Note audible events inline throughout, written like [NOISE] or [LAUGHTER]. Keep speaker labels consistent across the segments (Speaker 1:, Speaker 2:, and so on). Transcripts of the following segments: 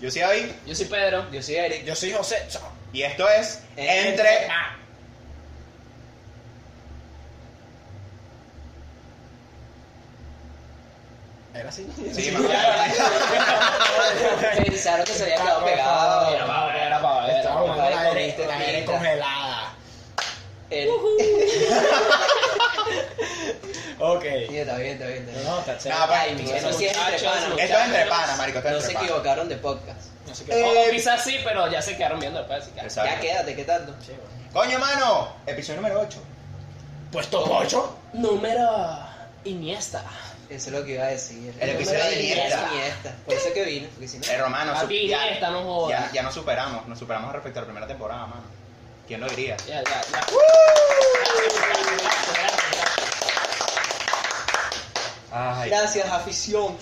Speaker 1: Yo soy David.
Speaker 2: Yo soy Pedro.
Speaker 3: Yo soy Eric.
Speaker 4: Yo soy José. Chao.
Speaker 1: Y esto es
Speaker 3: Entre
Speaker 1: Entre
Speaker 4: Ma. Era así.
Speaker 1: Sí,
Speaker 4: Sí.
Speaker 1: más o menos.
Speaker 3: Pensaron que se había quedado pegado.
Speaker 4: Era para ver, era para ver.
Speaker 3: Estaba
Speaker 4: Estaba jugando la
Speaker 3: con
Speaker 4: aire,
Speaker 3: este
Speaker 4: la aire
Speaker 3: pinta.
Speaker 4: congelada.
Speaker 3: Eric.
Speaker 4: Ok.
Speaker 3: Sí, está bien, está bien, está bien.
Speaker 4: No, está chévere.
Speaker 1: Ah,
Speaker 3: Ay, mi eso sí es entre
Speaker 2: Muchachos,
Speaker 3: panas,
Speaker 1: Esto es
Speaker 3: muchachos.
Speaker 1: entre panas, marico, esto es
Speaker 3: No
Speaker 1: entre
Speaker 3: se
Speaker 1: panas.
Speaker 3: equivocaron de podcast.
Speaker 4: No sé
Speaker 1: Eh,
Speaker 4: qué.
Speaker 2: O, o quizás sí, pero ya se quedaron viendo después. Así que...
Speaker 1: Exacto.
Speaker 3: Ya quédate, ¿qué tanto?
Speaker 4: Sí, bueno.
Speaker 1: Coño, mano, episodio número 8.
Speaker 4: Puesto 8.
Speaker 2: Número Iniesta.
Speaker 3: Eso es lo que iba a decir.
Speaker 1: El episodio de Iniesta.
Speaker 3: Iniesta. Por eso que vino, porque si no.
Speaker 1: Eh, romano, su-
Speaker 2: Papi, Iniesta, no jodas.
Speaker 1: ya, ya nos superamos, nos superamos respecto a la primera temporada, mano. ¿Quién lo diría?
Speaker 2: Ya, ya, ya.
Speaker 1: Ay.
Speaker 3: Gracias, afición.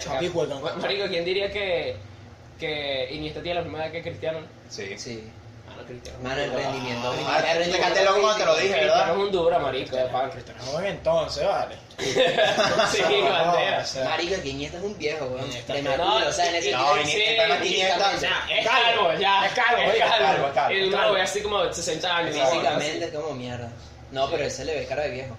Speaker 4: Chapi, juegan.
Speaker 2: Marico, ¿quién diría que, que Iniesta tiene la misma edad que Cristiano?
Speaker 1: Sí.
Speaker 3: Sí.
Speaker 2: Ah, no, Cristiano.
Speaker 3: Mano, el rendimiento.
Speaker 1: Ah,
Speaker 3: el rendimiento
Speaker 1: te canté loco cuando te lo dije,
Speaker 2: Cristiano es
Speaker 1: ¿verdad?
Speaker 2: un duro, marico, de pan, Cristiano.
Speaker 4: Vamos entonces, vale.
Speaker 2: Sí,
Speaker 4: [LAUGHS] No,
Speaker 2: bandera.
Speaker 4: o sea,
Speaker 3: Marico, que Iniesta es un viejo, weón.
Speaker 4: Iniesta
Speaker 3: De
Speaker 4: es-
Speaker 3: Madrid, o sea, en ese
Speaker 2: sí,
Speaker 1: No,
Speaker 2: sí,
Speaker 1: Iniesta está en la quinientas.
Speaker 2: o sea, es calvo, ya.
Speaker 4: Es calvo,
Speaker 2: es
Speaker 4: oiga,
Speaker 2: calvo.
Speaker 1: calvo, es calvo,
Speaker 2: Y
Speaker 4: es
Speaker 2: el
Speaker 4: calvo.
Speaker 2: malo ve así como de 60 años.
Speaker 1: Sí, sí,
Speaker 3: Físicamente es como mierda. No, pero ese le ve cara de viejo.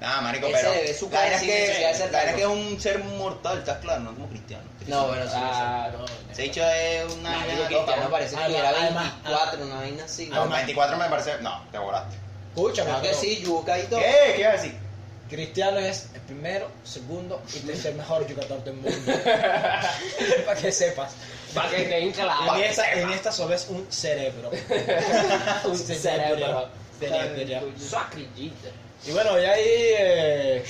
Speaker 1: Nada, marico,
Speaker 3: Ese
Speaker 1: pero.
Speaker 3: debe su
Speaker 1: la verdad es
Speaker 3: cara, sí, sí,
Speaker 1: que,
Speaker 3: sí, hace
Speaker 1: la verdad es
Speaker 3: algo.
Speaker 1: que es un ser mortal, estás claro, no como cristiano.
Speaker 3: No, bueno, sí.
Speaker 2: Ah, no.
Speaker 1: Se ha dicho es una.
Speaker 3: Marico,
Speaker 1: una
Speaker 3: Cristiano
Speaker 1: loca,
Speaker 3: parece que
Speaker 4: Además,
Speaker 3: era
Speaker 4: además,
Speaker 3: 24, una vaina así.
Speaker 1: No,
Speaker 3: weón.
Speaker 1: 24 me parece. No, te volaste.
Speaker 4: Escúchame,
Speaker 3: Creo que
Speaker 4: pero
Speaker 3: sí, yuca y todo.
Speaker 1: ¿Qué? ¿Qué iba a decir?
Speaker 4: Cristiano es el primero, segundo y tercer mejor jugador del mundo. Para que sepas.
Speaker 2: Para Ah, que te hinche la
Speaker 4: En esta, en esta solo es un cerebro.
Speaker 2: [LAUGHS]
Speaker 1: [LAUGHS]
Speaker 2: Un cerebro.
Speaker 4: Cerebro.
Speaker 2: Sacrillita.
Speaker 4: Y bueno, y hay eh,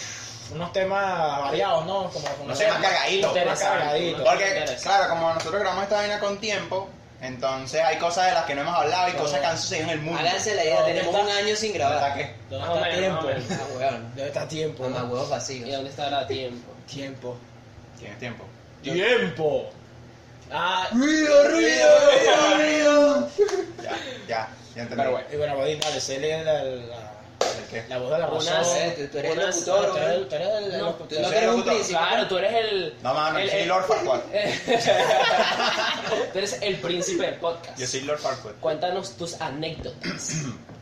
Speaker 4: unos temas variados, ¿no? Como, como
Speaker 1: No sé, más cagadito.
Speaker 4: Más cargadito.
Speaker 1: Porque, claro, como nosotros grabamos esta vaina con tiempo, entonces hay cosas de las que no hemos hablado y cosas que han sucedido en el mundo.
Speaker 3: Háganse la idea,
Speaker 4: ¿Dónde
Speaker 3: tenemos
Speaker 4: está?
Speaker 3: un año sin
Speaker 1: ¿Verdad
Speaker 3: grabar.
Speaker 1: que?
Speaker 4: ¿Dónde
Speaker 2: Más o
Speaker 4: está
Speaker 2: menos, más o
Speaker 4: tiempo?
Speaker 2: menos.
Speaker 3: Ah, weón.
Speaker 4: ¿Dónde está tiempo?
Speaker 3: Mamá huevos
Speaker 2: ¿Y
Speaker 3: vacíos.
Speaker 2: dónde estará tiempo?
Speaker 4: Tiempo.
Speaker 1: Tienes tiempo.
Speaker 4: ¡Tiempo! Ah,
Speaker 1: Ruido,
Speaker 4: ruido,
Speaker 1: ruido. Ya, ya, ya entendí.
Speaker 2: Pero bueno.
Speaker 4: y bueno, Godín, dale, se lee la, la,
Speaker 1: ¿El qué?
Speaker 4: la voz de la
Speaker 2: Unas-
Speaker 4: razón.
Speaker 3: Eh, tú- Tú eres el
Speaker 2: Unas-
Speaker 3: locutor,
Speaker 4: Tú eres-
Speaker 3: weón.
Speaker 4: tú eres el-
Speaker 2: No,
Speaker 4: el-
Speaker 3: Tú no
Speaker 1: Yo soy
Speaker 3: eres un
Speaker 1: locutor.
Speaker 3: príncipe.
Speaker 2: Claro, tú eres el.
Speaker 1: No, mano,
Speaker 2: el-
Speaker 1: yo soy
Speaker 2: el-
Speaker 1: Lord
Speaker 3: [LAUGHS]
Speaker 1: Farquaad.
Speaker 2: Tú eres el príncipe del podcast.
Speaker 1: Yo soy Lord Farquaad.
Speaker 2: Cuéntanos tus anécdotas.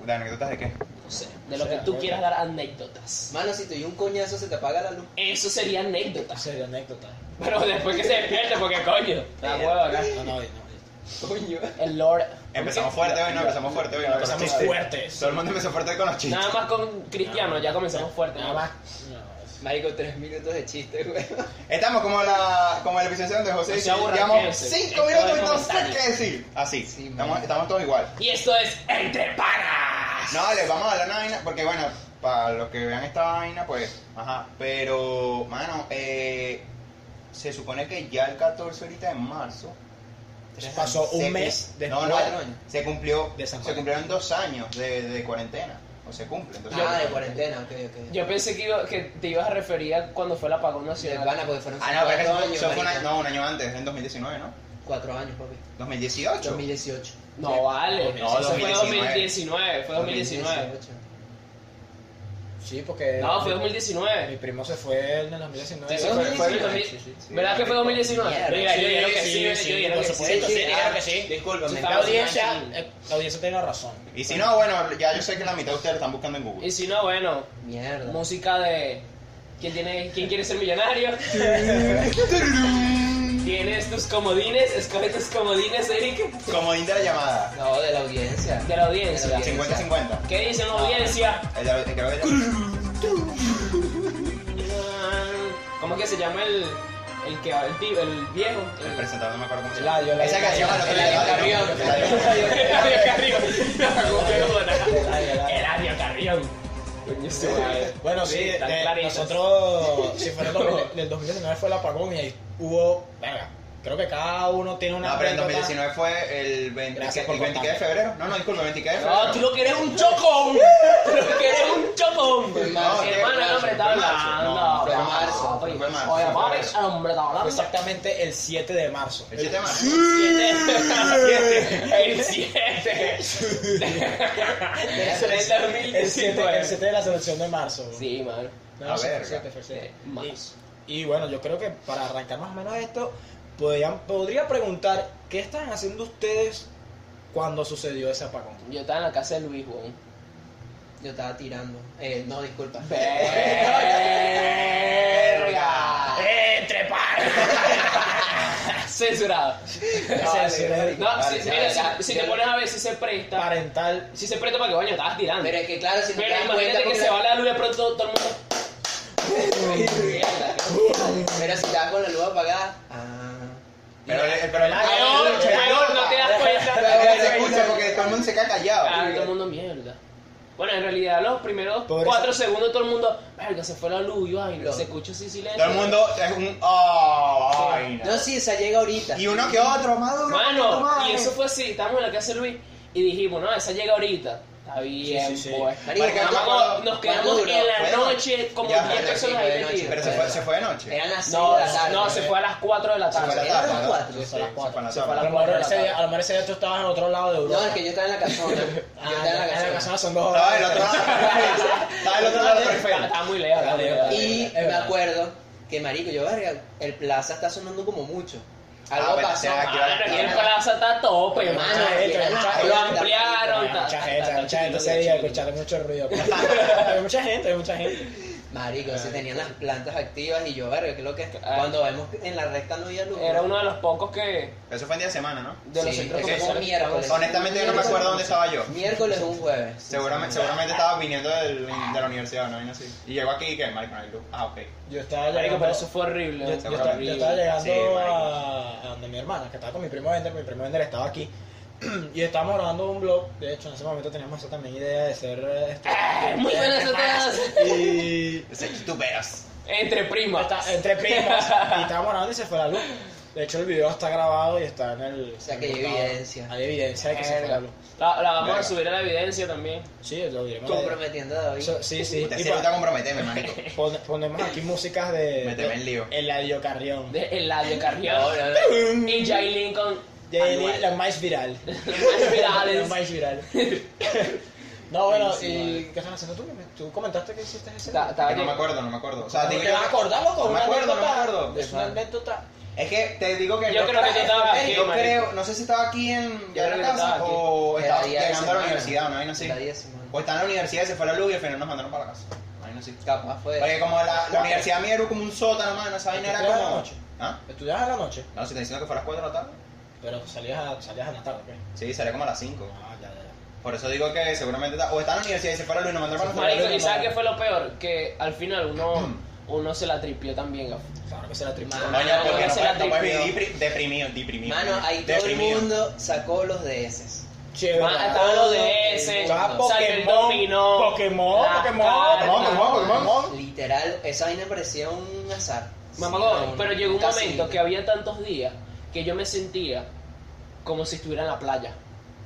Speaker 1: ¿De anécdotas de qué?
Speaker 2: No sé, de lo
Speaker 4: O
Speaker 2: que
Speaker 4: sea,
Speaker 2: tú
Speaker 4: bueno.
Speaker 2: quieras dar anécdotas.
Speaker 3: Mano, si te dio un coñazo, se te apaga la luz. [LAUGHS]
Speaker 2: Eso sería anécdota.
Speaker 4: Sería anécdota.
Speaker 2: Pero después que se despierte, porque coño. La hueva acá.
Speaker 4: No, no, no.
Speaker 3: Coño.
Speaker 2: El Lord.
Speaker 1: Empezamos fuerte hoy, no, empezamos fuerte hoy. no, con los
Speaker 4: Empezamos
Speaker 1: chistes.
Speaker 4: fuertes.
Speaker 1: Todo el mundo empezó fuerte con los chistes.
Speaker 2: Nada más con Cristiano, ya comenzamos fuerte.
Speaker 4: Nada
Speaker 2: ¿no?
Speaker 4: más.
Speaker 3: Marico, tres minutos de chiste, weón.
Speaker 1: Estamos como, la, como el episodio donde José
Speaker 2: No se
Speaker 1: dice,
Speaker 2: aburra,
Speaker 1: llevamos
Speaker 2: quédense.
Speaker 1: 5
Speaker 2: Esto
Speaker 1: minutos
Speaker 2: es
Speaker 1: y no sé
Speaker 2: momentáneo.
Speaker 1: qué decir. Así,
Speaker 3: Sí,
Speaker 1: estamos,
Speaker 3: man.
Speaker 1: estamos todos igual.
Speaker 2: Y esto es Entre Panas.
Speaker 1: No, les vamos a hablar una vaina, porque bueno, para los que vean esta vaina, pues, ajá. Pero, mano, eh, se supone que ya el 14 ahorita de marzo...
Speaker 4: Pasó
Speaker 1: se-
Speaker 4: un mes de
Speaker 1: No, no,
Speaker 3: cuatro años.
Speaker 1: se cumplió,
Speaker 4: De San
Speaker 1: se
Speaker 4: Juan.
Speaker 1: cumplieron dos años de, de cuarentena, o se cumple. Entonces,
Speaker 3: Ah, de cuarentena, ok, ok.
Speaker 2: Yo pensé que, iba- que te ibas a referir a cuando fue el apagón
Speaker 3: De
Speaker 2: nacional.
Speaker 3: pana, porque fueron
Speaker 1: Ah, no, pero
Speaker 3: cuatro
Speaker 1: es que
Speaker 3: años,
Speaker 1: eso fue un año,
Speaker 3: marico.
Speaker 1: no, un año antes, en 2019, ¿no?
Speaker 3: Cuatro años, papi.
Speaker 1: 2018.
Speaker 3: 2018.
Speaker 2: No vale.
Speaker 1: No,
Speaker 2: eso fue
Speaker 1: 2019.
Speaker 2: 2019. Fue 2019.
Speaker 3: 2018.
Speaker 4: Sí, porque.
Speaker 2: No, fue
Speaker 4: Mi
Speaker 2: 2019.
Speaker 4: primo se fue en el 2019.
Speaker 2: Sí, fue- fue 2019.
Speaker 4: Sí, sí, sí.
Speaker 2: ¿Verdad que fue 2019?
Speaker 3: Mierda.
Speaker 2: Mira, yo dijeron que sí, yo dijeron
Speaker 4: por
Speaker 2: que sí.
Speaker 4: supuesto, sí,
Speaker 3: sí,
Speaker 4: claro
Speaker 3: ah,
Speaker 4: que sí.
Speaker 3: Discúlpame.
Speaker 4: La audiencia, eh, la audiencia tiene razón.
Speaker 1: Y si no, bueno, ya yo sé que la mitad de ustedes lo están buscando en Google.
Speaker 2: Y si no, bueno,
Speaker 3: Mierda.
Speaker 2: música de. ¿Quién, tiene, ¿Quién quiere ser millonario? ¿Tienes tus comodines? Escoge tus comodines, Eric.
Speaker 1: Comodín de la llamada.
Speaker 3: No, de la audiencia.
Speaker 2: De la audiencia.
Speaker 3: De la
Speaker 1: 50-50.
Speaker 2: ¿Qué dice la audiencia?
Speaker 1: El de- el que lo ve ya-
Speaker 2: ¿Cómo que se llama el. el que el, tío- el viejo?
Speaker 1: El
Speaker 2: El-
Speaker 1: presentador no me acuerdo cómo se
Speaker 4: Eladio,
Speaker 1: llama.
Speaker 4: Eladio,
Speaker 1: Esa canción al otro día.
Speaker 3: Eladio
Speaker 1: Eladio,
Speaker 3: Carrión.
Speaker 1: Eladio.
Speaker 2: Eladio Carrión. Eladio Carrión. Coño, su madre.
Speaker 4: Bueno, sí,
Speaker 2: tan
Speaker 4: eh,
Speaker 2: claritas.
Speaker 4: nosotros,
Speaker 3: [LAUGHS]
Speaker 4: si fuera el 2000 el 2019 fue el apagón y ahí hubo, verga, creo que cada uno tiene una...
Speaker 1: No, pero en
Speaker 4: anécdota.
Speaker 1: 2019 fue el 20
Speaker 4: Gracias
Speaker 1: el 23
Speaker 4: por
Speaker 1: de
Speaker 4: contarme.
Speaker 1: febrero. No, no, disculpa, 23 de febrero.
Speaker 2: No, tú lo que eres un chocón. Tú lo que eres un chocón.
Speaker 3: Fue en
Speaker 1: No,
Speaker 3: marzo.
Speaker 1: fue
Speaker 2: Hermano, el
Speaker 1: marzo,
Speaker 2: hombre está
Speaker 1: fue marzo.
Speaker 2: hablando.
Speaker 1: No, fue
Speaker 3: fue
Speaker 1: marzo.
Speaker 3: marzo,
Speaker 1: Fue
Speaker 2: Oye,
Speaker 1: marzo.
Speaker 2: Oye,
Speaker 1: fue
Speaker 2: mami,
Speaker 1: marzo.
Speaker 2: el hombre está
Speaker 4: Fue
Speaker 2: [LAUGHS] hablando.
Speaker 4: exactamente el 7 de marzo.
Speaker 1: El 7 de marzo.
Speaker 2: El [LAUGHS] 7. El
Speaker 4: El 7, el
Speaker 2: 7.
Speaker 4: 7 de la selección de marzo.
Speaker 2: Sí, man.
Speaker 4: No,
Speaker 1: A
Speaker 4: sí, fue
Speaker 1: Ah, verga.
Speaker 4: el 7, fue el 7.
Speaker 2: Eh, marzo.
Speaker 4: Y bueno, yo creo que para arrancar más o menos esto, podrían, podría preguntar, ¿qué estaban haciendo ustedes cuando sucedió ese apagón?
Speaker 2: Yo estaba en la casa de Luis, weón.
Speaker 3: Yo estaba tirando. Eh, no, disculpa. [LAUGHS]
Speaker 2: Verga.
Speaker 4: ¡Entre
Speaker 2: Censurado.
Speaker 4: Censurado.
Speaker 2: No, si,
Speaker 3: Vale,
Speaker 2: mira,
Speaker 3: ya, ya,
Speaker 2: si, si
Speaker 3: ya.
Speaker 2: te pones a ver si se presta.
Speaker 4: Parental.
Speaker 2: Si se presta para que baño, estabas tirando.
Speaker 3: Pero es que claro, si te
Speaker 2: Pero
Speaker 3: das cuenta,
Speaker 2: imagínate que
Speaker 3: porque-
Speaker 2: se va la luz de pronto todo el mundo.
Speaker 3: [LAUGHS] Mierda. Pero si estás con la luz apagada. Ah.
Speaker 1: Pero el pero el-
Speaker 2: Peor, peor, no te das cuenta.
Speaker 1: Pero se escucha porque todo el mundo se queda
Speaker 2: Ah,
Speaker 1: callado.
Speaker 2: todo el mundo mierda. Bueno, en realidad los primeros
Speaker 4: Pobre
Speaker 2: cuatro segundos todo el mundo, verga, se fue la luz, yo, ay, no, se escucha así silencio.
Speaker 1: Todo el mundo es un. ¡Oh! vaina.
Speaker 3: No, sí, esa llega ahorita.
Speaker 1: Y uno que otro, más duro. más duro,
Speaker 2: Mano,
Speaker 1: más. eh.
Speaker 2: y eso fue así, estábamos en la casa de Luis y dijimos, no, esa llega ahorita. Está bien,
Speaker 4: sí, sí.
Speaker 2: pues.
Speaker 3: Marico,
Speaker 1: Marica,
Speaker 3: mamá,
Speaker 1: tú-
Speaker 2: Vamos, nos quedamos
Speaker 3: duró?
Speaker 2: en la
Speaker 1: ¿Fue de
Speaker 2: noche como
Speaker 1: Ya,
Speaker 2: 10
Speaker 1: fue
Speaker 2: personas
Speaker 3: de
Speaker 2: ahí
Speaker 3: noche,
Speaker 1: Pero
Speaker 2: metidas.
Speaker 1: se fue, se fue de noche.
Speaker 3: Eran las 6
Speaker 2: No,
Speaker 3: de la tarde.
Speaker 2: no, se fue a las 4 de la
Speaker 1: Se fue a la
Speaker 2: tarde.
Speaker 3: Eran
Speaker 1: tapa,
Speaker 3: las
Speaker 1: ¿no?
Speaker 3: cuatro,
Speaker 1: Sí,
Speaker 4: se fue a las cuatro.
Speaker 1: la
Speaker 2: Se
Speaker 1: tapa.
Speaker 2: fue
Speaker 4: A lo mejor ese día- a lo mejor ese día tú estabas en otro lado de Europa.
Speaker 3: No, es que yo estaba en la
Speaker 2: [LAUGHS]
Speaker 3: casona. Yo
Speaker 4: Ah,
Speaker 3: estaba en la
Speaker 4: en la
Speaker 3: casona.
Speaker 4: casona son dos
Speaker 1: Estaba
Speaker 4: horas.
Speaker 1: del otro lado. Estaba del otro lado del
Speaker 2: Estaba
Speaker 1: perfil.
Speaker 2: estaba muy lejos. estaba muy
Speaker 4: Dale,
Speaker 2: lejos.
Speaker 4: dale.
Speaker 3: Y
Speaker 4: Es
Speaker 3: me
Speaker 4: verdad.
Speaker 3: acuerdo que, marico, yo, verga, el plaza está sonando como mucho.
Speaker 1: Ah,
Speaker 3: Algo
Speaker 1: pero
Speaker 3: pasó.
Speaker 1: será que-
Speaker 2: Mano, aquí el plaza está a tope,
Speaker 3: Hermano,
Speaker 2: hermano.
Speaker 4: gente,
Speaker 3: eran
Speaker 4: mucha
Speaker 3: las
Speaker 4: gente.
Speaker 2: Lo
Speaker 3: cuatro.
Speaker 2: ampliaron.
Speaker 4: Había Mucha
Speaker 2: ta- ta-
Speaker 4: gente,
Speaker 2: ta-
Speaker 4: había mucha gente ese
Speaker 2: chiquito,
Speaker 4: día,
Speaker 2: chiquito.
Speaker 4: escucharon mucho
Speaker 2: [LAUGHS]
Speaker 4: ruido. Había mucha gente, había mucha gente.
Speaker 3: Marico, se
Speaker 4: Ah.
Speaker 3: tenían las plantas activas y yo, verga, que lo que es.
Speaker 2: Ah.
Speaker 3: Cuando vemos que en la recta no había luz.
Speaker 2: Era uno de los pocos que
Speaker 1: Eso fue en día de semana, ¿no?
Speaker 2: de los
Speaker 3: Sí,
Speaker 2: centros
Speaker 1: es que
Speaker 2: comerciales.
Speaker 3: fue miércoles.
Speaker 2: estaban-
Speaker 1: Honestamente, yo no me acuerdo dónde estaba yo.
Speaker 3: Miércoles o un jueves.
Speaker 1: Seguramente, seguramente estaba viniendo del- de la universidad, ¿no? Y no sé. Y llegó aquí y que, marico, no hay luz. Ah, ok.
Speaker 4: Yo estaba
Speaker 2: Marico, pero
Speaker 4: llegando-
Speaker 2: eso fue horrible.
Speaker 4: Yo, yo
Speaker 2: fue
Speaker 4: estaba, yo
Speaker 2: horrible.
Speaker 4: estaba llegando
Speaker 1: Sí,
Speaker 4: a, a donde mi hermana, que estaba con mi primo Ender, mi primo Ender estaba aquí. [CLEARS THROAT] Y estábamos grabando un blog, de hecho en ese momento teníamos esa también idea de ser... eh,
Speaker 2: [LAUGHS]
Speaker 4: este,
Speaker 2: Ah, Muy buenas tardes.
Speaker 4: y
Speaker 1: Entonces, tú veas.
Speaker 2: Entre primas.
Speaker 4: está- entre primos, y estábamos grabando y se fue la luz. De hecho el video está grabado y está en el... O
Speaker 3: sea, que hay evidencia.
Speaker 4: Hay evidencia de que se fue la luz.
Speaker 2: La, la vamos
Speaker 1: Verga.
Speaker 2: a subir a la evidencia también.
Speaker 4: Sí, lo diremos.
Speaker 3: Comprometiendo a David.
Speaker 4: Eso- Sí, sí.
Speaker 1: Te
Speaker 4: Y
Speaker 1: sirve
Speaker 4: pon-
Speaker 1: para comprometerme, marico.
Speaker 4: pon- ponemos aquí músicas de...
Speaker 1: Méteme
Speaker 4: de-
Speaker 1: en lío.
Speaker 4: Eladio Carrión.
Speaker 2: De Eladio Carrión.
Speaker 3: Ahora, no,
Speaker 2: Y Jay Lincoln.
Speaker 4: De Eli, la más
Speaker 3: [LAUGHS]
Speaker 4: viral.
Speaker 2: Más
Speaker 4: La
Speaker 2: virales.
Speaker 4: más viral. [LAUGHS] No, bueno, ¿y
Speaker 2: Buenísimo,
Speaker 4: qué estás haciendo tú? Tú comentaste que hiciste ese.
Speaker 2: Ta-
Speaker 4: día.
Speaker 2: ta-
Speaker 1: Que no me acuerdo, no me acuerdo. O sea,
Speaker 4: ¿Te
Speaker 1: digo
Speaker 4: vas a
Speaker 1: yo.
Speaker 4: acordar, loco?
Speaker 1: No me
Speaker 4: Una
Speaker 1: acuerdo, no me
Speaker 4: anécdota.
Speaker 1: acuerdo.
Speaker 4: Es una anécdota.
Speaker 1: Es que te digo que.
Speaker 2: Yo creo que yo estaba aquí,
Speaker 1: Yo
Speaker 2: marico.
Speaker 1: creo, no sé si estaba aquí en ya
Speaker 2: Yo creo
Speaker 1: en
Speaker 2: que
Speaker 1: la
Speaker 2: estaba
Speaker 1: casa
Speaker 2: aquí.
Speaker 1: o
Speaker 3: Era
Speaker 1: estaba
Speaker 3: día de
Speaker 1: llegando a la
Speaker 3: semana.
Speaker 1: universidad, ¿no? Ahí no
Speaker 3: la
Speaker 1: sé.
Speaker 3: 10
Speaker 1: O estaba en la universidad, se fue la luz y al final nos mandaron para la casa. Ahí no sé.
Speaker 3: Capaz fue.
Speaker 1: Porque como la, la universidad mía era como un sótano, mano, esa vaina era
Speaker 4: ¿Estudiabas a la
Speaker 1: como...
Speaker 4: noche?
Speaker 1: ¿Ah?
Speaker 4: Estudiabas a la noche,
Speaker 1: No, si te diciendo que fue a las 4 de la tarde.
Speaker 4: pero salías a, salías a la tarde, ¿ok?
Speaker 1: Sí, salía como a las 5.
Speaker 4: Ah, ya, ya, ya.
Speaker 1: Por eso digo que seguramente... ta- O está en la universidad y se fue a la luz y nos mandaron para la
Speaker 2: Marico,
Speaker 1: casa.
Speaker 2: ¿y sabes qué fue lo peor? Que al final uno, uno se la tripió también, gafo.
Speaker 4: Claro que se la tripa.
Speaker 3: Mano,
Speaker 1: Coño, porque
Speaker 2: Marico,
Speaker 1: no
Speaker 2: se
Speaker 1: fue-
Speaker 2: la
Speaker 1: no fue
Speaker 2: tripió.
Speaker 1: depri- deprimido, deprimido.
Speaker 3: Mano, ahí todo el
Speaker 1: Deprimido.
Speaker 3: mundo sacó los DS.
Speaker 4: Chévere.
Speaker 2: Ma- Estaba lo de ese.
Speaker 4: Estaba
Speaker 2: salió el
Speaker 4: Pokémon.
Speaker 2: dominó.
Speaker 4: Pokémon,
Speaker 2: las
Speaker 4: Pokémon,
Speaker 2: cartas.
Speaker 1: Pokémon, Pokémon, Pokémon.
Speaker 3: Literal, esa vaina parecía un azar.
Speaker 2: Mamá,
Speaker 3: Sí,
Speaker 2: huevón,
Speaker 3: no,
Speaker 2: pero
Speaker 3: no,
Speaker 2: llegó un
Speaker 3: casi.
Speaker 2: momento que había tantos días que yo me sentía como si estuviera en la playa.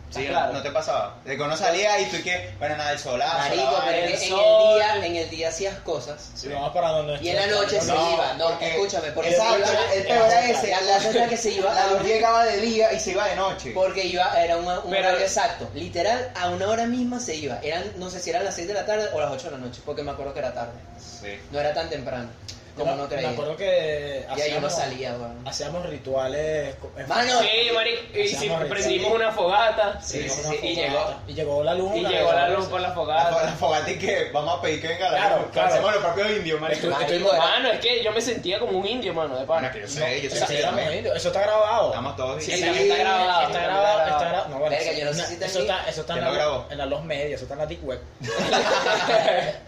Speaker 2: ¿Estás
Speaker 1: Sí,
Speaker 2: claro?
Speaker 1: no te pasaba. De que uno salía y tú que... Bueno, nada, el solazo.
Speaker 3: Marico,
Speaker 1: la
Speaker 3: pero
Speaker 1: vaina.
Speaker 3: es que en
Speaker 2: sol.
Speaker 3: el día, en el día hacías cosas.
Speaker 4: Sí, vamos para donde
Speaker 3: Y en la noche se
Speaker 1: No,
Speaker 3: iba. No,
Speaker 1: porque-
Speaker 3: escúchame, porque
Speaker 1: Exacto,
Speaker 3: la-
Speaker 1: el peor era ese.
Speaker 3: la cosa es la que se iba
Speaker 1: La
Speaker 3: a
Speaker 1: luz llegaba de día y se iba de noche.
Speaker 3: Porque iba, era una- un
Speaker 2: Pero-
Speaker 3: horario exacto. Literal, a una hora misma se iba. Eran, no sé si eran las 6 de la tarde o las 8 de la noche, porque me acuerdo que era tarde.
Speaker 1: Sí.
Speaker 3: No era tan temprano, como no
Speaker 4: Me
Speaker 3: creía.
Speaker 4: acuerdo que
Speaker 3: Y ahí yo no
Speaker 4: hacíamos-
Speaker 3: salía, weón.
Speaker 4: Hacíamos rituales. co- en-
Speaker 3: Mano,
Speaker 2: Sí, marico, y si
Speaker 4: Hacíamos rituales.
Speaker 2: prendimos una fogata
Speaker 3: Sí, sí,
Speaker 4: una
Speaker 3: sí, y
Speaker 4: fogata.
Speaker 3: llegó.
Speaker 4: Y llegó la luz.
Speaker 2: y
Speaker 4: una
Speaker 2: llegó
Speaker 4: vez,
Speaker 2: la
Speaker 4: ¿no?
Speaker 2: luz por la
Speaker 1: La, fo- la
Speaker 2: fogata.
Speaker 1: fogata y que vamos a pedir que venga la
Speaker 4: Claro,
Speaker 1: luz.
Speaker 4: claro.
Speaker 1: Hacemos los propios indios, marico.
Speaker 4: Estu-
Speaker 3: Marico,
Speaker 4: estuvimos-
Speaker 2: Mano, es que yo me sentía como un indio, mano,
Speaker 1: Bueno,
Speaker 2: de pana.
Speaker 1: que yo
Speaker 4: No,
Speaker 1: sé, yo
Speaker 4: o sea,
Speaker 1: sé que
Speaker 4: éramos
Speaker 1: también.
Speaker 4: indios. Eso está grabado.
Speaker 1: Estamos todos
Speaker 2: Sí,
Speaker 1: bien.
Speaker 2: también está grabado.
Speaker 4: Está grabado, está grabado. No, bueno,
Speaker 3: Verga, yo no sé
Speaker 4: na-
Speaker 3: si está
Speaker 4: eso
Speaker 3: en mí.
Speaker 4: está, eso está en,
Speaker 1: ¿Quién
Speaker 4: la,
Speaker 1: lo grabó?
Speaker 4: en la los medios, eso está en la deep web.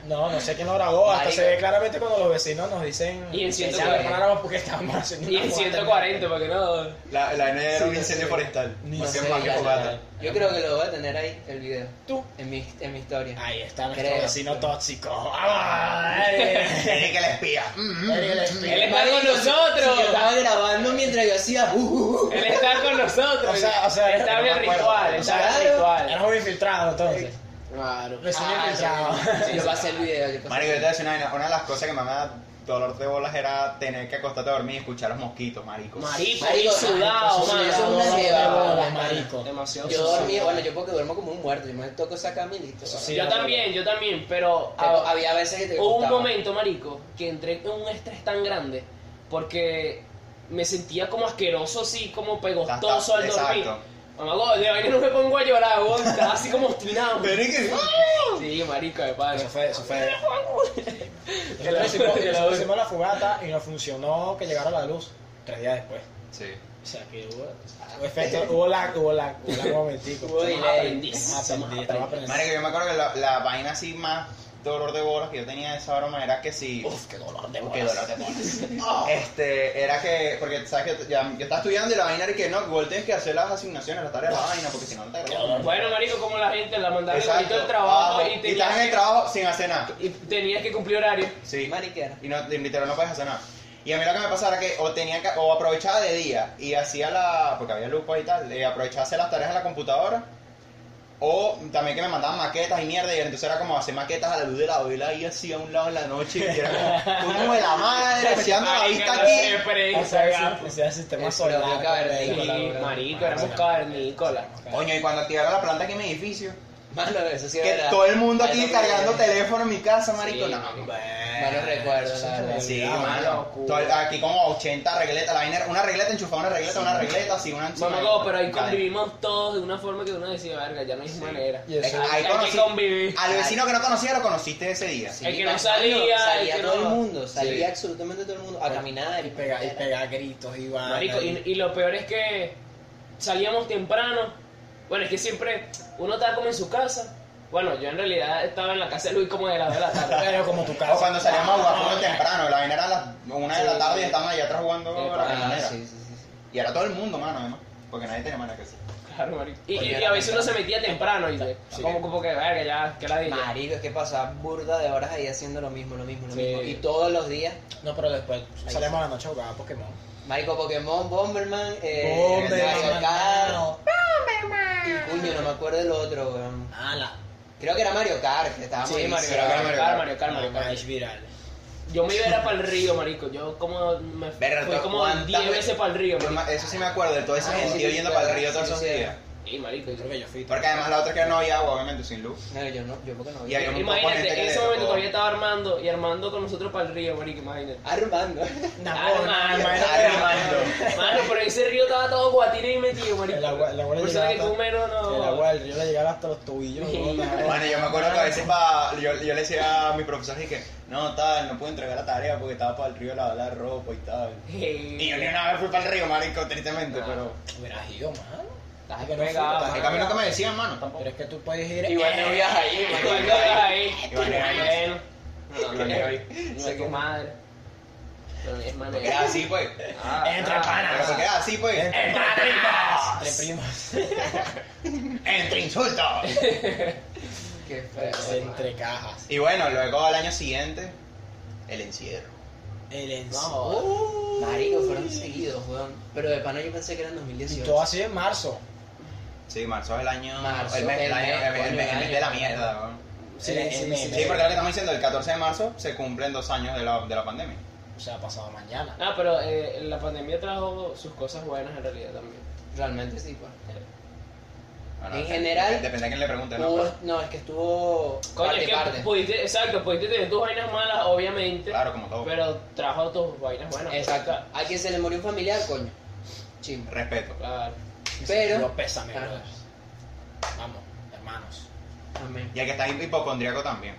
Speaker 4: no, no sé quién lo grabó. Hasta
Speaker 3: Marica.
Speaker 4: se ve claramente cuando los vecinos nos dicen
Speaker 2: Y en
Speaker 4: que
Speaker 2: 140.
Speaker 4: ya grabamos porque estábamos haciendo
Speaker 2: Y
Speaker 4: una
Speaker 2: en
Speaker 4: fogata.
Speaker 2: 140, porque no.
Speaker 1: La, la N era
Speaker 4: Sí,
Speaker 1: un
Speaker 4: sí,
Speaker 1: incendio
Speaker 4: sí.
Speaker 1: forestal.
Speaker 4: Ni
Speaker 1: Porque
Speaker 4: sé,
Speaker 1: es más que
Speaker 4: ya, ya,
Speaker 1: fogata.
Speaker 4: ya.
Speaker 3: Yo creo que lo voy a tener ahí, el video,
Speaker 4: Tú.
Speaker 3: en mi, en mi historia.
Speaker 4: Ahí está nuestro
Speaker 3: Creo.
Speaker 4: vecino tóxico. ¡Ah!
Speaker 1: [LAUGHS]
Speaker 4: Eric.
Speaker 1: Tiene que la espía. Mm, mm.
Speaker 4: Eric
Speaker 2: Él
Speaker 4: el espía.
Speaker 2: está con nosotros.
Speaker 3: si yo estaba grabando mientras yo hacía... uh, uh, uh.
Speaker 2: Él está con nosotros.
Speaker 4: O sea, o sea,
Speaker 2: está en
Speaker 1: no
Speaker 2: el
Speaker 1: me acuerdo.
Speaker 2: ritual,
Speaker 1: O
Speaker 2: está en
Speaker 3: sea,
Speaker 2: el ritual.
Speaker 4: Era muy infiltrado entonces.
Speaker 2: Claro.
Speaker 4: Vecino
Speaker 3: Ah,
Speaker 4: infiltrado.
Speaker 3: sí, sí, yo pasé el video, yo
Speaker 1: Marico, yo te
Speaker 3: pasé el
Speaker 1: voy a
Speaker 3: video.
Speaker 1: decir una vaina. Una de las cosas que más me da dolor de bolas era tener que acostarte a dormir y escuchar los mosquitos, marico.
Speaker 2: Marico,
Speaker 3: Marico,
Speaker 2: sudado,
Speaker 3: marico,
Speaker 2: mano.
Speaker 3: eso es una
Speaker 2: sudado,
Speaker 3: jeva,
Speaker 2: bolas,
Speaker 4: marico.
Speaker 2: mano. Demasiado
Speaker 3: Yo
Speaker 2: sudado.
Speaker 3: dormía, bueno, yo porque duermo como un muerto, yo me toco esa cama y listo.
Speaker 4: Eso
Speaker 2: Sí,
Speaker 4: sí.
Speaker 2: yo
Speaker 4: no,
Speaker 2: también, yo también, pero,
Speaker 3: Pero
Speaker 2: ah,
Speaker 3: había veces que te
Speaker 2: hubo un
Speaker 3: gustaba.
Speaker 2: momento, marico, que entré en un estrés tan grande porque me sentía como asqueroso, así como
Speaker 1: Estás-
Speaker 2: pegostoso al
Speaker 1: exacto.
Speaker 2: dormir. Mamá, go, de vaina no me pongo a llorar, vos, estaba así como obstinado.
Speaker 1: Pero es que-
Speaker 2: Sí, marico, de padre.
Speaker 4: Ah, Eso fue, eso fue. [LAUGHS]
Speaker 2: Que la-
Speaker 4: Nosotros hicimos,
Speaker 2: que la-
Speaker 4: nosotros hicimos la fogata y no funcionó que llegara la luz tres días después.
Speaker 1: Sí.
Speaker 4: O sea que hubo, hubo efecto, hubo lag, hubo lag, hubo lag un momentico.
Speaker 3: Hubo
Speaker 4: Estamos
Speaker 3: delay.
Speaker 4: aprendiendo,
Speaker 2: Somos aprendiz.
Speaker 4: estamos aprendiendo.
Speaker 1: Marico, yo me acuerdo que la, la vaina así más dolor de bolas que yo tenía de esa broma era que si...
Speaker 2: Uf, qué dolor de
Speaker 1: Qué
Speaker 2: bolas. Oh.
Speaker 1: dolor de
Speaker 2: [LAUGHS]
Speaker 1: Este, era que, porque sabes que ya- yo estaba estudiando y la vaina era que no, igual tienes que hacer las asignaciones, las tareas, la vaina, porque si no, no te graban.
Speaker 2: Bueno, marico, como la gente la mandaba
Speaker 1: Exacto.
Speaker 2: igualito al trabajo
Speaker 1: Ah,
Speaker 2: y
Speaker 1: y estás en el
Speaker 2: tenías,
Speaker 1: trabajo sin hacer nada.
Speaker 2: y tenías que cumplir horario.
Speaker 1: Sí.
Speaker 3: Mariquera.
Speaker 1: Y no, y literal no puedes hacer nada. Y a mí lo que me pasaba era que o tenía que, o aprovechaba de día y hacía la, porque había lupa y tal, eh, aprovechaba hacer las tareas en la computadora. O también que me mandaban maquetas y mierda, y entonces era como hacer maquetas a la luz de la vela y así a un lado en la noche, y era como, coño de la madre, echando la
Speaker 2: Marico,
Speaker 1: vista
Speaker 2: no
Speaker 1: aquí.
Speaker 2: sé,
Speaker 4: O
Speaker 2: prensa,
Speaker 4: sea,
Speaker 2: gato.
Speaker 4: ese- ese es el sistema
Speaker 3: Es propio
Speaker 4: solar.
Speaker 3: cavernícola,
Speaker 2: Sí,
Speaker 4: bro.
Speaker 2: marico,
Speaker 4: Bueno,
Speaker 2: éramos
Speaker 4: sí.
Speaker 2: cavernícolas.
Speaker 1: Coño, y cuando activaron la planta aquí en mi edificio,
Speaker 3: Mano, eso sí es
Speaker 1: que
Speaker 3: verdad.
Speaker 1: todo el mundo
Speaker 3: Ay,
Speaker 1: aquí
Speaker 3: no,
Speaker 1: cargando
Speaker 3: no.
Speaker 1: teléfono en mi casa, marico.
Speaker 2: Sí,
Speaker 1: no,
Speaker 2: mano.
Speaker 3: Malos recuerdos, la verdad.
Speaker 1: Sí,
Speaker 4: Olvidado,
Speaker 1: mano.
Speaker 2: locura.
Speaker 1: Todo el- aquí como 80 regletas, la vaina era una regleta enchufada, una regleta, una regleta, así una encima
Speaker 2: Mamá,
Speaker 1: de
Speaker 2: go,
Speaker 1: otra.
Speaker 2: pero ahí
Speaker 1: Cadena.
Speaker 2: convivimos todos de una forma que uno decía, verga, ya no hay manera.
Speaker 4: Y eso-
Speaker 2: Hay,
Speaker 1: Ahí
Speaker 2: hay que
Speaker 1: conocí-
Speaker 2: convivir.
Speaker 1: Al vecino que no conocía lo conociste ese día.
Speaker 2: El que no
Speaker 3: mano,
Speaker 2: salía,
Speaker 3: salía
Speaker 2: el que
Speaker 3: todo
Speaker 2: no-
Speaker 3: el mundo, salía
Speaker 2: Sí.
Speaker 3: absolutamente todo el mundo a caminar
Speaker 4: Y pegar y pega gritos y
Speaker 1: Ah,
Speaker 4: vaina,
Speaker 2: Marico, y, y lo peor es que salíamos temprano. Bueno, es que siempre uno estaba como en su casa. Bueno, yo en realidad estaba en la casa de Luis como de la de la tarde.
Speaker 4: Pero como tu casa.
Speaker 1: O cuando salíamos a jugar fútbol temprano, la vaina era a las una de la
Speaker 2: Sí,
Speaker 1: tarde y
Speaker 2: sí.
Speaker 1: estaban allá atrás jugando
Speaker 2: Sí,
Speaker 1: a la
Speaker 2: para-
Speaker 3: Ah,
Speaker 1: caminera.
Speaker 3: sí, sí, sí, sí.
Speaker 1: Y era todo el mundo, mano, además. Porque nadie tenía manera que hacer.
Speaker 2: Claro, marico. Y, y- y a veces uno se metía temprano y
Speaker 4: Sí.
Speaker 2: como, como que, verga, ya, que la di.
Speaker 3: Marico, es que pasaba burda de horas ahí haciendo lo mismo, lo mismo, lo
Speaker 2: Sí.
Speaker 3: mismo. Y todos los días,
Speaker 4: No, pero después salíamos a la noche a jugar a Pokémon.
Speaker 3: Marico Pokémon, Bomberman, eh,
Speaker 4: Bomberman,
Speaker 3: Mario
Speaker 4: mano.
Speaker 3: Kart, Coño, no me acuerdo del otro, weón.
Speaker 4: Ah, la.
Speaker 3: Creo que era Mario Kart, que estábamos
Speaker 2: Sí,
Speaker 3: ahí,
Speaker 2: Mario
Speaker 3: Mario
Speaker 1: creo que
Speaker 2: Kart,
Speaker 1: era
Speaker 2: Mario
Speaker 3: Kart.
Speaker 1: Mario Kart.
Speaker 2: Kart, Mario Kart, Mario Kart.
Speaker 4: Match viral.
Speaker 2: Yo me iba era para el río, marico. Yo como me
Speaker 1: Verga,
Speaker 2: fui
Speaker 1: tú
Speaker 2: como
Speaker 1: aguantas,
Speaker 2: 10
Speaker 1: güey.
Speaker 2: veces para el río,
Speaker 1: Yo
Speaker 2: marico.
Speaker 1: ma- Eso sí me acuerdo de toda esa
Speaker 3: Ah,
Speaker 1: gente
Speaker 3: sí,
Speaker 1: yo
Speaker 3: sí,
Speaker 1: yendo
Speaker 3: sí,
Speaker 1: para el
Speaker 3: sí,
Speaker 1: río todos
Speaker 3: sí,
Speaker 1: esos
Speaker 3: sí.
Speaker 1: días.
Speaker 2: Y marico, yo
Speaker 4: Creo que yo fui.
Speaker 1: Porque además la otra es que no había agua, obviamente, sin luz.
Speaker 3: No, yo no, yo porque no
Speaker 1: Y había
Speaker 3: vi.
Speaker 1: un
Speaker 2: Imagínate,
Speaker 1: componente que
Speaker 2: en
Speaker 1: le
Speaker 2: ese momento
Speaker 1: tocó.
Speaker 2: todavía estaba Armando y Armando con nosotros para el río, marico, imagínate. [LAUGHS]
Speaker 3: Armando.
Speaker 1: Armando.
Speaker 2: Mano, pero ese río estaba todo guatire y metido, marico.
Speaker 4: El agua- el agua le
Speaker 2: Por eso era Pues que
Speaker 4: llegaba
Speaker 2: tú menos no.
Speaker 4: El agua del río le llegaba hasta los tobillos.
Speaker 2: [LAUGHS] Sí.
Speaker 1: Bueno, yo me acuerdo que a veces pa- yo, yo le decía a mi profesor y que no, tal, no pude entregar la tarea porque estaba para el río lavar la ropa y tal. Y yo ni una vez fui para el río, marico, tristemente,
Speaker 2: Ah.
Speaker 1: pero.
Speaker 4: Hubieras ido, mano.
Speaker 2: Estás
Speaker 4: Que no fui,
Speaker 2: pegado,
Speaker 4: estás
Speaker 1: El
Speaker 2: mano.
Speaker 1: camino que me decían, mano, [LAUGHS] tampoco.
Speaker 4: Pero es que tú puedes ir.
Speaker 3: Igual no viajas ahí,
Speaker 2: Y
Speaker 1: [LAUGHS]
Speaker 3: marico.
Speaker 2: volvió ahí.
Speaker 1: Igual que ahí.
Speaker 2: Bueno.
Speaker 1: Igual que ahí.
Speaker 2: No, tu madre. Pero es
Speaker 1: Porque era
Speaker 2: manera.
Speaker 1: así, pues.
Speaker 2: Ah,
Speaker 4: Entre
Speaker 1: Pero
Speaker 2: ah.
Speaker 4: panas.
Speaker 1: porque era así, pues.
Speaker 4: Entre primas. Entre primas. [LAUGHS]
Speaker 1: Entre insultos.
Speaker 3: Qué feo.
Speaker 4: Entre cajas.
Speaker 1: Y bueno, luego al año siguiente, el encierro.
Speaker 4: El
Speaker 2: No,
Speaker 4: ensayo.
Speaker 2: joder.
Speaker 3: Marico, fueron seguidos, weón. Pero de pana yo pensé que eran
Speaker 4: Y
Speaker 3: 2018.
Speaker 4: todo así en marzo.
Speaker 1: Sí, marzo es el año.
Speaker 3: Marzo,
Speaker 1: el mes, el
Speaker 3: el
Speaker 1: año-
Speaker 3: mes,
Speaker 1: el mes- el mes- el
Speaker 3: coño,
Speaker 1: mes de la mierda, weón.
Speaker 4: Sí,
Speaker 2: Eh,
Speaker 4: sí, sí.
Speaker 1: Sí, porque lo que estamos diciendo, el 14 de marzo se cumplen dos años de la, de la pandemia.
Speaker 4: O sea, pasado mañana.
Speaker 2: Ah, pero eh, la pandemia trajo sus cosas buenas en realidad también.
Speaker 3: Realmente sí, pues.
Speaker 1: Bueno,
Speaker 3: En
Speaker 1: dep-
Speaker 3: general,
Speaker 1: dep- Depende a quién le pregunte, ¿no?
Speaker 3: Hubo-
Speaker 1: Pero,
Speaker 3: no, es que estuvo
Speaker 2: Coño,
Speaker 3: parte
Speaker 2: es que
Speaker 3: parte.
Speaker 2: pudiste, exacto, pudiste tener tus vainas malas, obviamente,
Speaker 1: claro, como todo.
Speaker 2: pero trajo tus vainas buenas.
Speaker 3: Exacto. A quien se le murió un familiar, coño. Chimba.
Speaker 1: Respeto.
Speaker 2: Claro.
Speaker 3: Pero-
Speaker 4: Yo pésame,
Speaker 3: Claro.
Speaker 4: brothers. Vamos, hermanos.
Speaker 3: Amén.
Speaker 1: Y el que está hipocondríaco también.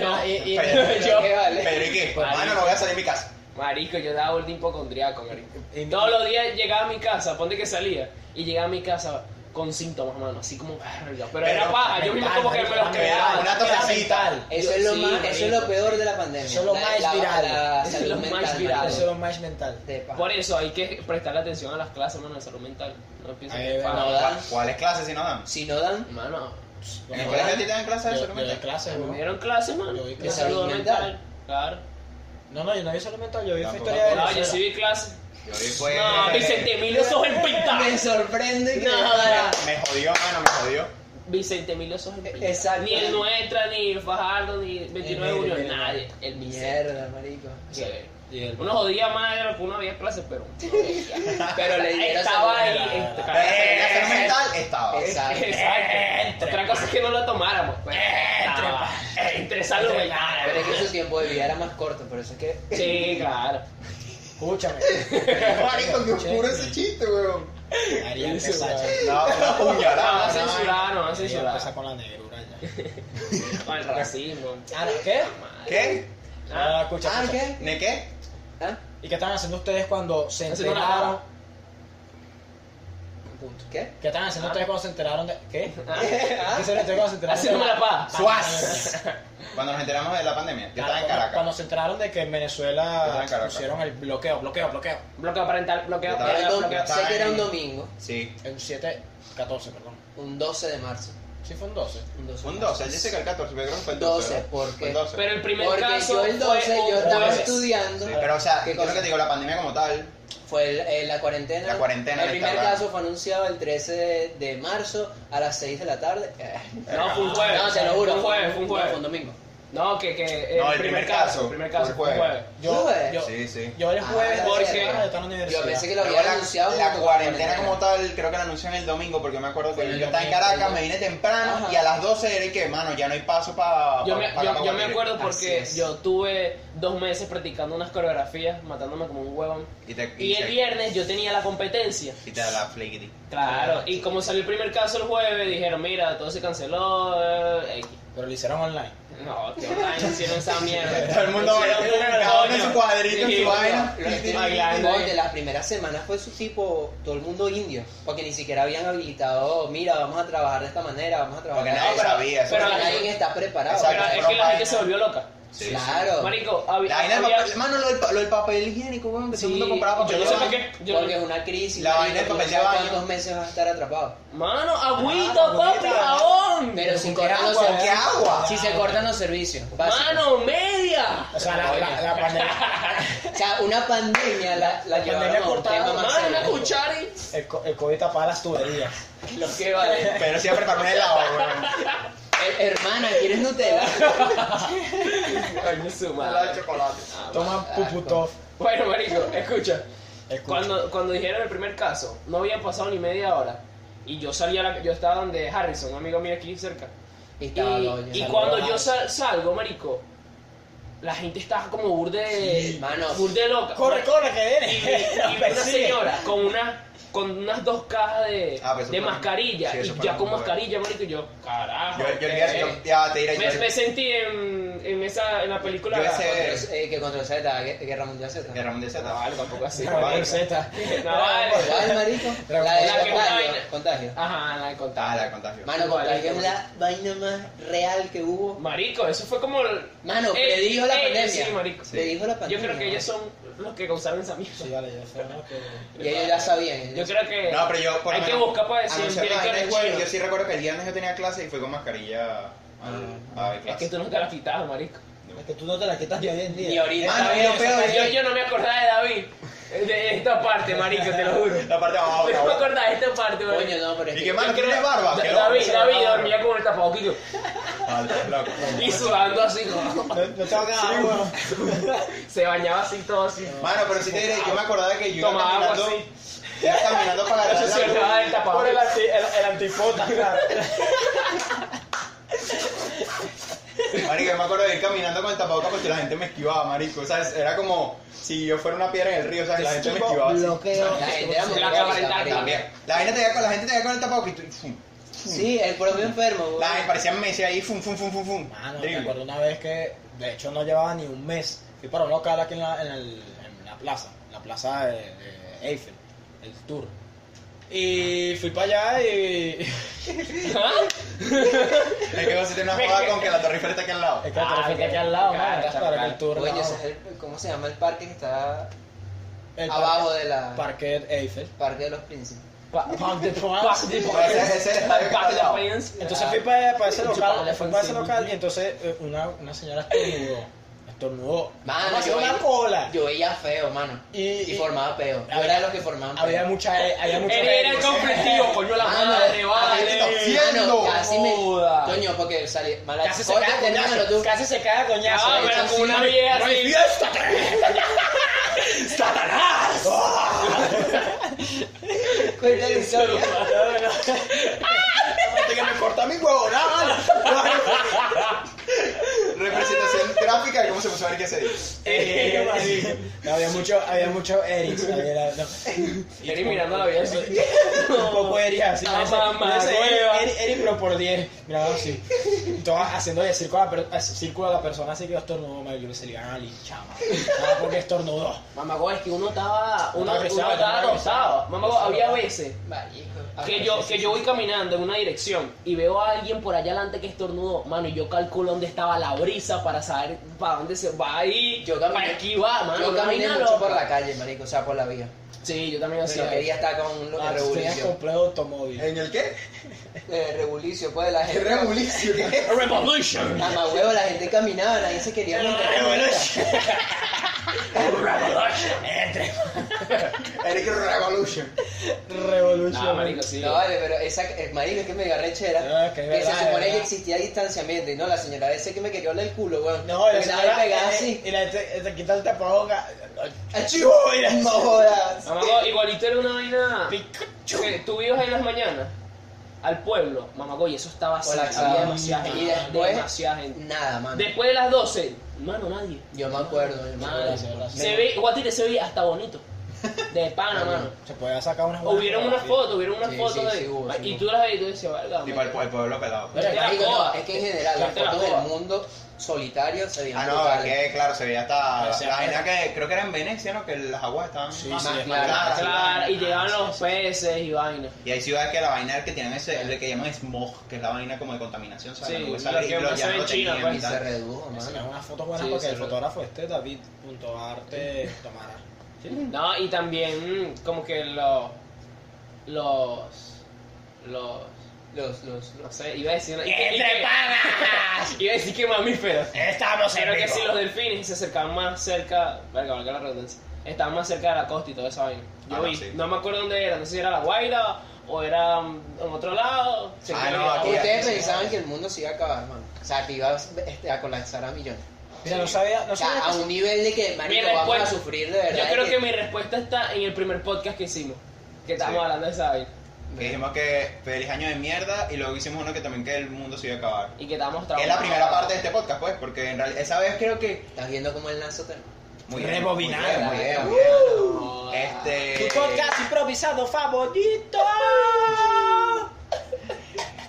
Speaker 2: No,
Speaker 1: y-
Speaker 3: [LAUGHS]
Speaker 2: yo-
Speaker 3: ¿Qué vale?
Speaker 1: Pero ¿y qué?
Speaker 2: Vale.
Speaker 1: Mano, no voy a salir de mi casa.
Speaker 2: Marico, yo daba un hipocondriaco, marico.
Speaker 4: [LAUGHS] Y-
Speaker 2: Todos los días llegaba a mi casa, ponte que salía, y llegaba a mi casa con síntomas, mano, así como, verga, pero, era
Speaker 1: Pero
Speaker 2: paja, yo mismo
Speaker 4: mental,
Speaker 2: como que me
Speaker 4: marico,
Speaker 2: los
Speaker 1: que era
Speaker 2: creaba.
Speaker 1: una
Speaker 4: Era
Speaker 1: tosecita.
Speaker 4: mental.
Speaker 3: Eso
Speaker 2: Yo-
Speaker 3: es lo
Speaker 2: sí,
Speaker 3: más, eso es lo
Speaker 2: marico,
Speaker 3: peor de la pandemia.
Speaker 4: Eso es lo
Speaker 3: La-
Speaker 4: más
Speaker 3: la-
Speaker 4: viral.
Speaker 3: la
Speaker 2: Eso es
Speaker 3: salud
Speaker 2: lo más
Speaker 3: mental,
Speaker 2: viral.
Speaker 3: marico.
Speaker 4: Eso es lo más mental.
Speaker 3: De paja.
Speaker 2: Por eso hay que prestarle atención a las clases, mano, de salud mental. No pienso
Speaker 4: Ahí
Speaker 2: que es
Speaker 4: va,
Speaker 2: paja.
Speaker 3: no,
Speaker 1: ¿Cuál- ¿Cuáles clases si no dan?
Speaker 3: si no dan
Speaker 2: Mano,
Speaker 1: ¿En el colegio a ti te dan clases de
Speaker 4: Yo-
Speaker 1: salud
Speaker 4: yo de
Speaker 1: mental?
Speaker 4: clases,
Speaker 2: me
Speaker 4: ¿no?
Speaker 2: dieron clases, mano,
Speaker 4: Yo vi
Speaker 2: de
Speaker 4: clases.
Speaker 2: salud
Speaker 3: Salud
Speaker 2: mental. Claro.
Speaker 4: No, no, yo no vi salud mental, yo vi fue
Speaker 1: Tampoco.
Speaker 4: historia de
Speaker 2: No, yo
Speaker 4: Venezuela.
Speaker 2: sí vi clases.
Speaker 1: Yo pues. vi fue...
Speaker 2: No, Vicente Emilio, sos el pinta.
Speaker 3: me sorprende que
Speaker 2: Ah. No,
Speaker 3: no,
Speaker 1: Me jodió, mano, me jodió.
Speaker 2: Vicente Emilio Sosa en pinga.
Speaker 3: Exacto.
Speaker 2: Ni el Nuestra, ni el Fajardo, ni el 29 de
Speaker 4: El
Speaker 2: junio,
Speaker 4: Mire, mire,
Speaker 2: nadie. El Vicente.
Speaker 3: Mierda, marico.
Speaker 2: Sí.
Speaker 4: Y el-
Speaker 2: Uno jodía más de lo que uno había en clase, pero. pero
Speaker 3: le dieron
Speaker 2: Estaba ahí.
Speaker 3: salud.
Speaker 2: este,
Speaker 4: Eh,
Speaker 2: cara,
Speaker 1: Pero
Speaker 2: eh,
Speaker 1: mental estaba.
Speaker 3: Exacto.
Speaker 2: Exacto.
Speaker 4: Entre
Speaker 2: Otra cosa es que no lo tomáramos. pues. Estaba. Entre salud
Speaker 4: Entre
Speaker 2: mental.
Speaker 1: Ah,
Speaker 3: Pero es que su tiempo de vida era más corto, por eso es que.
Speaker 2: Sí, claro.
Speaker 4: [LAUGHS] Escúchame.
Speaker 1: Marico, qué oscuro ese chiste, weón.
Speaker 4: Haría empezar, chamo.
Speaker 1: No, una
Speaker 2: No, no
Speaker 1: puñalada. ¿no?
Speaker 2: censurar, no, no
Speaker 4: Haría empezar
Speaker 2: censurar.
Speaker 4: con la negrura ya.
Speaker 2: Con el racismo.
Speaker 4: [LAUGHS] Ah, ¿no? ¿Qué?
Speaker 1: ¿Qué?
Speaker 4: Ah,
Speaker 2: Ah,
Speaker 4: escucha,
Speaker 3: Ah,
Speaker 4: escucha.
Speaker 3: ¿qué?
Speaker 1: ¿De qué?
Speaker 3: ¿Ah?
Speaker 4: ¿Y qué estaban haciendo ustedes cuando se
Speaker 2: Haciendo una
Speaker 4: enteraron?
Speaker 3: Punto. ¿Qué?
Speaker 4: ¿Qué estaban haciendo
Speaker 2: Ah.
Speaker 4: ustedes cuando se enteraron de.? ¿Qué?
Speaker 2: ah.
Speaker 3: [LAUGHS]
Speaker 4: ¿Qué hicieron ustedes cuando se enteraron de-
Speaker 2: Haciéndome la paja.
Speaker 1: Suaz. Cuando nos enteramos de la pandemia, yo estaba en
Speaker 4: cuando-
Speaker 1: Caracas.
Speaker 4: Cuando se enteraron de que en
Speaker 1: Yo estaba
Speaker 4: Venezuela
Speaker 1: en Caracas.
Speaker 4: pusieron el bloqueo, bloqueo, bloqueo.
Speaker 2: Bloqueo parental, bloqueo.
Speaker 1: Estaba
Speaker 3: Era
Speaker 2: bloqueo,
Speaker 3: un
Speaker 1: loco.
Speaker 2: bloqueo.
Speaker 3: domingo. Sé que era un domingo,
Speaker 1: Sí.
Speaker 4: El 7, 14, perdón.
Speaker 3: un 12 de marzo.
Speaker 4: Sí, fue un 12.
Speaker 3: Un 12. de
Speaker 1: Un
Speaker 3: marzo.
Speaker 1: 12, él dice que el 14, pero creo que fue el
Speaker 3: 12,
Speaker 1: 12. ¿verdad?
Speaker 3: ¿por
Speaker 1: Fue el
Speaker 3: qué?
Speaker 1: 12.
Speaker 2: Pero el primer
Speaker 3: Porque
Speaker 2: caso.
Speaker 3: yo el 12
Speaker 2: fue
Speaker 3: yo
Speaker 2: un
Speaker 3: estaba
Speaker 2: jueves.
Speaker 3: estudiando.
Speaker 1: Sí, pero o sea,
Speaker 3: ¿Qué
Speaker 1: yo lo
Speaker 3: cosa?
Speaker 1: que te digo, la pandemia como tal,
Speaker 3: Fue el- eh, la cuarentena.
Speaker 1: La cuarentena,
Speaker 3: El primer
Speaker 1: está raro.
Speaker 3: caso fue anunciado el 13 de, de marzo a las 6 de la tarde. [LAUGHS] Eh,
Speaker 2: No, fue un jueves.
Speaker 3: No, te lo juro.
Speaker 2: Fue un jueves, fue un
Speaker 3: No,
Speaker 2: jueves.
Speaker 3: fue un domingo.
Speaker 2: No, que, que
Speaker 1: No, el primer caso,
Speaker 2: El primer caso
Speaker 1: fue el
Speaker 2: fue un
Speaker 1: jueves.
Speaker 2: jueves.
Speaker 4: Yo,
Speaker 3: ¿Tú ves?
Speaker 4: yo,
Speaker 1: sí, sí.
Speaker 4: yo el jueves
Speaker 3: Ah,
Speaker 2: porque-
Speaker 4: porque estaba en la universidad.
Speaker 3: Yo pensé que lo
Speaker 1: Luego
Speaker 3: habían
Speaker 1: la,
Speaker 3: anunciado.
Speaker 1: la
Speaker 3: junto con
Speaker 1: cuarentena como tal, creo que la anuncian el domingo, porque yo me acuerdo
Speaker 4: Fue
Speaker 1: que
Speaker 4: el
Speaker 1: yo estaba en
Speaker 4: domingo,
Speaker 1: Caracas,
Speaker 4: ¿no?
Speaker 1: me vine temprano
Speaker 3: Ajá.
Speaker 1: y a las 12 era y que, mano, ya no hay paso para.
Speaker 2: Yo me, yo, yo me acuerdo
Speaker 3: Así
Speaker 2: porque
Speaker 3: es.
Speaker 2: yo tuve dos meses practicando unas coreografías, matándome como un huevón.
Speaker 1: Y, te,
Speaker 2: Y el
Speaker 1: se-
Speaker 2: viernes yo tenía la competencia.
Speaker 1: y te da la flickity.
Speaker 2: Claro, y como salió el primer caso el jueves, dijeron, mira, todo se canceló. eh, X".
Speaker 4: Pero lo hicieron online.
Speaker 2: No, qué online hicieron esa mierda.
Speaker 1: Todo el mundo
Speaker 2: Hicieron un
Speaker 1: cada uno en su
Speaker 2: coño.
Speaker 1: cuadrito, en
Speaker 2: Sí,
Speaker 1: su vaina.
Speaker 3: Lo que-
Speaker 2: Bailando
Speaker 3: no,
Speaker 2: ahí.
Speaker 3: de las primeras semanas fue su tipo, todo el mundo indio, porque ni siquiera habían habilitado, mira, vamos a trabajar de esta manera, vamos a trabajar
Speaker 1: Porque
Speaker 3: de
Speaker 1: nadie
Speaker 3: esta
Speaker 2: pero-
Speaker 1: sabía. eso
Speaker 2: pero
Speaker 1: era-
Speaker 3: Porque
Speaker 2: la-
Speaker 3: nadie está preparado.
Speaker 1: Exacto.
Speaker 2: Pero es que la gente se volvió loca.
Speaker 1: Sí, sí.
Speaker 3: claro.
Speaker 2: Marico,
Speaker 1: La
Speaker 2: había...
Speaker 1: vaina del
Speaker 2: había-
Speaker 1: papel, mano, lo del, pa- lo del papel higiénico, weón, que todo el
Speaker 2: Sí,
Speaker 1: mundo compraba papel.
Speaker 2: Yo no sé
Speaker 1: higiénico.
Speaker 2: por qué. Yo
Speaker 3: Porque es una crisis.
Speaker 1: La
Speaker 3: marico,
Speaker 1: vaina de
Speaker 3: tú no
Speaker 1: papel de
Speaker 3: sabes
Speaker 1: baño.
Speaker 3: ¿Cuántos meses vas a estar atrapado?
Speaker 2: Mano, agüita,
Speaker 4: Claro,
Speaker 2: papi,
Speaker 4: agüita.
Speaker 2: jabón.
Speaker 3: Pero si
Speaker 4: ¿Con qué
Speaker 3: cortan los
Speaker 4: agua?
Speaker 1: ¿Con qué agua?
Speaker 3: Si se cortan los servicios. básicos.
Speaker 2: Mano, media.
Speaker 4: O sea,
Speaker 3: Ah,
Speaker 4: la, la, la pandemia.
Speaker 3: O sea, una pandemia la, la,
Speaker 4: La
Speaker 3: llevaron
Speaker 4: pandemia
Speaker 3: a un
Speaker 4: cortada,
Speaker 3: tema más
Speaker 2: Mano, una
Speaker 3: serio.
Speaker 2: cuchara y...
Speaker 4: El, co- el COVID tapaba las tuberías.
Speaker 3: Lo que vale.
Speaker 1: [LAUGHS] Pero siempre para un helado, weón.
Speaker 3: Eh, hermana,
Speaker 1: [LAUGHS]
Speaker 3: ¿quieres Nutella?
Speaker 2: Coño, su
Speaker 1: Helado de
Speaker 2: madre.
Speaker 1: chocolate.
Speaker 3: Ah,
Speaker 4: Toman puputov.
Speaker 2: Bueno, marico, escucha.
Speaker 4: El cu-
Speaker 2: Cuando, cuando dijeron el primer caso, no había pasado ni media hora. Y yo salí a la, yo estaba donde Harrison, un amigo mío aquí cerca.
Speaker 3: Y
Speaker 2: Y,
Speaker 3: estaba doña.
Speaker 2: y
Speaker 4: Saludos,
Speaker 2: cuando yo
Speaker 4: Harrison.
Speaker 2: sal- salgo, marico, la gente estaba como burde,
Speaker 3: Sí, mano.
Speaker 2: burde loca.
Speaker 4: Corre, corre, que
Speaker 2: Y,
Speaker 4: viene.
Speaker 2: [LAUGHS]
Speaker 4: Pues
Speaker 2: y
Speaker 4: [LAUGHS] Nos
Speaker 2: una
Speaker 4: persigue.
Speaker 2: señora con una con unas dos cajas de,
Speaker 1: Ah, pero eso
Speaker 2: de
Speaker 1: fue-
Speaker 2: mascarilla
Speaker 1: sí, eso
Speaker 2: y
Speaker 1: fue
Speaker 2: ya
Speaker 1: muy
Speaker 2: con
Speaker 1: bueno.
Speaker 2: mascarilla, marico, y yo, carajo.
Speaker 1: Yo, yo el
Speaker 2: ¿qué?
Speaker 1: día yo, ya te diré,
Speaker 2: me, me
Speaker 1: yo,
Speaker 2: sentí en, en esa en la película
Speaker 1: Yo ese-
Speaker 3: Contra- eh, que contra Z, Gue- Guerra Mundial Z.
Speaker 1: Guerra Mundial Z.
Speaker 2: No, [LAUGHS] vale, tampoco así.
Speaker 4: Dragon Ball
Speaker 2: marico.
Speaker 1: [LAUGHS]
Speaker 4: Z.
Speaker 2: No, vale.
Speaker 3: ¿Cuál, marico? La de
Speaker 4: La
Speaker 2: que-
Speaker 3: contagio. contagio.
Speaker 2: Ajá, la de
Speaker 1: Ah,
Speaker 2: contar.
Speaker 1: la contagio.
Speaker 3: Mano, contagio es la vaina más real que hubo.
Speaker 2: Marico, eso fue como el...
Speaker 3: Mano,
Speaker 2: Eh,
Speaker 3: predijo la
Speaker 2: eh,
Speaker 3: pandemia.
Speaker 2: Sí, marico.
Speaker 1: Sí.
Speaker 3: Predijo la pandemia.
Speaker 2: Yo creo que ellos
Speaker 3: ellos
Speaker 2: son los que causaron esa mierda.
Speaker 4: Sí, vale, ya sé, ¿no? Que-
Speaker 3: Y ellos ya sabían. ellos-
Speaker 2: Yo creo que
Speaker 1: No, pero yo por lo
Speaker 2: hay que
Speaker 1: menos,
Speaker 2: buscar para decir
Speaker 1: anunciar
Speaker 2: bien
Speaker 1: la
Speaker 2: que
Speaker 1: vaina
Speaker 2: eres
Speaker 1: de Chile,
Speaker 2: bueno. Ah,
Speaker 1: Yo sí recuerdo que el viernes yo tenía clase y fue con mascarilla al- a ver
Speaker 2: Es que
Speaker 1: clase.
Speaker 2: tú no te la quitabas, marico.
Speaker 4: Es que tú no te la quitas ni hoy en día.
Speaker 3: Ni ahorita.
Speaker 1: Mano,
Speaker 3: está
Speaker 1: y
Speaker 3: bien,
Speaker 1: lo peor
Speaker 3: está
Speaker 1: es
Speaker 2: Pues Yo,
Speaker 3: bien.
Speaker 2: yo no me acordaba de David, de esta parte, marico, te lo juro.
Speaker 1: La parte de
Speaker 2: [LAUGHS]
Speaker 1: abajo.
Speaker 2: Pero no me
Speaker 1: cabrón.
Speaker 2: acordaba de esta parte, marico.
Speaker 3: Coño, no, pero es
Speaker 1: Y
Speaker 3: que-
Speaker 1: que, mano, ¿qué eres barba? Que loco.
Speaker 2: David, David dormía con el tapaboquito
Speaker 1: Ah, loco.
Speaker 2: [LAUGHS] y sudando así, [LAUGHS] como-
Speaker 4: No, no te va a quedar agua.
Speaker 2: se bañaba así todo así.
Speaker 1: Mano, pero si te diré, yo me acordaba que yo iba
Speaker 2: Tomaba agua
Speaker 1: caminando,
Speaker 2: así.
Speaker 1: iba caminando para agarrar
Speaker 2: [LAUGHS] Eso
Speaker 1: la
Speaker 2: se acordaba del
Speaker 4: Por el,
Speaker 2: tapaboquito.
Speaker 4: anti, el, el antifota, claro.
Speaker 1: Marico, yo me acuerdo de ir caminando con el tapabocas porque la gente me esquivaba, marico. O sea, es- era como si yo fuera una piedra en el río, o sea, la gente me esquivaba. así.
Speaker 4: bloqueo.
Speaker 3: La gente era muy
Speaker 2: La
Speaker 3: loca,
Speaker 2: cuarentena
Speaker 3: marico.
Speaker 1: También. La gente te veía con la gente te veía con el tapabocas y tú, fum.
Speaker 3: Sí, el propio enfermo. güey.
Speaker 1: La gente parecía Messi ahí, fum, fum, fum, fum, fum.
Speaker 4: Mano, Ah, me
Speaker 1: Drible.
Speaker 4: acuerdo una vez que, de hecho, no llevaba ni un mes. Fui para un local aquí en la, en el- en la plaza, en la plaza de, de Eiffel, el tour. Y fui para allá y. [LAUGHS] Es
Speaker 2: ¿Ah?
Speaker 1: Es que vos sí tenés una joda con que la Torre Eiffel está aquí al lado.
Speaker 4: que la
Speaker 2: Ah,
Speaker 4: torre
Speaker 2: que
Speaker 4: fue
Speaker 2: aquí al lado,
Speaker 4: Claro,
Speaker 2: mano,
Speaker 4: está
Speaker 2: está
Speaker 4: claro, que el
Speaker 2: claro.
Speaker 4: tour.
Speaker 3: Coño,
Speaker 4: no.
Speaker 3: ese es el- ¿Cómo se llama el parque que está
Speaker 4: El
Speaker 3: abajo
Speaker 4: parque-
Speaker 3: de la.
Speaker 4: Parque Eiffel.
Speaker 3: Parque de los Príncipes.
Speaker 4: [LAUGHS]
Speaker 2: Pa-
Speaker 4: Parque de
Speaker 2: pa- de-
Speaker 1: No, ese- ese es el estadio que está al lado.
Speaker 2: Pines.
Speaker 4: Entonces fui para, para ese
Speaker 2: Chupale,
Speaker 4: local, fui para ese
Speaker 2: Francisco.
Speaker 4: local y entonces eh, una, una señora estornudó. estornudó.
Speaker 3: Mano,
Speaker 4: Vamos a hacer
Speaker 3: yo
Speaker 4: una
Speaker 3: veía-
Speaker 4: cola.
Speaker 3: Yo veía feo, mano.
Speaker 4: Y-
Speaker 3: Y,
Speaker 4: y-
Speaker 3: formaba peo. Yo
Speaker 4: había-
Speaker 3: era de los que formaban peo.
Speaker 4: Había mucha. Había mucha
Speaker 2: Él era el conflictivo,
Speaker 4: "Ah,
Speaker 2: coño, la
Speaker 3: Mano,
Speaker 2: madre,
Speaker 3: ah,
Speaker 1: ¿qué
Speaker 2: vale.
Speaker 1: está haciendo?
Speaker 3: Mano, casi me...
Speaker 2: Joda.
Speaker 3: Coño, porque salí... Mala... este
Speaker 4: Casi se
Speaker 3: Oye,
Speaker 4: caga
Speaker 3: termínalo
Speaker 4: coñazo.
Speaker 3: tú.
Speaker 4: Casi se caga
Speaker 2: Ya,
Speaker 4: coñazo.
Speaker 2: va,
Speaker 3: hecho,
Speaker 2: pero
Speaker 3: sí,
Speaker 2: con una vieja así.
Speaker 4: ¡Manifiéstate! ¡Satanás!
Speaker 3: Cuenta
Speaker 4: [LAUGHS]
Speaker 3: la historia.
Speaker 1: Este
Speaker 4: Antes que me corta mi huevo, nada.
Speaker 1: ah, Representación gráfica de cómo se puso a ver qué se dice.
Speaker 4: No, había mucho, había mucho Erics. Había, no,
Speaker 2: Eric mirando la vida así.
Speaker 4: un poco Eric así.
Speaker 2: Ah,
Speaker 4: ese-
Speaker 2: mamá,
Speaker 4: ese Eric-
Speaker 2: hueva.
Speaker 4: Eric- Eric, pero por 10. Grabado así. Entonces, haciéndole el círculo a, la per- el círculo a la persona así que estornudó, madre, yo se le iban a linchar, madre. Nada porque estornudó.
Speaker 2: Mamá, go, es que uno estaba, uno, uno
Speaker 4: Estaba
Speaker 2: estaba
Speaker 4: estaba
Speaker 2: acostado. Mamá, go, había veces
Speaker 3: Marico.
Speaker 2: que yo, que yo voy caminando en una dirección y veo a alguien por allá adelante que estornudó, mano, y yo calculo dónde estaba la brisa para saber para dónde se va ahí,
Speaker 3: Yo caminé-
Speaker 2: para aquí va, mano.
Speaker 3: Yo
Speaker 2: una
Speaker 3: caminé
Speaker 2: vaina
Speaker 3: mucho
Speaker 2: loca.
Speaker 3: por la calle, marico. O sea, por la vía.
Speaker 2: Sí, yo también
Speaker 3: Pero
Speaker 2: hacía.
Speaker 3: quería estar con lo-
Speaker 4: Ah,
Speaker 3: el
Speaker 4: Tenías
Speaker 3: rebulicio.
Speaker 4: complejo automóvil.
Speaker 2: Eh,
Speaker 1: ¿En el qué?
Speaker 3: El rebulicio, pues, la
Speaker 1: ¿Qué
Speaker 3: gente...
Speaker 1: rebulicio? ¿Qué?
Speaker 3: [LAUGHS]
Speaker 2: Revolution.
Speaker 3: Mamá huevo, la gente caminaba, nadie se quería meter.
Speaker 1: Eric Revolution.
Speaker 4: Revolución.
Speaker 2: Ah, marico, sí.
Speaker 3: No, vale, pero esa, el marido es que me rechera.
Speaker 4: No, es que
Speaker 3: que
Speaker 4: es verdad,
Speaker 3: se
Speaker 4: es
Speaker 3: supone
Speaker 4: verdad.
Speaker 3: que existía distanciamiento. Y no, la señora ese que me quería oler el culo, weón.
Speaker 4: No, y la
Speaker 3: Porque estaba
Speaker 4: señora-
Speaker 3: pegada
Speaker 4: eh,
Speaker 3: así.
Speaker 4: Y la te, te quita el tapaboca.
Speaker 3: ¡Achú! No jodas.
Speaker 2: Mamá, go, igualito era una vaina.
Speaker 4: Pikachu.
Speaker 2: que tú ibas en las mañanas al pueblo, mamá, go, y eso estaba así,
Speaker 3: Colapsado.
Speaker 2: había demasiada gente,
Speaker 3: Y después-
Speaker 2: demasiada gente.
Speaker 3: Nada, mano.
Speaker 2: Después de las 12, mano, nadie.
Speaker 3: Yo me acuerdo, yo me
Speaker 2: Madre.
Speaker 3: acuerdo.
Speaker 2: Se ve, Guatire se veía hasta bonito. De pana, mano.
Speaker 4: Se podía sacar unas buenas
Speaker 2: Hubieron unas
Speaker 4: fotografías.
Speaker 2: fotos, hubieron unas
Speaker 3: Sí,
Speaker 2: fotos
Speaker 3: sí,
Speaker 2: de.
Speaker 3: sí, hubo, sí,
Speaker 2: y
Speaker 3: hubo.
Speaker 2: tú las veías y tú decías, valga.
Speaker 1: Tipo el, el pueblo pelado. pues.
Speaker 2: Pero es que la
Speaker 3: Marico, no,
Speaker 2: coda.
Speaker 3: es que en general las
Speaker 2: Te la
Speaker 3: fotos del
Speaker 2: coda.
Speaker 3: mundo solitario se veían
Speaker 1: Ah, no, es
Speaker 3: brutales.
Speaker 1: que claro, se veía hasta.
Speaker 4: Parecía
Speaker 1: la
Speaker 4: Venecia.
Speaker 1: vaina que creo que era en Venecia, ¿no? Que las aguas estaban
Speaker 4: Sí,
Speaker 1: más,
Speaker 4: sí,
Speaker 1: más
Speaker 4: es
Speaker 1: claras.
Speaker 2: Ah, Claro, y llegaban
Speaker 4: Ah, sí,
Speaker 2: los peces y vainas.
Speaker 1: Y hay ciudades que la vaina que tienen ese, el que llaman smog, que es la vaina como de contaminación, ¿sabes?
Speaker 2: Sí,
Speaker 1: La nube
Speaker 2: la
Speaker 1: sale y
Speaker 2: que
Speaker 1: lo-
Speaker 2: uno
Speaker 1: ya
Speaker 2: se ve
Speaker 1: no
Speaker 2: en China,
Speaker 1: tenían
Speaker 2: pues.
Speaker 1: y
Speaker 3: Y se
Speaker 1: tal.
Speaker 3: redujo,
Speaker 4: Sí,
Speaker 3: mano.
Speaker 4: unas fotos buenas
Speaker 2: Sí,
Speaker 4: porque
Speaker 2: sí,
Speaker 4: el
Speaker 2: sí.
Speaker 4: fotógrafo este, David.arte,
Speaker 2: [LAUGHS]
Speaker 4: Tomara.
Speaker 2: No, y también mm, como que los. Los. Los.
Speaker 3: Los, los,
Speaker 2: No
Speaker 3: los.
Speaker 2: sé, iba a decir. y que- y que- [LAUGHS] Iba a decir que mamíferos.
Speaker 4: ¡Estamos
Speaker 2: Pero que si los delfines se acercaban más cerca, verga, valga la redundancia, estaban más cerca de la costa y toda esa vaina. Yo
Speaker 1: Ah, no,
Speaker 2: vi,
Speaker 1: sí.
Speaker 2: no me acuerdo dónde era, no sé si era La Guaira o era mm, en otro lado. Se
Speaker 1: Ah,
Speaker 2: quedó
Speaker 1: no,
Speaker 2: ahí.
Speaker 1: aquí-
Speaker 3: Ustedes
Speaker 1: sí, sí,
Speaker 3: pensaban que el mundo se iba a acabar, mano. O sea, que iba a, este, a colapsar a millones.
Speaker 4: Mira, no sabía, no
Speaker 3: O sea,
Speaker 4: sabía
Speaker 3: a
Speaker 4: que-
Speaker 3: un nivel de que,
Speaker 2: Mi
Speaker 3: marico, vamos a
Speaker 2: respuesta-
Speaker 3: sufrir de verdad.
Speaker 2: Yo creo
Speaker 3: de
Speaker 2: que mi respuesta está en el primer podcast que hicimos, que estábamos
Speaker 1: Sí.
Speaker 2: hablando de esa vaina
Speaker 1: Que dijimos que feliz año de mierda y luego hicimos uno que también que el mundo se iba a acabar.
Speaker 2: y que estábamos
Speaker 1: Que es
Speaker 2: trabajando.
Speaker 1: la primera parte de este podcast, pues, porque en realidad esa vez creo que.
Speaker 3: Estás viendo cómo el lanzo te...
Speaker 1: Muy bien.
Speaker 4: Rebobinar.
Speaker 1: Muy bien, muy bien. muy
Speaker 2: Uh.
Speaker 1: bien. Este.
Speaker 4: Tu podcast improvisado favorito.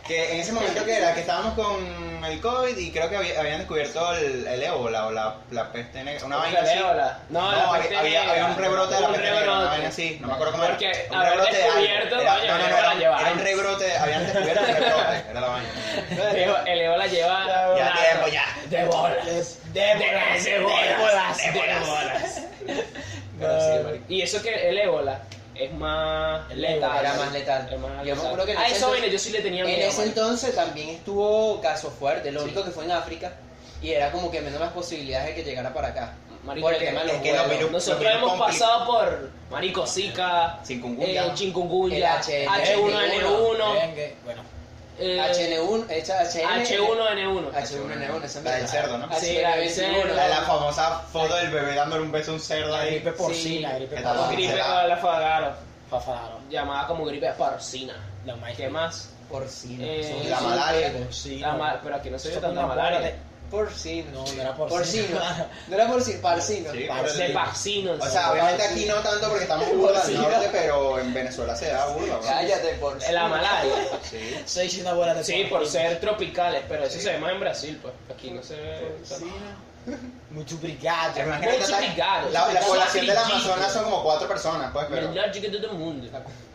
Speaker 1: Que en ese momento que era, que estábamos con el COVID y creo que había- habían descubierto el, el ébola o la, la peste negra. Una vaina así.
Speaker 2: Ébola. No,
Speaker 1: No,
Speaker 2: la peste
Speaker 1: había, había, había un
Speaker 2: negra.
Speaker 1: rebrote de la
Speaker 2: Un
Speaker 1: peste negra, una
Speaker 2: rebrote.
Speaker 1: vaina así. No me acuerdo cómo era.
Speaker 2: Porque
Speaker 1: un
Speaker 2: haber
Speaker 1: rebrote de algo.
Speaker 2: descubierto,
Speaker 1: Era-
Speaker 2: coño,
Speaker 1: no, no, no,
Speaker 2: el
Speaker 1: era,
Speaker 2: ébola lleva
Speaker 1: era un
Speaker 2: años.
Speaker 1: rebrote, de- habían descubierto el rebrote, era la vaina.
Speaker 2: El Evo- El Ebola lleva.
Speaker 1: Ya
Speaker 2: nada.
Speaker 1: tiempo, ya.
Speaker 2: De bolas.
Speaker 4: Débolas,
Speaker 2: De- de bolas,
Speaker 4: débolas,
Speaker 2: de
Speaker 4: débolas.
Speaker 2: Pero sí, marico. Y eso que el ébola es más
Speaker 4: El
Speaker 2: letal.
Speaker 4: ébola
Speaker 3: Era más letal.
Speaker 2: Es más
Speaker 3: Yo me
Speaker 2: letal.
Speaker 3: acuerdo que en
Speaker 2: a
Speaker 3: ese
Speaker 2: eso
Speaker 3: entonces-
Speaker 2: vaina yo sí le tenía miedo.
Speaker 3: En ese
Speaker 2: marico.
Speaker 3: entonces también estuvo caso fuerte, lo único que fue en África y era como que menos las posibilidades de que llegara para acá.
Speaker 2: Marico,
Speaker 3: por el
Speaker 2: es
Speaker 3: tema de
Speaker 1: que
Speaker 3: los
Speaker 1: los
Speaker 3: vuelos.
Speaker 1: virus-
Speaker 2: Nosotros
Speaker 1: Pero
Speaker 2: hemos
Speaker 1: compli-
Speaker 2: pasado por Marico Zika,
Speaker 1: Chikungunya.
Speaker 2: eh, chikungunya,
Speaker 3: El
Speaker 2: H1N1,
Speaker 4: Dengue, Bueno,
Speaker 2: eh,
Speaker 3: HN1, hecha HN,
Speaker 2: H1N1.
Speaker 3: H1N1, esa
Speaker 1: La del cerdo, ¿no?
Speaker 2: Sí, la del cerdo.
Speaker 1: La, la famosa foto del bebé dándole un beso a un cerdo
Speaker 4: la gripe
Speaker 1: ahí.
Speaker 4: porcina, la gripe
Speaker 1: ¿Qué tal?
Speaker 2: O
Speaker 4: porcina.
Speaker 2: gripe alafagaro,
Speaker 4: Fafaro.
Speaker 2: llamada como gripe porcina.
Speaker 4: La maíz.
Speaker 2: ¿Qué más?
Speaker 3: Porcino.
Speaker 2: Eh,
Speaker 3: Son-
Speaker 1: la
Speaker 3: son
Speaker 1: malaria.
Speaker 3: perros.
Speaker 4: Porcino.
Speaker 2: La ma- pero aquí no se
Speaker 4: Eso
Speaker 2: ve
Speaker 4: fue
Speaker 2: tanta
Speaker 4: una
Speaker 2: malaria.
Speaker 4: bola
Speaker 3: Porcino.
Speaker 4: No, no era porcino.
Speaker 3: Porcino. No [LAUGHS] era porcino, parcino.
Speaker 1: Sí,
Speaker 4: Parce-
Speaker 1: por
Speaker 2: De
Speaker 1: el-
Speaker 2: vaccino.
Speaker 1: O sea, obviamente aquí no tanto porque estamos en Burda del
Speaker 3: Sí.
Speaker 1: Norte, pero en Venezuela se da burda, bro.
Speaker 3: Cállate, porcino.
Speaker 2: la malaria.
Speaker 1: Sí.
Speaker 4: Seis y una bola de
Speaker 2: Sí, por
Speaker 4: porcino.
Speaker 2: ser tropicales, pero eso se ve más en Brasil, pues. Aquí no se ve.
Speaker 4: Mucho brigado.
Speaker 1: Imagínate,
Speaker 2: Mucho
Speaker 1: la-
Speaker 2: picado.
Speaker 1: La, la
Speaker 2: Son
Speaker 1: población del
Speaker 2: picaditos.
Speaker 1: Amazonas son como cuatro personas, pues, pero
Speaker 2: Verdad, chiquito del mundo.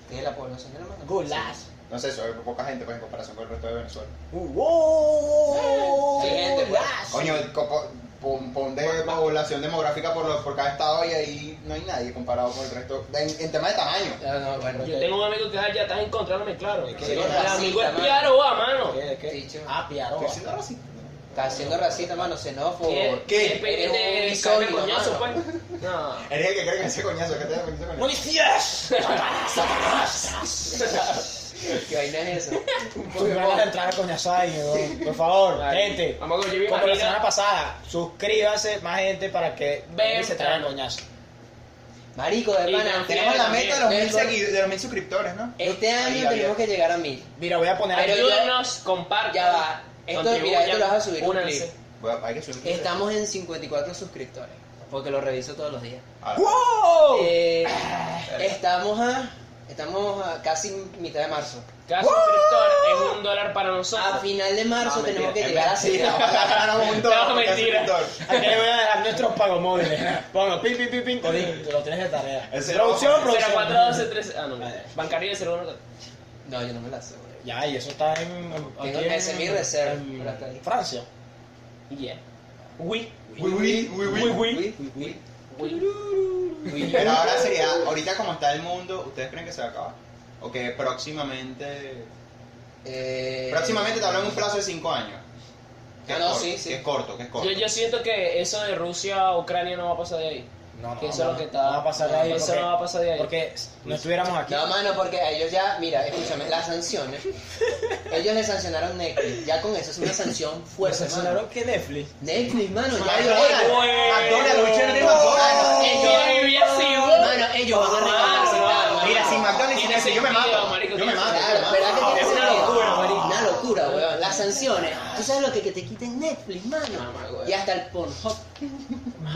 Speaker 3: ¿Qué la población de la mano?
Speaker 4: Golazo.
Speaker 1: no sé, soy poca gente pues en comparación con el resto de Venezuela.
Speaker 4: Uh, oh,
Speaker 3: Sí, gente, pues.
Speaker 4: golazo.
Speaker 1: Coño, copo- pon, pon de población demográfica por, los- por cada estado y ahí no hay nadie comparado con el resto. En, en tema de tamaño.
Speaker 3: No, no, bueno.
Speaker 2: Yo tengo un amigo que es allá, está en contra, no me claro.
Speaker 4: Es que
Speaker 2: El
Speaker 4: es
Speaker 3: racista,
Speaker 2: amigo es
Speaker 3: mano.
Speaker 2: piaro, va, mano.
Speaker 4: ¿Qué, qué?
Speaker 3: Dicho.
Speaker 4: Ah, Piaroa.
Speaker 1: Estoy siendo racista.
Speaker 3: Estás siendo racista, mano, xenófobo.
Speaker 2: ¿Qué?
Speaker 1: ¿Qué?
Speaker 2: ¿Qué?
Speaker 3: Eres un
Speaker 2: ¿Qué?
Speaker 3: misógino,
Speaker 2: coñazo,
Speaker 3: mano.
Speaker 2: pues? No.
Speaker 1: Eres el que cree que ese coñazo, que te da coñazo con él.
Speaker 4: ¡Policías!
Speaker 3: ¿Qué vaina
Speaker 2: [LAUGHS]
Speaker 3: es eso?
Speaker 4: Tú me vas a entrar a coñazar ahí, weón. Por favor,
Speaker 2: Vale.
Speaker 4: gente.
Speaker 2: Vamos con Jimmy
Speaker 4: Como la
Speaker 2: Barriga.
Speaker 4: semana pasada, suscríbase más gente para que
Speaker 2: Ven,
Speaker 4: se traiga
Speaker 2: claro.
Speaker 4: coñazo.
Speaker 3: Marico, de
Speaker 2: Y
Speaker 3: pana.
Speaker 2: también-
Speaker 1: Tenemos la meta de los, mil
Speaker 3: Vengo-
Speaker 1: segui- de los mil suscriptores, ¿no?
Speaker 3: Este año
Speaker 1: Ahí, ahí,
Speaker 3: tenemos que llegar a mil.
Speaker 4: Mira, voy a poner
Speaker 3: Pero
Speaker 4: aquí.
Speaker 3: yo-
Speaker 2: Ayúdenos, compartan.
Speaker 3: Ya va. Esto, mira, esto lo vas a subir un
Speaker 2: únanse.
Speaker 3: clip.
Speaker 1: Bueno, hay que subir.
Speaker 3: Estamos en 54 suscriptores, porque lo reviso todos los días.
Speaker 1: Ah, [LAUGHS]
Speaker 4: ¡Wow!
Speaker 3: Eh, estamos a, estamos a casi mitad de marzo.
Speaker 2: Cada suscriptor es un dólar para
Speaker 3: A
Speaker 2: nosotros.
Speaker 3: final de marzo
Speaker 1: no,
Speaker 3: tenemos
Speaker 1: mentira,
Speaker 3: que
Speaker 1: es
Speaker 3: llegar a
Speaker 1: mentira,
Speaker 3: 100.
Speaker 1: ojalá ganáramos un dólar
Speaker 2: No,
Speaker 1: por cada
Speaker 2: mentira.
Speaker 1: suscriptor.
Speaker 4: Aquí le voy a dejar nuestros pagomóviles. [LAUGHS] Pongo pim, pim, pim, pim. Odín, te lo tienes de tarea.
Speaker 1: Ese
Speaker 4: Producción,
Speaker 1: no.
Speaker 4: producción.
Speaker 2: 041213. Ah, no, no. Bancaria de 01.
Speaker 3: No, yo no me la sé. güey.
Speaker 4: Ya, y eso está en. en
Speaker 3: Tengo que hacer mi reserva, pero hasta ahí.
Speaker 4: Francia.
Speaker 2: Yeah.
Speaker 4: Uy.
Speaker 1: Uy, uy, uy, uy.
Speaker 3: Uy, uy, uy. Uy.
Speaker 1: [LAUGHS] Pero ahora sería, ahorita como está el mundo, ¿ustedes creen que se va a acabar? O que próximamente.
Speaker 3: Eh,
Speaker 1: Próximamente te hablan un plazo de 5 años. Que
Speaker 3: Ah,
Speaker 1: es
Speaker 3: no,
Speaker 1: corto,
Speaker 3: sí, sí.
Speaker 1: Que es corto, que es corto.
Speaker 2: Yo, yo siento que eso de Rusia a Ucrania no va a pasar de ahí.
Speaker 4: No, no,
Speaker 2: Que eso es
Speaker 4: no,
Speaker 2: lo que está.
Speaker 4: no va a pasar de ahí.
Speaker 2: Eso
Speaker 4: porque-
Speaker 2: no va a pasar de ahí.
Speaker 4: Porque no estuviéramos aquí.
Speaker 3: No, mano, porque a ellos ya, mira, escúchame, las sanciones. Ellos le sancionaron Netflix. Ya con eso es una sanción
Speaker 4: Pues
Speaker 3: fuerte, mano.
Speaker 4: sancionaron que Netflix.
Speaker 3: Netflix, mano, ya
Speaker 1: Mano,
Speaker 3: ellos-
Speaker 1: McDonald's, McDonald's, lucharon en McDonald's.
Speaker 2: Él quiere vivir así, güey.
Speaker 3: Mano, ellos van a
Speaker 2: Ah,
Speaker 3: recapacitar.
Speaker 1: Mira, sin McDonald's, sin
Speaker 2: Tiene
Speaker 1: ese, yo me
Speaker 2: sentido,
Speaker 1: mato.
Speaker 2: marico,
Speaker 1: yo me
Speaker 2: tiene
Speaker 1: mato.
Speaker 2: sentido.
Speaker 1: yo me
Speaker 3: Claro, ¿verdad que
Speaker 1: mato.
Speaker 3: tiene
Speaker 2: Es una
Speaker 3: sentido?
Speaker 2: locura, marico.
Speaker 3: Una locura, weón. Las sanciones. ¿Tú sabes lo que, que te quiten Netflix, mano?
Speaker 2: Mamá, weón.
Speaker 3: Y hasta el Pornhub.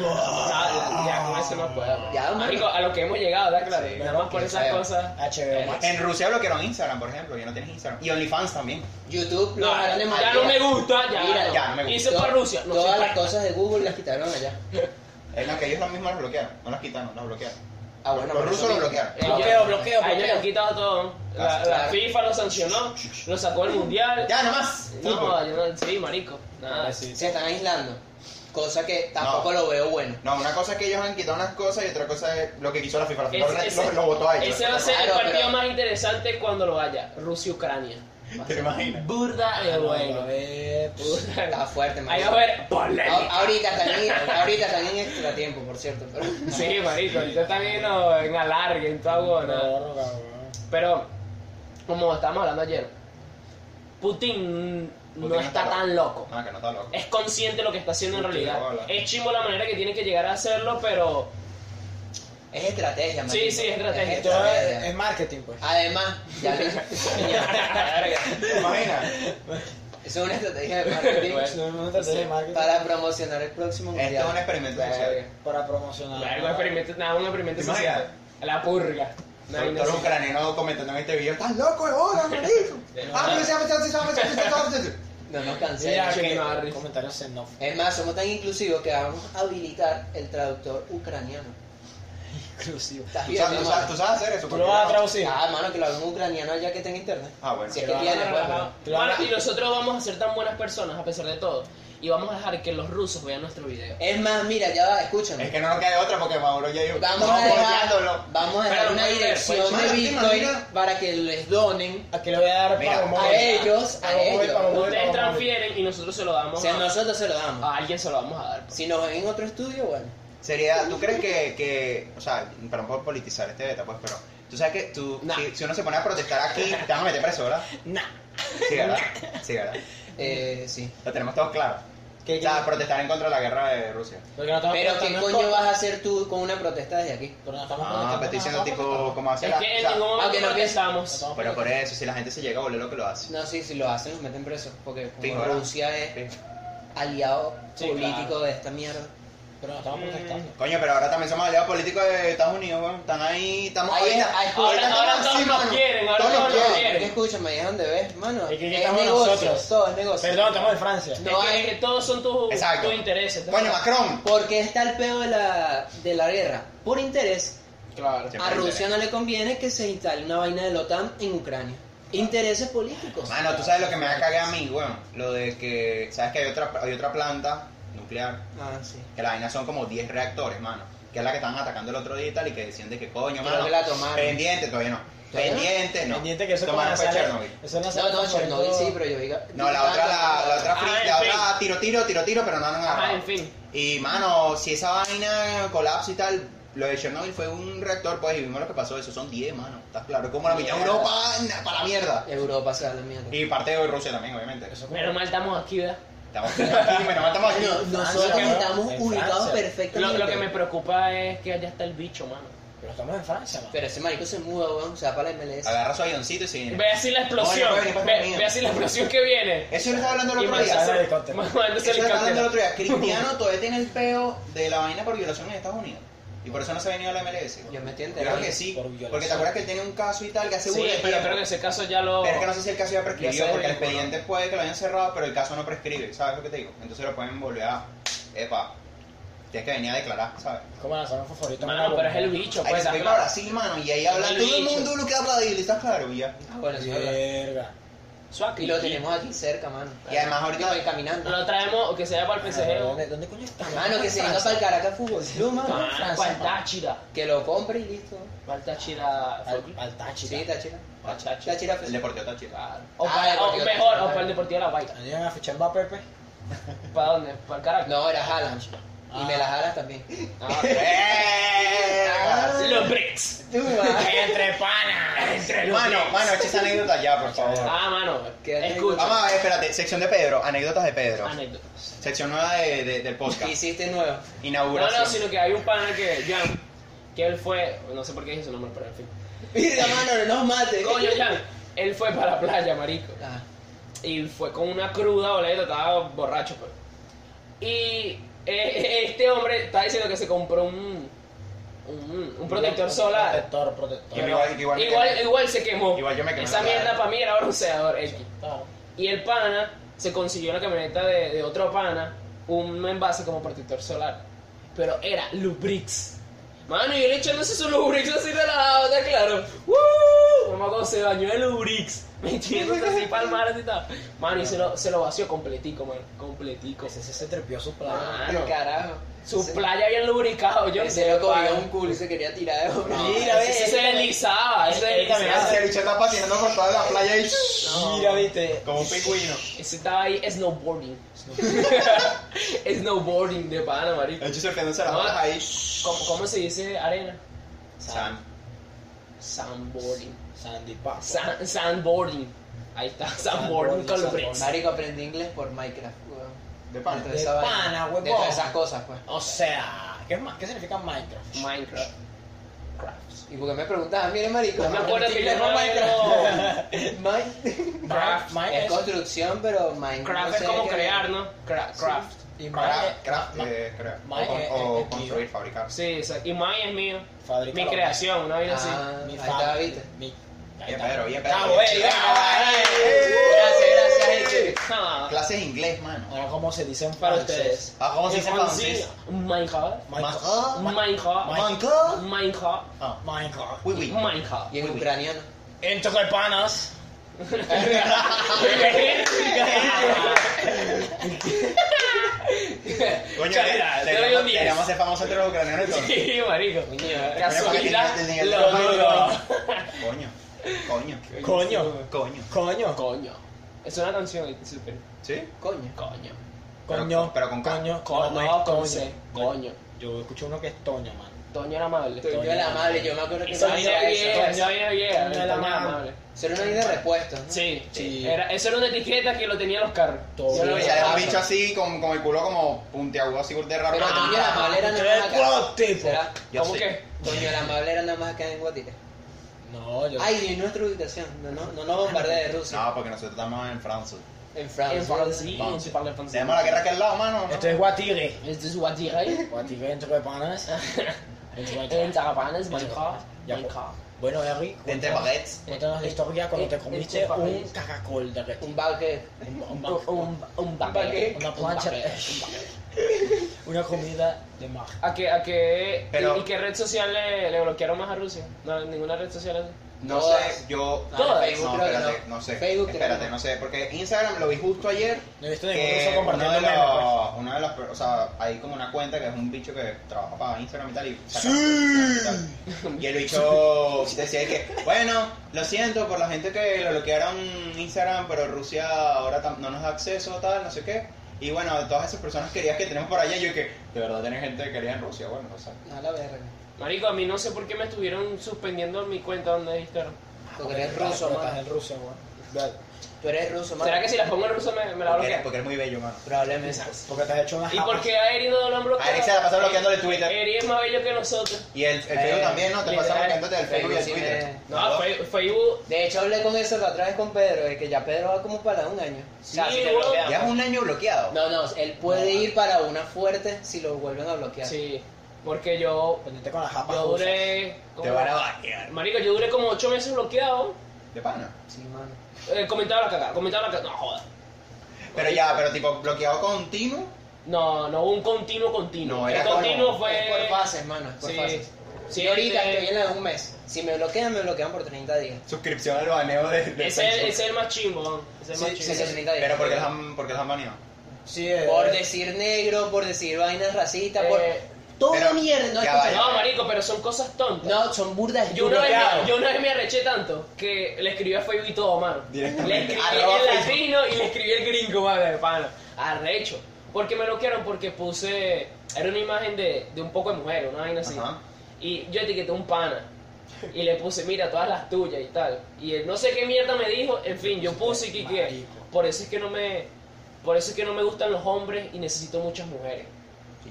Speaker 2: Ya, ya, con eso no puedo. güey.
Speaker 3: Ya,
Speaker 2: Marico, a lo que hemos llegado, ¿verdad? Claro,
Speaker 4: Sí,
Speaker 2: nada
Speaker 4: claro,
Speaker 2: más por
Speaker 4: que
Speaker 2: esas
Speaker 1: sea.
Speaker 2: cosas.
Speaker 4: HBO Max.
Speaker 1: En Rusia bloquearon Instagram, por ejemplo, ya no tienes Instagram. Y OnlyFans también.
Speaker 3: YouTube lo
Speaker 2: No,
Speaker 3: dejaron de
Speaker 2: ya no me gusta, ya.
Speaker 3: Mira,
Speaker 1: ya, no me gusta.
Speaker 2: Hice para Rusia. No
Speaker 3: Todas
Speaker 2: sé,
Speaker 3: las
Speaker 2: pa-
Speaker 3: cosas de Google las quitaron allá.
Speaker 1: Es la que ellos los mismos los bloquearon. No los quitaron, los bloquearon.
Speaker 3: Ah, bueno,
Speaker 1: los
Speaker 3: por
Speaker 1: rusos
Speaker 3: eso
Speaker 1: los
Speaker 3: mismo.
Speaker 1: bloquearon.
Speaker 2: Eh,
Speaker 4: Bloqueo,
Speaker 2: ya-
Speaker 4: bloqueo,
Speaker 2: a ellos
Speaker 4: bloqueo.
Speaker 2: le han quitado todo. La,
Speaker 1: Claro.
Speaker 2: la FIFA lo sancionó, lo sacó del mundial.
Speaker 1: Ya, nomás.
Speaker 2: No, yo no, sí, marico. Nada, sí.
Speaker 4: Sí, sí.
Speaker 3: Se están aislando. Cosa que tampoco
Speaker 1: No.
Speaker 3: lo veo bueno.
Speaker 1: No, una cosa es que ellos han quitado unas cosas y otra cosa es lo que quiso la FIFA. La FIFA
Speaker 2: Ese-
Speaker 1: lo-
Speaker 2: ese-
Speaker 1: lo, lo votó a ellos.
Speaker 2: Ese va a ser el
Speaker 3: Claro,
Speaker 2: partido
Speaker 3: pero-
Speaker 2: más interesante cuando lo haya. Rusia-Ucrania. Va
Speaker 1: [LAUGHS]
Speaker 2: a
Speaker 1: ¿Te
Speaker 2: ser
Speaker 1: imaginas?
Speaker 2: Burda de
Speaker 4: Ah, no,
Speaker 2: bueno.
Speaker 4: a ver, pues,
Speaker 2: [LAUGHS] Burda de-
Speaker 3: Está fuerte,
Speaker 2: Ahí
Speaker 3: marico.
Speaker 2: va a haber polémica.
Speaker 3: A- Ahorita están en, ahorita están en extra tiempo, por cierto. Pero...
Speaker 2: Sí, marico, ahorita están viendo en alargue, en toda huevonada.
Speaker 4: prórroga, weón.
Speaker 2: Pero, como estábamos hablando ayer, Putin no
Speaker 1: Putin
Speaker 2: está tan loco.
Speaker 1: No, Ah, que no está
Speaker 2: [LAUGHS]
Speaker 1: loco.
Speaker 2: Es consciente de lo que está haciendo en
Speaker 1: Putin,
Speaker 2: realidad.
Speaker 1: hola.
Speaker 2: Es chimbo la manera que tiene que llegar a hacerlo, pero
Speaker 3: Es estrategia,
Speaker 2: Sí,
Speaker 3: marico.
Speaker 2: sí, es estrategia.
Speaker 3: Es
Speaker 4: Todo
Speaker 3: estrategia.
Speaker 1: eh,
Speaker 4: es, es marketing, pues.
Speaker 3: Además,
Speaker 1: [LAUGHS]
Speaker 3: ya le...
Speaker 1: ¿Te imaginas?
Speaker 3: Eso es una estrategia de
Speaker 4: [LAUGHS]
Speaker 3: marketing
Speaker 2: Bueno.
Speaker 4: No, no te
Speaker 2: Sí.
Speaker 4: de marketing.
Speaker 3: para promocionar el próximo
Speaker 1: Esto es un
Speaker 3: mundial.
Speaker 1: experimento social.
Speaker 2: Verga.
Speaker 4: Para promocionar.
Speaker 2: Algo experimento, nada, un experimento
Speaker 1: ¿Te
Speaker 2: social.
Speaker 1: imaginas?
Speaker 2: La purga. Una
Speaker 1: Todos
Speaker 2: vaina
Speaker 1: los
Speaker 2: así.
Speaker 1: ucranianos comentando en este video, ¡estás loco, hola,
Speaker 2: [LAUGHS]
Speaker 1: marico! ¡Ah, pero se llama, se llama, se llama, se llama, se llama".
Speaker 3: No nos
Speaker 4: Mira,
Speaker 3: cansemos.
Speaker 2: Jimmy
Speaker 4: que
Speaker 2: Barris.
Speaker 4: comentarios [LAUGHS] xenófobos.
Speaker 3: Es más, somos tan inclusivos que vamos a habilitar el traductor ucraniano.
Speaker 4: Inclusivo.
Speaker 3: ¿Estás
Speaker 1: ¿Tú sabes-
Speaker 3: viendo,
Speaker 1: tú
Speaker 3: mano?
Speaker 1: sabes- ¿Tú sabes hacer eso?
Speaker 4: ¿Tú
Speaker 1: porque
Speaker 4: lo vas a
Speaker 1: no-
Speaker 4: traducir?
Speaker 3: Ah, mano, que lo hagan ucraniano allá que está en internet.
Speaker 1: Ah, bueno.
Speaker 3: Si es
Speaker 4: Pero
Speaker 3: que tiene, pues,
Speaker 2: Relajado.
Speaker 3: weón.
Speaker 4: Claro.
Speaker 2: Bueno, y nosotros vamos a ser tan buenas personas a pesar de todo. Y vamos a dejar que los rusos vean nuestro video.
Speaker 3: Es más, mira, ya va, escúchame.
Speaker 1: Es que no nos queda otra porque Mauro ya dijo,
Speaker 3: Vamos
Speaker 1: "No,
Speaker 3: a dejar,
Speaker 1: volviéndolo".
Speaker 3: vamos a dejar
Speaker 2: Pero
Speaker 3: una
Speaker 2: puede ser,
Speaker 3: dirección
Speaker 1: puede
Speaker 3: de
Speaker 1: ser.
Speaker 3: Bitcoin
Speaker 1: Imagina.
Speaker 3: para que les donen.
Speaker 4: Aquí le voy a dar
Speaker 1: Mira,
Speaker 4: pagomóvil.
Speaker 3: a ellos, a ellos.
Speaker 4: Pagomóvil, pagomóvil,
Speaker 2: Ustedes
Speaker 4: pagomóvil.
Speaker 2: transfieren y nosotros se lo
Speaker 3: O
Speaker 2: damos
Speaker 3: sea,
Speaker 2: a,
Speaker 3: nosotros se lo damos.
Speaker 2: a alguien, se lo vamos a dar. pues.
Speaker 3: Si nos ven en otro estudio, bueno.
Speaker 1: Sería, ¿tú crees que, que, o sea, perdón por politizar este beta, pues, pero, tú sabes que tú,
Speaker 2: Nah.
Speaker 1: si, si uno se pone a protestar aquí, te van a meter preso, ¿verdad?
Speaker 4: Nah.
Speaker 1: Sí, ¿verdad? Sí, ¿verdad?
Speaker 3: Eh, sí.
Speaker 1: Lo tenemos todos claro.
Speaker 4: ¿Qué-
Speaker 1: O sea,
Speaker 4: qué-
Speaker 1: protestar en contra de la guerra de Rusia.
Speaker 4: Porque no estamos
Speaker 3: Pero ¿qué
Speaker 4: protestando
Speaker 3: coño
Speaker 4: en
Speaker 3: vas a hacer tú con una protesta desde aquí?
Speaker 4: contra- Pero no estamos
Speaker 1: Ah, pero estoy
Speaker 4: protestando,
Speaker 1: diciendo
Speaker 4: no estamos
Speaker 1: tipo,
Speaker 4: protestando.
Speaker 1: ¿cómo hacer
Speaker 2: Es que en ningún
Speaker 3: aunque
Speaker 2: momento
Speaker 3: no piense-
Speaker 2: pensamos.
Speaker 4: No
Speaker 1: Pero
Speaker 4: estamos
Speaker 1: por eso, si la gente se llega a volver loco, lo hace.
Speaker 3: No, sí, si lo hacen los meten presos, porque como
Speaker 1: Fijo, ¿verdad?
Speaker 3: Rusia es
Speaker 1: Sí.
Speaker 3: aliado
Speaker 4: Sí,
Speaker 3: político
Speaker 4: claro.
Speaker 3: de esta mierda.
Speaker 4: Pero no estamos
Speaker 2: Mm.
Speaker 4: protestando.
Speaker 1: Coño, pero ahora también somos aliados políticos de Estados Unidos, weón. Están ahí, estamos
Speaker 3: Ahí
Speaker 1: ahorita-
Speaker 3: está, ahí está.
Speaker 1: ahorita
Speaker 2: Ahora-
Speaker 1: estamos
Speaker 2: ahora
Speaker 1: así,
Speaker 2: todos
Speaker 1: mano.
Speaker 2: nos quieren, ahora
Speaker 1: Todos nos
Speaker 2: todos nos
Speaker 1: quieren.
Speaker 2: quieren.
Speaker 3: Es que escúchame, ahí es donde ves, mano.
Speaker 4: Es que aquí
Speaker 3: Es
Speaker 4: estamos
Speaker 3: negocio,
Speaker 4: nosotros.
Speaker 3: todo es negocio.
Speaker 4: Perdón, estamos en Francia.
Speaker 3: No
Speaker 2: es que-
Speaker 3: hay-
Speaker 2: es que todos son tus
Speaker 1: Exacto.
Speaker 2: tus intereses.
Speaker 1: Coño, Macron.
Speaker 3: ¿Por qué está el peo de la, de la guerra? Por interés.
Speaker 2: Claro.
Speaker 1: Sí.
Speaker 3: A
Speaker 1: Siempre
Speaker 3: Rusia no le conviene que se instale una vaina de la OTAN en Ucrania. Intereses políticos.
Speaker 1: Mano, tú sabes lo que me va a cagar a mí, weón. Lo de que, sabes que hay otra, hay otra planta nuclear,
Speaker 3: Ah, sí.
Speaker 1: que la vaina son como 10 reactores, mano. Que es la que estaban atacando el otro día y tal, y que decían de que coño,
Speaker 3: Creo
Speaker 1: mano.
Speaker 3: que la tomaron.
Speaker 1: Pendiente, todavía no. Pendiente, no.
Speaker 4: Pendiente que eso
Speaker 1: Tomás no
Speaker 4: como
Speaker 1: fue
Speaker 4: sale-
Speaker 1: Chernobyl.
Speaker 4: Eso no
Speaker 3: No,
Speaker 4: sale
Speaker 3: no,
Speaker 4: tan
Speaker 3: Chernobyl
Speaker 4: pronto.
Speaker 3: sí, pero yo diga.
Speaker 1: No, la otra, la, la otra,
Speaker 2: Ah,
Speaker 1: fri-
Speaker 2: en
Speaker 1: la
Speaker 2: fin.
Speaker 1: otra tiro, tiro, tiro, tiro, pero no no, no.
Speaker 2: Ajá, en fin.
Speaker 1: Y mano, si esa vaina colapsa y tal, lo de Chernobyl fue un reactor, pues, y vimos lo que pasó, eso son 10, mano. ¿Estás claro? Como la mitad de
Speaker 3: Mierda.
Speaker 1: Europa na- para la mierda.
Speaker 3: Europa se da la mierda.
Speaker 1: Y parte de Rusia también, obviamente.
Speaker 4: Eso como-
Speaker 2: Menos mal estamos aquí, ¿verdad?
Speaker 1: Estamos aquí, menos mal estamos aquí.
Speaker 3: No, nosotros
Speaker 4: Francia,
Speaker 3: estamos
Speaker 4: en
Speaker 3: ubicados
Speaker 4: Francia.
Speaker 1: Este
Speaker 2: Lo,
Speaker 3: perfectamente.
Speaker 2: lo que me preocupa es que allá está el bicho, mano.
Speaker 4: Pero estamos en Francia, man.
Speaker 3: Pero ese marico se muda, weón, se va para la MLS.
Speaker 1: Agarra su avioncito y se viene.
Speaker 2: Ve así la explosión.
Speaker 1: No, no, no, no, no, no, no,
Speaker 2: ve,
Speaker 1: no.
Speaker 2: ve así la explosión que viene.
Speaker 1: Eso lo estaba hablando el
Speaker 2: Y
Speaker 1: otro día.
Speaker 4: Manzana.
Speaker 2: mandándose-
Speaker 4: helicóptero.
Speaker 2: mandándose
Speaker 1: Eso
Speaker 2: el
Speaker 1: lo estaba hablando el
Speaker 2: helicóptero.
Speaker 1: otro día. Cristiano todavía tiene el peo de la vaina por violación en Estados Unidos. Y por eso no se ha venido a la MLS.
Speaker 3: Yo me estoy
Speaker 1: Yo creo
Speaker 3: enterando.
Speaker 1: que sí.
Speaker 4: Por
Speaker 1: Porque
Speaker 4: violación.
Speaker 1: te acuerdas que él tiene un caso y tal que hace
Speaker 2: Sí,
Speaker 1: burda de
Speaker 2: pero
Speaker 1: tiempo.
Speaker 2: creo que ese caso ya lo.
Speaker 1: Pero es que no sé si el caso ya
Speaker 2: Ya
Speaker 1: prescribió,
Speaker 2: se
Speaker 1: porque el
Speaker 2: dedicó,
Speaker 1: expediente puede que lo hayan cerrado, pero el caso no prescribe, ¿sabes lo que te digo? Entonces lo pueden volver a... Epa, tienes que venir a declarar, ¿sabes?
Speaker 4: ¿Cómo lanzaron un fosforito? en una
Speaker 2: Mano, pero es
Speaker 4: bomba?
Speaker 2: el bicho,
Speaker 1: Ahí
Speaker 2: pues.
Speaker 1: se
Speaker 2: está
Speaker 1: fue para
Speaker 2: claro.
Speaker 1: Brasil, mano, y ahí habla
Speaker 2: El
Speaker 1: todo el
Speaker 2: bicho.
Speaker 1: mundo lo que habla de él, ¿estás claro? Y, ya.
Speaker 3: Ah, bueno, sí, verdad.
Speaker 4: Verga.
Speaker 2: Suaki.
Speaker 3: Y lo tenemos aquí cerca, mano.
Speaker 1: y además ahorita...
Speaker 3: Tipo, caminando.
Speaker 2: Lo traemos o que sea
Speaker 1: Ah,
Speaker 2: para el PSG.
Speaker 4: Ah, ¿Dónde, ¿Dónde coño está?
Speaker 3: Mano, que se venga para el Caracas Fútbol Club,
Speaker 1: Ah,
Speaker 3: mano.
Speaker 2: Mano,
Speaker 4: Francia,
Speaker 2: Ah, para el
Speaker 4: mano.
Speaker 2: Táchira.
Speaker 3: Que lo compre y listo.
Speaker 2: Para el Táchira.
Speaker 4: Al, al Táchira.
Speaker 3: Sí, Táchira.
Speaker 2: Para el Táchira.
Speaker 3: Táchira
Speaker 1: El
Speaker 3: FC.
Speaker 1: Deportivo está chido.
Speaker 2: [LAUGHS] Claro. O,
Speaker 3: Ah,
Speaker 2: para, o
Speaker 3: Deportivo
Speaker 2: mejor,
Speaker 3: Táchira.
Speaker 2: o para el Deportivo La Baita.
Speaker 4: ¿Dónde iban a fichar a Pepe?
Speaker 2: ¿Para dónde? ¿Para el Caracas?
Speaker 3: No, era Haaland. Y
Speaker 4: Ah.
Speaker 3: me las jalas también.
Speaker 2: [LAUGHS] Ah,
Speaker 1: ¡Eh!
Speaker 2: Los Bricks. ah.
Speaker 4: Entre panas.
Speaker 2: Entre los
Speaker 1: Mano,
Speaker 2: Bricks.
Speaker 1: mano, echa esa anécdota ya, por favor.
Speaker 2: Ah, mano.
Speaker 3: Quédate ahí.
Speaker 2: Escucha.
Speaker 1: Vamos a ver, espérate, sección de Pedro, anécdotas de Pedro.
Speaker 2: Anécdotas.
Speaker 1: Sección nueva de, de- del
Speaker 3: ¿Qué
Speaker 1: podcast.
Speaker 3: [LAUGHS] hiciste nuevo?
Speaker 2: No, no,
Speaker 1: Inauguración.
Speaker 2: sino que hay un pana que, Jan, que él fue, no sé por qué dije su nombre, pero en fin.
Speaker 3: Mira, mano, no nos mates.
Speaker 2: Coño, Jan, él fue para la playa, marico.
Speaker 3: Ah,
Speaker 2: Y fue con una cruda, boleto, estaba borracho, pues. Y eh, este hombre está diciendo que se compró un, un, un protector solar.
Speaker 4: Protector, protector.
Speaker 1: Y igual- igual-
Speaker 2: Igual, igual se quemó.
Speaker 1: Igual yo me quemé
Speaker 2: Esa
Speaker 1: la cara.
Speaker 2: mierda para mí era bronceador X.
Speaker 4: Claro.
Speaker 2: Y el pana se consiguió en la camioneta de, de otro pana un envase como protector solar. Pero era Lubrix. Mano, y él echándose su Lubrix así de la otra, claro. ¡Woo! Mamá, cuando se bañó de Lubrix. [LAUGHS] Metiéndose así para el mar, así tal. Mano, y se lo, se lo vació completico, mano. Completico.
Speaker 4: Ese, ese se trepió su plano.
Speaker 2: Ah,
Speaker 3: qué
Speaker 2: no.
Speaker 3: carajo.
Speaker 2: Su
Speaker 3: Ese-
Speaker 2: playa bien lubricado, yo
Speaker 3: Ese
Speaker 2: sé,
Speaker 3: loco
Speaker 2: pana.
Speaker 3: vio un culo y se quería tirar de hombre.
Speaker 4: No.
Speaker 3: Mira,
Speaker 4: Mira, ve,
Speaker 2: Ese se deslizaba, ese se
Speaker 4: Él también
Speaker 2: deslizaba.
Speaker 1: Ese bicho está patinando por toda la playa y...
Speaker 2: No.
Speaker 4: Mira, viste.
Speaker 1: Como un pingüino.
Speaker 2: Ese estaba ahí snowboarding. [LAUGHS] snowboarding de pana, marico.
Speaker 1: El hecho surfeándose las
Speaker 2: No.
Speaker 1: olas ahí.
Speaker 2: ¿Cómo, cómo se dice arena?
Speaker 1: Sam.
Speaker 2: Sandboarding.
Speaker 4: Sandy Papo.
Speaker 2: San- sandboarding. Ahí está, sandboarding con los
Speaker 4: Sandboarding.
Speaker 2: bricks.
Speaker 3: Marico, aprendí inglés por Minecraft, weón.
Speaker 1: De
Speaker 3: De
Speaker 1: pan.
Speaker 3: toda
Speaker 4: De
Speaker 3: esa vaina.
Speaker 4: pana, huevón.
Speaker 3: De todas esas cosas, pues.
Speaker 4: O sea, ¿qué, es ma- ¿qué significa Minecraft?
Speaker 2: Minecraft.
Speaker 3: Y porque me preguntabas, miren, marico.
Speaker 2: Yo me acuerdo que yo
Speaker 3: Minecraft,
Speaker 2: no veo-
Speaker 3: Minecraft.
Speaker 2: Craft.
Speaker 3: Es construcción, pero Minecraft.
Speaker 2: Craft
Speaker 3: no
Speaker 2: es
Speaker 3: sé
Speaker 2: como
Speaker 3: qué-
Speaker 2: crear, ¿no? Cra- Craft.
Speaker 4: Y
Speaker 1: Craft, craft,
Speaker 4: ma-
Speaker 1: eh, creo.
Speaker 4: Ma-
Speaker 1: O, con-
Speaker 4: eh,
Speaker 1: o
Speaker 4: eh,
Speaker 1: construir,
Speaker 4: tío.
Speaker 1: fabricar.
Speaker 2: Sí, exacto. Y mine es mío.
Speaker 4: Fabrica
Speaker 2: Mi
Speaker 4: lo-
Speaker 2: creación, una vida así. Ah,
Speaker 3: Ah,
Speaker 4: Mi
Speaker 3: ahí
Speaker 4: fam-
Speaker 3: está, viste.
Speaker 4: Mi... ahí
Speaker 1: Bien,
Speaker 4: está.
Speaker 1: Pedro, bien, Pedro.
Speaker 4: Bravo, eh,
Speaker 3: Gracias, gracias, gente.
Speaker 2: Ah,
Speaker 1: Clases de inglés, mano.
Speaker 4: Ahora, ¿cómo se dice en
Speaker 2: Para
Speaker 4: francés?
Speaker 2: ustedes.
Speaker 1: Ah, ¿cómo se dice en francés?
Speaker 2: Sí, Minecraft.
Speaker 1: Ah,
Speaker 4: Minecraft.
Speaker 2: Minecraft.
Speaker 1: ¿Manco?
Speaker 2: Minecraft.
Speaker 1: Ah,
Speaker 4: Minecraft.
Speaker 1: uy, uy.
Speaker 2: Minecraft.
Speaker 3: Y en
Speaker 1: Uy, uy.
Speaker 3: ucraniano.
Speaker 4: Entre panas.
Speaker 1: Coño,
Speaker 2: Chavera,
Speaker 1: eh,
Speaker 2: te doy
Speaker 1: deberíamos-
Speaker 2: un diez.
Speaker 1: deberíamos ser famosos entre los ucranianos entonces.
Speaker 2: [LAUGHS] Sí, marico.
Speaker 3: Coño,
Speaker 2: Casualidad,
Speaker 1: Mira, porque tenía-
Speaker 2: lo dudo.
Speaker 1: Coño, coño.
Speaker 4: Coño.
Speaker 1: Coño.
Speaker 4: Coño.
Speaker 2: Coño. Es una canción, es súper.
Speaker 1: ¿Sí?
Speaker 3: Coño.
Speaker 2: Coño.
Speaker 4: Coño.
Speaker 1: pero con K.
Speaker 4: coño.
Speaker 2: Coño,
Speaker 4: No,
Speaker 2: no,
Speaker 4: es
Speaker 2: con C. Coño.
Speaker 4: Yo escuché uno que es Toño, man.
Speaker 2: Toño era amable.
Speaker 3: Tú y yo la amable, yo me acuerdo que
Speaker 2: Esa
Speaker 3: no
Speaker 2: vaina
Speaker 3: era
Speaker 2: era
Speaker 3: eso.
Speaker 2: vieja, esa vaina era vieja.
Speaker 4: Toño
Speaker 2: Toño
Speaker 4: era
Speaker 2: era
Speaker 4: amable.
Speaker 2: amable.
Speaker 3: Eso era una idea de repuesto. ¿no?
Speaker 2: Sí,
Speaker 4: Sí.
Speaker 2: Era, eso era una etiqueta que lo tenía los carros.
Speaker 4: Todo
Speaker 2: Yo lo
Speaker 1: Y
Speaker 4: bien.
Speaker 2: veía.
Speaker 1: era un
Speaker 4: pasa.
Speaker 1: bicho así, con, con el culo como puntiagudo, así de raro.
Speaker 3: Pero Toño la amable era nada más
Speaker 4: Tres
Speaker 3: acá.
Speaker 4: cuatro tipos.
Speaker 3: ¿Será?
Speaker 1: Yo
Speaker 2: ¿Cómo
Speaker 1: sí.
Speaker 2: que?
Speaker 3: Coño, la amable era nada más acá en Guatire.
Speaker 4: No, yo.
Speaker 3: Ay, y nuestra ubicación. No, no, no, no bombardea de Rusia.
Speaker 1: No, porque nosotros estamos en Francia.
Speaker 3: En
Speaker 2: En
Speaker 3: Francia.
Speaker 2: francés,
Speaker 1: Francia.
Speaker 2: se parla en francés.
Speaker 1: Tenemos la guerra aquí al lado, mano. ¿no?
Speaker 4: Esto es Guatire.
Speaker 2: Esto es
Speaker 4: [LAUGHS]
Speaker 2: Guatiré.
Speaker 4: Guatire entre panas. Entre
Speaker 2: En
Speaker 4: panas.
Speaker 2: Tarapanes, Minecraft.
Speaker 4: Ya,
Speaker 2: Minecraft.
Speaker 4: Bueno, Eric,
Speaker 1: De entre
Speaker 4: cuéntanos
Speaker 1: baguettes.
Speaker 4: cuéntanos la historia cuando te
Speaker 2: Eh,
Speaker 4: comiste
Speaker 2: entre
Speaker 4: un
Speaker 2: panes.
Speaker 4: caracol de red.
Speaker 3: Un baguette.
Speaker 4: Un- un
Speaker 2: Un,
Speaker 4: bac-
Speaker 2: un, un
Speaker 3: baguette.
Speaker 2: baguette.
Speaker 4: Una plancha.
Speaker 2: Un baguette. Un baguette.
Speaker 4: [LAUGHS] Una comida de mar.
Speaker 2: ¿A qué, a qué,
Speaker 1: Pero-
Speaker 2: y, y qué red social le, le bloquearon más a Rusia? No, ninguna red social. así.
Speaker 1: No
Speaker 3: Todas.
Speaker 1: sé, yo.
Speaker 3: Ah,
Speaker 2: Todas.
Speaker 3: Facebook
Speaker 1: No,
Speaker 3: creo que
Speaker 1: espérate,
Speaker 3: no.
Speaker 1: no sé.
Speaker 3: Facebook creo
Speaker 1: espérate,
Speaker 3: que no.
Speaker 1: no sé. Porque Instagram lo vi justo ayer.
Speaker 4: No he visto ningún
Speaker 1: que
Speaker 4: ruso
Speaker 1: Eh, uno
Speaker 4: compartiendo
Speaker 1: de
Speaker 4: memes, pues.
Speaker 1: los, uno de los, o sea, hay como una cuenta que es un bicho que trabaja para Instagram y tal y saca-
Speaker 4: Sí.
Speaker 1: y tal.
Speaker 4: [LAUGHS]
Speaker 1: y el bicho decía que, bueno, lo siento por la gente que lo bloquearon Instagram, pero Rusia ahora tam- no nos da acceso, tal, no sé qué. Y bueno, de todas esas personas queridas que tenemos por allá, yo que, de verdad tienen gente querida en Rusia, bueno, o sea.
Speaker 3: A la verga.
Speaker 2: Marico, a mí no sé por qué me estuvieron suspendiendo mi cuenta donde es Instagram.
Speaker 3: Tú eres
Speaker 4: Estás-
Speaker 3: ruso,
Speaker 4: Estás
Speaker 3: mano.
Speaker 4: en Rusia, weón. Dale.
Speaker 3: Tú eres ruso, mano.
Speaker 2: ¿Será que si las pongo en ruso me, me la
Speaker 1: Porque,
Speaker 2: bloquean?
Speaker 1: porque eres muy bello, mano.
Speaker 3: Probablemente.
Speaker 4: Porque te has hecho una
Speaker 2: ¿Y
Speaker 4: japa.
Speaker 2: por qué a Eri no lo han bloqueado?
Speaker 1: A Eri se la pasa bloqueándole Twitter.
Speaker 2: Eri es más bello que nosotros.
Speaker 1: Y el, el Facebook
Speaker 3: Eh,
Speaker 1: también, ¿no? Te pasa
Speaker 2: literal,
Speaker 1: bloqueándote del Facebook y el
Speaker 3: Facebook sí me-
Speaker 1: Twitter.
Speaker 2: No, Fe- Facebook.
Speaker 3: De hecho, hablé con eso la otra vez con Pedro, de que ya Pedro va como para un año.
Speaker 2: Sí,
Speaker 3: o sea, si te
Speaker 2: weón.
Speaker 3: bloquean.
Speaker 1: Ya es un año bloqueado.
Speaker 3: No, no, él puede ir para una fuerte si lo vuelven a bloquear.
Speaker 2: Sí, porque yo.
Speaker 4: Pendiente con las japas.
Speaker 2: Yo
Speaker 4: rusas.
Speaker 2: duré.
Speaker 1: Te
Speaker 2: como-
Speaker 1: van a bloquear.
Speaker 2: Marico, yo duré como 8 meses bloqueado.
Speaker 1: De pana.
Speaker 3: Sí, mano.
Speaker 2: Eh, comentaba la caca, comentaba la caca. No, joda.
Speaker 1: Pero ya, pero tipo, bloqueado continuo.
Speaker 2: No, no, un continuo continuo.
Speaker 1: No,
Speaker 2: el
Speaker 1: era
Speaker 2: continuo
Speaker 1: como-
Speaker 2: fue.
Speaker 3: Es por fases, mano, es por
Speaker 2: Sí.
Speaker 3: fases.
Speaker 2: Sí,
Speaker 3: Yo ahorita
Speaker 2: este-
Speaker 3: estoy en la de un mes. Si me bloquean, me bloquean por 30 días.
Speaker 1: Suscripción al baneo de, de
Speaker 2: Ese es,
Speaker 1: Facebook.
Speaker 2: ese es el más chimbo. Ese es el más
Speaker 3: Sí, sí,
Speaker 2: chimbo.
Speaker 3: sí, 30 días.
Speaker 1: Pero porque los han, porque los han baneado.
Speaker 4: Sí, eh,
Speaker 3: Por
Speaker 4: eh,
Speaker 3: decir negro, por decir vainas racistas,
Speaker 2: Eh,
Speaker 3: por... Toda
Speaker 1: pero-
Speaker 3: mierda, no
Speaker 1: ya
Speaker 3: es-
Speaker 1: vaya.
Speaker 2: No, marico, pero son cosas tontas.
Speaker 3: No, son burdas
Speaker 2: Yo una, vez
Speaker 3: bloqueado.
Speaker 2: me, yo una vez me arreché tanto que le escribí a Facebook y todo, mano. Le
Speaker 1: Directamente.
Speaker 2: escribí
Speaker 1: Arroba
Speaker 2: el
Speaker 1: Facebook.
Speaker 2: latino y le escribí el gringo, mano, pana. Arrecho. Porque me bloquearon porque puse. Era una imagen de, de un poco de mujer, una vaina así.
Speaker 1: Ajá.
Speaker 2: Y yo etiqueté un pana. Y le puse, mira, todas las tuyas y tal. Y él no sé qué mierda me dijo. En fin, yo puse que, que
Speaker 4: Marico.
Speaker 2: por eso es que no me. Por eso es que no me gustan los hombres y necesito muchas mujeres.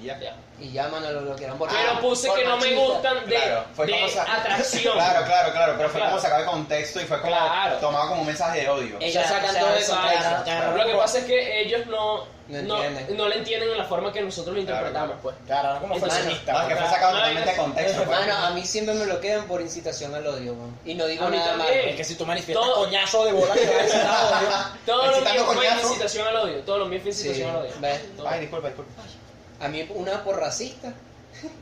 Speaker 1: Y ya.
Speaker 2: Ya.
Speaker 3: Y ya, mano, lo bloquearon por...
Speaker 2: Pero
Speaker 3: ah,
Speaker 2: puse
Speaker 3: por
Speaker 2: que no me
Speaker 3: machista.
Speaker 2: gustan de,
Speaker 1: Claro, fue
Speaker 2: de
Speaker 1: como [LAUGHS] sa-
Speaker 2: atracción.
Speaker 1: Claro, claro, claro. Pero fue
Speaker 2: Claro.
Speaker 1: como sacado de contexto y fue como
Speaker 2: Claro. Eh,
Speaker 1: tomado como un mensaje de odio.
Speaker 3: Ellos
Speaker 2: O sea,
Speaker 3: sacan
Speaker 2: o sea,
Speaker 3: todo de
Speaker 2: exacto.
Speaker 3: contexto.
Speaker 4: Te agarraron
Speaker 2: Lo que
Speaker 4: por-
Speaker 2: pasa es que ellos no,
Speaker 3: No
Speaker 2: no,
Speaker 3: entienden.
Speaker 2: no le entienden en la forma que nosotros lo
Speaker 1: Claro,
Speaker 2: interpretamos, pues.
Speaker 4: Te agarraron como
Speaker 2: Entonces,
Speaker 4: feminista.
Speaker 1: No, es que
Speaker 4: weón.
Speaker 1: fue sacado
Speaker 2: No,
Speaker 1: totalmente de
Speaker 2: es-
Speaker 1: contexto. fue-
Speaker 3: Mano, a mí siempre me bloquean por incitación al odio, man. Y no digo
Speaker 2: A mí
Speaker 3: nada malo.
Speaker 2: también.
Speaker 4: Es que si tú manifiestas
Speaker 2: Todo-
Speaker 4: coñazo de bola, te va a incitar odio.
Speaker 2: Todo lo mío
Speaker 1: Excitando
Speaker 2: fue
Speaker 1: coñazo.
Speaker 2: incitación al odio. Todo lo mío fue
Speaker 3: Sí,
Speaker 2: incitación al odio.
Speaker 3: ¿ves?
Speaker 2: Todo.
Speaker 1: Ay, disculpa, disculpa.
Speaker 3: A mí una por racista [LAUGHS]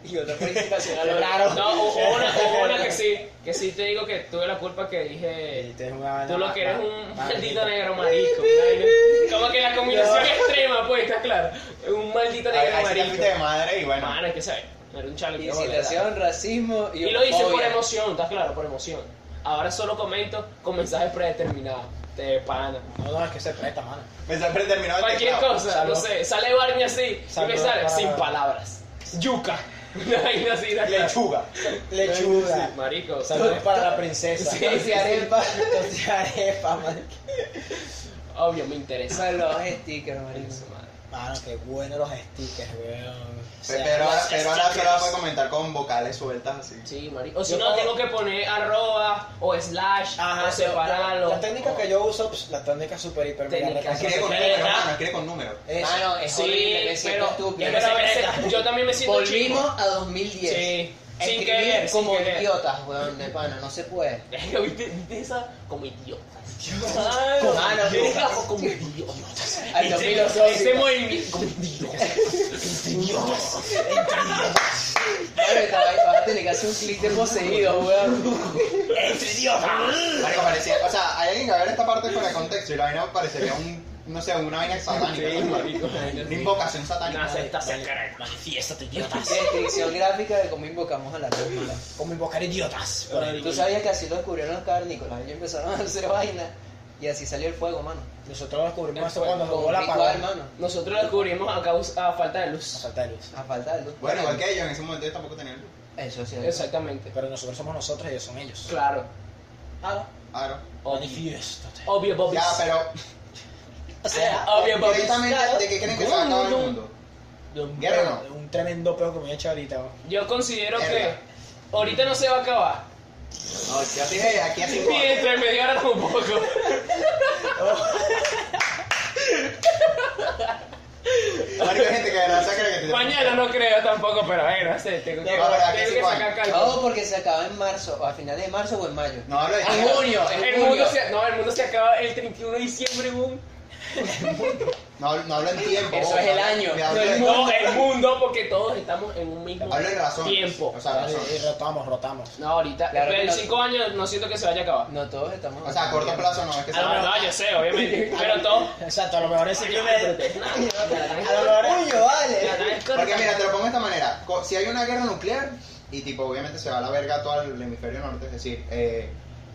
Speaker 3: y otra por incitación al odio.
Speaker 4: Claro.
Speaker 2: No, o- o una, o una que sí, que sí te digo que tuve la culpa que dije.
Speaker 4: Este es una-
Speaker 2: Tú lo que eres un
Speaker 4: Maldita.
Speaker 2: maldito negro marico. Como que la combinación extrema, pues, está claro. Un maldito
Speaker 1: Ahí
Speaker 2: negro
Speaker 1: ahí sí te fuiste de
Speaker 2: marico.
Speaker 1: madre y bueno.
Speaker 2: Mano, es que sabes, era un chale.
Speaker 3: Incitación, racismo y
Speaker 2: Y lo hice por
Speaker 3: homofobia.
Speaker 2: emoción, ¿estás claro? Por emoción. Ahora solo comento con mensajes predeterminados. Te pana.
Speaker 4: No, no, es que se presta, mano.
Speaker 1: Me siempre terminado el
Speaker 2: Cualquier
Speaker 1: teclado.
Speaker 2: cosa,
Speaker 4: Salud.
Speaker 2: no sé. Sale Barney así
Speaker 4: Salud
Speaker 2: y me sale
Speaker 4: para-
Speaker 2: sin palabras. [LAUGHS] Yuca. Una vaina así. ¿estás claro?
Speaker 1: Lechuga.
Speaker 4: Lechuga.
Speaker 2: Sí, marico.
Speaker 4: Saludos para la princesa.
Speaker 2: Sí,
Speaker 3: Torta y
Speaker 4: [LAUGHS]
Speaker 3: arepa.
Speaker 4: Torta y arepa, man.
Speaker 2: Obvio, me interesa.
Speaker 3: Son los stickers, marico.
Speaker 2: Eso, madre.
Speaker 4: Mano, qué bueno los stickers, weón. O sea,
Speaker 1: Pero
Speaker 4: los
Speaker 1: pero ahora solo
Speaker 4: stickers.
Speaker 1: puede comentar con vocales sueltas así.
Speaker 2: Sí, marico. O si
Speaker 4: Yo
Speaker 2: no,
Speaker 4: como-
Speaker 2: tengo que poner arroba o slash
Speaker 4: Ajá,
Speaker 2: o separarlo.
Speaker 4: La técnica que yo uso, pues, la técnica super hiper mega
Speaker 2: Técnica
Speaker 4: recontra-
Speaker 1: Escribe con
Speaker 2: Sí,
Speaker 1: números,
Speaker 2: ¿verdad?
Speaker 1: hermano, escribe con números.
Speaker 4: Eso.
Speaker 3: Mano, es horrible,
Speaker 2: Sí,
Speaker 3: me siento
Speaker 2: pero,
Speaker 3: estúpido.
Speaker 2: pero a veces-
Speaker 4: Secreta.
Speaker 2: yo también me siento chico.
Speaker 3: Volvimos a 2010.
Speaker 2: Sí, sin
Speaker 3: Escribir
Speaker 2: querer, sin
Speaker 3: como
Speaker 2: querer.
Speaker 3: idiotas, weón, de pana, no se puede.
Speaker 2: Verga, ¿Viste, viste esa? Como idiotas. Mano,
Speaker 3: Mano,
Speaker 2: verga,
Speaker 3: como-
Speaker 2: como idiotas.
Speaker 3: Al
Speaker 2: Ese-
Speaker 3: 2012.
Speaker 2: Ese movimiento. Como idiotas.
Speaker 3: Claro, te vas- vas a tener que hacer un
Speaker 2: [LAUGHS]
Speaker 3: clic de poseído, weón.
Speaker 1: Marico, parecía, o sea, hay alguien que ver esta parte fuera de contexto y la vaina parecería un, no sé, una vaina satánica.
Speaker 2: Sí,
Speaker 1: ¿no?
Speaker 2: marico.
Speaker 1: Una invocación satánica.
Speaker 2: Nace esta
Speaker 4: Manifiéstate,
Speaker 3: [LAUGHS]
Speaker 4: idiotas.
Speaker 3: Descripción gráfica de cómo invocamos a la película.
Speaker 4: Como invocar idiotas.
Speaker 3: Tú sabías que así lo descubrieron los cavernícolas. Ellos empezaron a hacer vainas y así salió el fuego, mano.
Speaker 4: Nosotros descubrimos eso
Speaker 2: Con-
Speaker 4: cuando
Speaker 3: Con
Speaker 4: nos
Speaker 3: un
Speaker 4: la
Speaker 3: ritual,
Speaker 4: palabra.
Speaker 3: mano.
Speaker 2: Nosotros lo descubrimos a, causa, a falta de luz.
Speaker 4: Salta de luz.
Speaker 3: A falta de luz.
Speaker 1: Bueno, igual que ellos en ese momento yo tampoco tenía luz.
Speaker 3: Eso sí.
Speaker 2: Exactamente.
Speaker 4: Pero nosotros somos nosotros y ellos son ellos.
Speaker 2: Claro.
Speaker 3: Ah,
Speaker 4: Claro.
Speaker 1: Claro.
Speaker 2: Obvio.
Speaker 4: Manifiéstate.
Speaker 2: Obvio, Bobby.
Speaker 1: Ya, pero
Speaker 4: O sea,
Speaker 2: Obvio, Bobby.
Speaker 1: directamente, ¿de qué creen que se va a acabar el mundo?
Speaker 4: de un,
Speaker 1: ¿Guerra o no?
Speaker 4: de un tremendo peo que me he hecho ahorita. weón.
Speaker 2: Yo considero que
Speaker 1: Verga.
Speaker 2: ahorita no se va a acabar.
Speaker 1: No, ya te dije, aquí a cinco
Speaker 2: Y
Speaker 1: años.
Speaker 2: entre media hora [LAUGHS] tampoco.
Speaker 1: Marico, hay gente que de verdad se cree que te...
Speaker 2: Mañana no creo tampoco, pero eh, no sé. Tengo que,
Speaker 1: No, pero aquí
Speaker 2: tengo
Speaker 1: sí
Speaker 2: que
Speaker 1: van.
Speaker 2: sacar cálculo.
Speaker 3: No, porque se acaba en marzo, o a finales de marzo o en mayo.
Speaker 1: No hablo de...
Speaker 3: En junio, en
Speaker 2: Oh, El
Speaker 3: junio.
Speaker 2: mundo se, no, el mundo se acaba el 31 de diciembre, boom.
Speaker 1: No, no hablo en tiempo.
Speaker 3: Eso
Speaker 1: vos,
Speaker 3: es el
Speaker 1: hablo-
Speaker 3: año.
Speaker 1: me
Speaker 2: No,
Speaker 1: hablo
Speaker 2: el
Speaker 1: de-
Speaker 2: mundo, el mundo, porque todos estamos en un mismo
Speaker 1: Hablo de razón.
Speaker 2: tiempo.
Speaker 1: O sea, razón.
Speaker 4: Y, y rotamos, rotamos. [LAUGHS]
Speaker 2: No, ahorita,
Speaker 3: Claro
Speaker 2: pero
Speaker 3: que
Speaker 2: en
Speaker 3: no.
Speaker 2: cinco años no siento que se vaya a acabar.
Speaker 3: No todos estamos.
Speaker 1: O sea, a corto plazo no es que
Speaker 2: A lo mejor, Ah, no, yo
Speaker 1: [LAUGHS]
Speaker 2: sé, obviamente. Pero todo.
Speaker 4: Exacto, a lo mejor ese yo
Speaker 2: Pero
Speaker 4: me...
Speaker 2: te- no, la tan-
Speaker 4: A lo mejor...
Speaker 3: Coño, vale.
Speaker 2: la tan es corta.
Speaker 1: Porque mira, te lo pongo de esta manera. Co- Si hay una guerra nuclear, y tipo, obviamente se va a la verga todo el hemisferio norte, es decir, eh,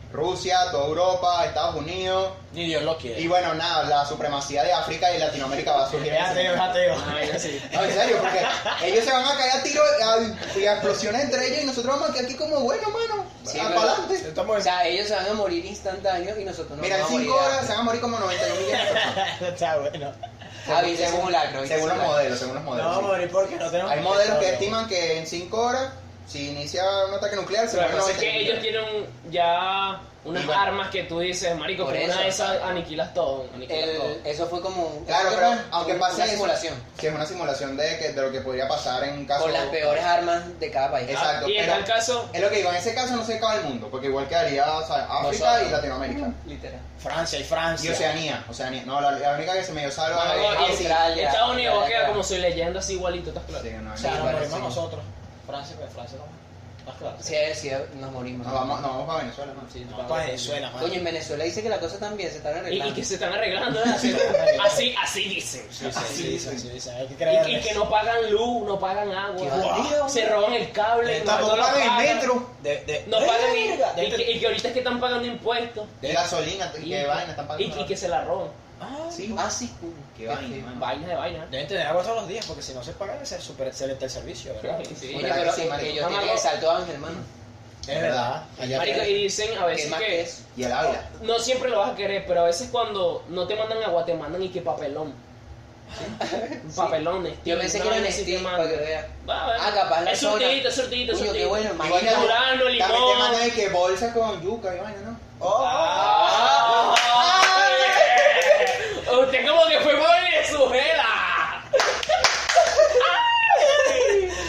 Speaker 1: Rusia, toda Europa, Estados Unidos,
Speaker 4: Ni Dios lo quiere.
Speaker 1: y bueno, nada, la supremacía de África y Latinoamérica va a surgir.
Speaker 4: Es
Speaker 1: en ese
Speaker 4: ateo, es
Speaker 1: momento.
Speaker 2: Ah,
Speaker 4: [LAUGHS] ateo.
Speaker 2: ya sí.
Speaker 1: [LAUGHS] No, en serio, porque ellos se van a caer a tiro a, y a explosiones entre ellos y nosotros vamos a quedar aquí como, bueno, mano,
Speaker 3: Sí,
Speaker 1: para
Speaker 3: pero-
Speaker 1: adelante.
Speaker 4: Estamos
Speaker 3: O sea, ellos se van a morir instantáneos y nosotros no
Speaker 1: Mira, en
Speaker 3: vamos a
Speaker 1: 5
Speaker 3: morir.
Speaker 1: horas se van a morir como 91 millones de personas.
Speaker 4: Está bueno.
Speaker 3: Ah, bien, según simulacro, bien,
Speaker 1: Según los
Speaker 3: simulacro.
Speaker 1: modelos, según los
Speaker 4: No
Speaker 1: modelos.
Speaker 4: vamos a
Speaker 1: sí.
Speaker 4: morir porque no tenemos...
Speaker 1: Hay modelos que estiman que en 5 horas, si inicia un ataque nuclear, se
Speaker 2: Pero la
Speaker 1: mueren
Speaker 2: cosa es
Speaker 1: 90
Speaker 2: que ellos tienen un- ya unas
Speaker 1: Y bueno.
Speaker 2: armas que tú dices, marico,
Speaker 3: Por
Speaker 2: con
Speaker 3: eso.
Speaker 2: una de esas aniquilas todo. Aniquilas
Speaker 3: El-
Speaker 2: todo.
Speaker 3: eso fue como un-
Speaker 1: Claro,
Speaker 3: ¿qué
Speaker 1: pero
Speaker 3: fue?
Speaker 1: aunque
Speaker 3: Un-
Speaker 1: pase
Speaker 3: una
Speaker 1: eso,
Speaker 3: simulación
Speaker 1: Sí, es una simulación de, que, de lo que podría pasar en un caso.
Speaker 3: con las peores armas de cada país.
Speaker 1: Exacto,
Speaker 2: Y en
Speaker 1: pero-
Speaker 2: tal caso,
Speaker 1: Es lo que digo, en ese caso no se acaba el mundo, porque igual quedaría o sea, África
Speaker 3: Nosotros.
Speaker 1: y Latinoamérica.
Speaker 3: Literal.
Speaker 4: Francia y
Speaker 1: Y
Speaker 4: Francia.
Speaker 1: Oceanía, Oceanía. No, la, la única que se medio salva
Speaker 2: no,
Speaker 1: es
Speaker 2: no, y
Speaker 1: Austria.
Speaker 3: Australia,
Speaker 2: Estados Unidos
Speaker 3: Australia,
Speaker 2: queda
Speaker 3: claro.
Speaker 2: como si leyendo así igualito, ¿estás claro?
Speaker 1: Sí, no,
Speaker 4: O sea,
Speaker 1: no,
Speaker 4: nos morimos
Speaker 1: sí.
Speaker 4: nosotros. Francia, pero Francia no. Más claro.
Speaker 3: Sí, sí, nos morimos.
Speaker 1: Nos vamos, nos vamos para Venezuela, ¿no?
Speaker 2: Sí,
Speaker 4: No,
Speaker 2: para-
Speaker 4: para Venezuela,
Speaker 3: Coño, en
Speaker 4: mano.
Speaker 3: Venezuela dice que la cosa también se están
Speaker 2: Y,
Speaker 3: arreglando.
Speaker 2: y que se están arreglando, ¿eh? así, así, así dicen.
Speaker 4: Sí, sí,
Speaker 2: así
Speaker 4: sí,
Speaker 2: dicen.
Speaker 4: sí, sí, sí, hay que
Speaker 2: Y, y
Speaker 4: creerles.
Speaker 2: que no pagan luz, no pagan
Speaker 3: Qué
Speaker 2: agua,
Speaker 3: bandido,
Speaker 2: se roban el cable, no,
Speaker 1: Estamos
Speaker 2: no lo
Speaker 1: pagando el
Speaker 2: pagan,
Speaker 1: metro,
Speaker 4: De, de...
Speaker 2: no pagan y,
Speaker 4: Verga.
Speaker 2: y que, y que ahorita es que están pagando impuestos
Speaker 1: de gasolina,
Speaker 2: y,
Speaker 1: que vaina, están
Speaker 2: y,
Speaker 1: pagando.
Speaker 2: y que se la roban,
Speaker 4: Ah,
Speaker 1: Sí,
Speaker 3: Ah, sí.
Speaker 1: que vaina, mano.
Speaker 2: vainas de vainas.
Speaker 4: Deben tener agua todos los días porque si no se paga es súper excelente el servicio, ¿verdad?
Speaker 2: Sí.
Speaker 3: Coño,
Speaker 1: ¿verdad
Speaker 3: pero
Speaker 1: que sí, marico?
Speaker 3: ellos
Speaker 2: Mamá,
Speaker 3: tienen
Speaker 2: no.
Speaker 3: el salto ángel, hermano.
Speaker 4: Es verdad.
Speaker 1: Allá
Speaker 2: Marico,
Speaker 1: atrás.
Speaker 2: y dicen a
Speaker 3: ¿Qué
Speaker 2: veces
Speaker 3: más que
Speaker 2: que
Speaker 3: eso?
Speaker 1: Y el Ávila.
Speaker 2: no siempre lo vas a querer, pero a veces cuando no te mandan agua, te mandan y que
Speaker 3: [LAUGHS]
Speaker 2: papelón. Un Papelón, Nestlé,
Speaker 3: Yo pensé
Speaker 2: una
Speaker 3: que era
Speaker 2: vaina así
Speaker 3: Nestlé,
Speaker 2: te
Speaker 3: para
Speaker 2: mandan.
Speaker 3: que veas.
Speaker 2: Va, va.
Speaker 3: Ah, capaz la
Speaker 2: Es
Speaker 3: zona.
Speaker 2: surtidito, es surtidito, es
Speaker 3: Coño, qué
Speaker 2: surtidito.
Speaker 3: bueno,
Speaker 1: Y
Speaker 3: hermano.
Speaker 1: vaina- [LAUGHS]
Speaker 2: Durano,
Speaker 1: También te
Speaker 2: limón.
Speaker 1: mandan de que bolsa con yuca y vaina, ¿no?
Speaker 4: Oh,
Speaker 2: Oh, Ah, eh. Usted como que fue por Venezuela.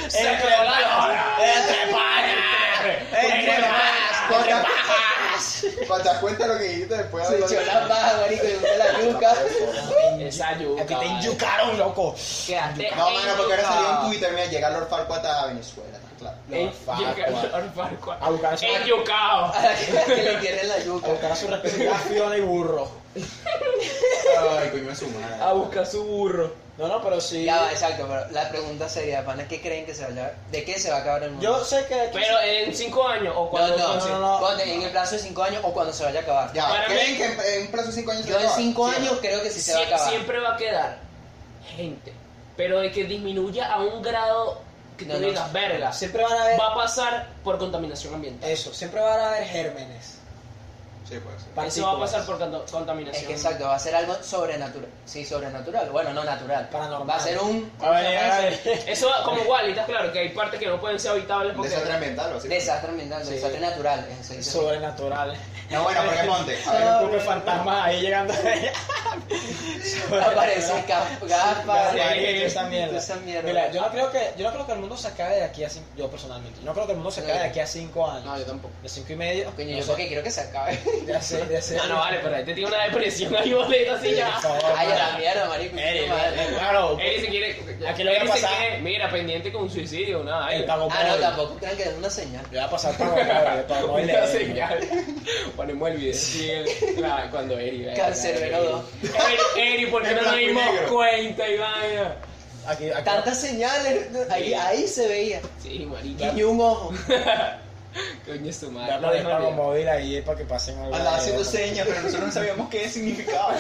Speaker 2: Se
Speaker 4: Entre
Speaker 2: acabó la
Speaker 4: panas,
Speaker 2: hora.
Speaker 4: entre panas, entre
Speaker 2: panas, entre panas.
Speaker 1: Para cuenta lo que dijiste después.
Speaker 3: Se echó la paja, marico, y buscó la
Speaker 1: [LAUGHS]
Speaker 3: yuca. [LAUGHS]
Speaker 2: Esa yuca, eh.
Speaker 4: A ti te
Speaker 2: vale.
Speaker 4: inyucaron, loco.
Speaker 2: Quedaste
Speaker 1: No, mano, porque ahora salió en
Speaker 2: enyucado.
Speaker 1: Twitter, mira, llega Lord Farquaad a Venezuela, está claro.
Speaker 4: No,
Speaker 2: En
Speaker 4: Farquaad. A buscar a su, a
Speaker 2: Enyucado.
Speaker 3: que le entierren la yuca.
Speaker 4: buscar a su respectiva Fiona y burro.
Speaker 1: Ay, coño, es su madre.
Speaker 3: Ah,
Speaker 2: A buscar su burro.
Speaker 4: No, no, pero sí.
Speaker 3: Ya va, exacto, pero la pregunta sería, pana, ¿qué creen que se va a llevar? ¿De qué se va a acabar el mundo?
Speaker 4: Yo sé que.
Speaker 2: Pero en 5 años o
Speaker 3: no,
Speaker 2: cuando
Speaker 3: no,
Speaker 2: cuando-
Speaker 3: no, no, cuando- en el plazo de 5 años o cuando se vaya a acabar.
Speaker 1: Ya,
Speaker 2: Para
Speaker 1: ¿creen
Speaker 2: mí-
Speaker 1: que en- en un plazo de 5 años se
Speaker 3: Yo en
Speaker 1: acaba?
Speaker 3: 5
Speaker 1: Sí,
Speaker 3: años creo que sí se va a
Speaker 2: Sie-
Speaker 3: acabar.
Speaker 2: Siempre va a quedar gente, pero de que disminuya a un grado que
Speaker 3: No,
Speaker 2: no,
Speaker 3: no. Eh,
Speaker 2: digas verga.
Speaker 4: Siempre van a haber.
Speaker 2: Va a pasar por contaminación ambiental.
Speaker 4: Eso, siempre van a haber gérmenes.
Speaker 1: Sí, puede ser.
Speaker 2: Eso va a
Speaker 4: partículas.
Speaker 2: pasar por canto- contaminación.
Speaker 3: Es que exacto, va a ser algo sobrenatural. Sí, sobrenatural. Bueno, no natural.
Speaker 4: Paranormal.
Speaker 3: Va a ser un
Speaker 4: A ver, a ver.
Speaker 2: Eso va- como Wally, estás claro que hay partes que no pueden ser habitables
Speaker 1: Un
Speaker 2: porque
Speaker 1: desastre ambiental o así.
Speaker 3: desastre ambiental,
Speaker 4: Sí.
Speaker 3: desastre natural. eh, se dice así. [LAUGHS]
Speaker 4: Sobrenatural.
Speaker 1: No, bueno, porque ponte. a ver,
Speaker 4: Hay un poco de fantasmas ahí llegando a ella.
Speaker 3: Aparecen
Speaker 4: [LAUGHS]
Speaker 3: gaf- gafas.
Speaker 2: Sí, ahí
Speaker 3: marico,
Speaker 4: esa mierda.
Speaker 3: esa mierda.
Speaker 4: Mira, yo no creo que yo no creo que el mundo se acabe de aquí a cinco, yo personalmente. Yo no creo que el mundo se acabe de aquí a cinco años.
Speaker 2: No, yo tampoco.
Speaker 4: De cinco y medio.
Speaker 3: Coño,
Speaker 4: no
Speaker 3: yo
Speaker 4: sé,
Speaker 3: creo que quiero que se acabe.
Speaker 4: Ya sé, ya sé.
Speaker 2: [LAUGHS] Ah, no vale, pero este tiene una depresión ahí boleta así ya.
Speaker 4: Por favor,
Speaker 3: [LAUGHS] Ay, a la
Speaker 4: madre.
Speaker 3: mierda, marico.
Speaker 4: Eri,
Speaker 3: qué madre.
Speaker 4: Eri, claro.
Speaker 2: Él se quiere.
Speaker 4: Aquí lo voy a
Speaker 2: Eric se
Speaker 4: pasar.
Speaker 2: quiere- mira, pendiente con un suicidio, nada.
Speaker 4: El
Speaker 2: ahí.
Speaker 4: pago
Speaker 3: Ah,
Speaker 4: móvil.
Speaker 3: no, tampoco crean que es una señal.
Speaker 4: Le va a pasar pago móvil, el
Speaker 2: [LAUGHS]
Speaker 4: pago móvil.
Speaker 2: Una
Speaker 4: es-
Speaker 2: señal. Ponemos el video sí, el- la- cuando Eri. ¿verdad?
Speaker 3: Cancerbero dos.
Speaker 2: Eri, Eri, ¿por qué
Speaker 1: En
Speaker 2: no nos
Speaker 1: blanco y
Speaker 2: dimos
Speaker 1: negro.
Speaker 2: cuenta, Iván?
Speaker 4: Aquí, aquí.
Speaker 3: Tantas señales, ahí, ahí se veía.
Speaker 2: Sí, marica.
Speaker 3: Y un [LAUGHS] ojo.
Speaker 2: Coño, su
Speaker 4: Le va
Speaker 2: madre.
Speaker 4: a
Speaker 2: No,
Speaker 4: poner
Speaker 2: déjalo
Speaker 4: pago
Speaker 2: bien.
Speaker 4: móvil ahí para que pasen algo.
Speaker 1: Andaba
Speaker 4: ahí,
Speaker 1: haciendo
Speaker 4: porque-
Speaker 1: señas, pero nosotros no sabíamos qué significaba.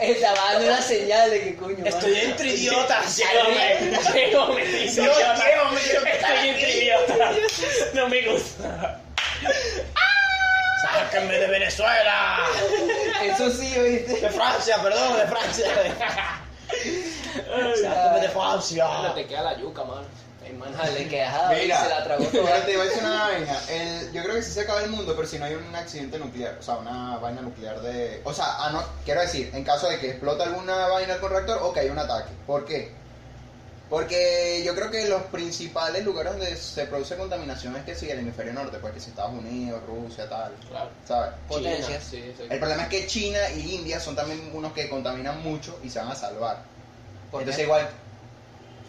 Speaker 3: Estaba dando una señal de que coño.
Speaker 4: Estoy
Speaker 3: mano.
Speaker 4: entre idiotas.
Speaker 2: Llegó, llegó, me dice
Speaker 4: Dios,
Speaker 2: idiota.
Speaker 4: Dios, me quiero
Speaker 2: Estoy entre idiota. No me gusta.
Speaker 4: Sáquenme de Venezuela.
Speaker 3: Eso sí, oíste.
Speaker 4: De Francia, perdón,
Speaker 2: [LAUGHS]
Speaker 4: de Francia. Sáquenme de Francia.
Speaker 2: No te queda la yuca, mano. Hermano,
Speaker 3: Dale, que ajá, Ah, se
Speaker 1: Mira,
Speaker 3: la tragó
Speaker 1: pero
Speaker 3: toda.
Speaker 1: te voy a decir una vaina. El- yo creo que sí se acaba el mundo, pero si no hay un accidente nuclear, o sea, una vaina nuclear de. O sea, ah, no, quiero decir, en caso de que explota alguna vaina al reactor o que hay un ataque. ¿Por qué? Porque yo creo que los principales lugares donde se produce contaminación es que sí, el hemisferio norte, pues que si Estados Unidos, Rusia, tal,
Speaker 2: Claro.
Speaker 1: ¿sabes?
Speaker 3: Potencias.
Speaker 2: Sí, sí.
Speaker 1: El problema es que China y India son también unos que contaminan mucho y se van a salvar.
Speaker 3: ¿Por
Speaker 1: Entonces
Speaker 3: qué?
Speaker 1: igual,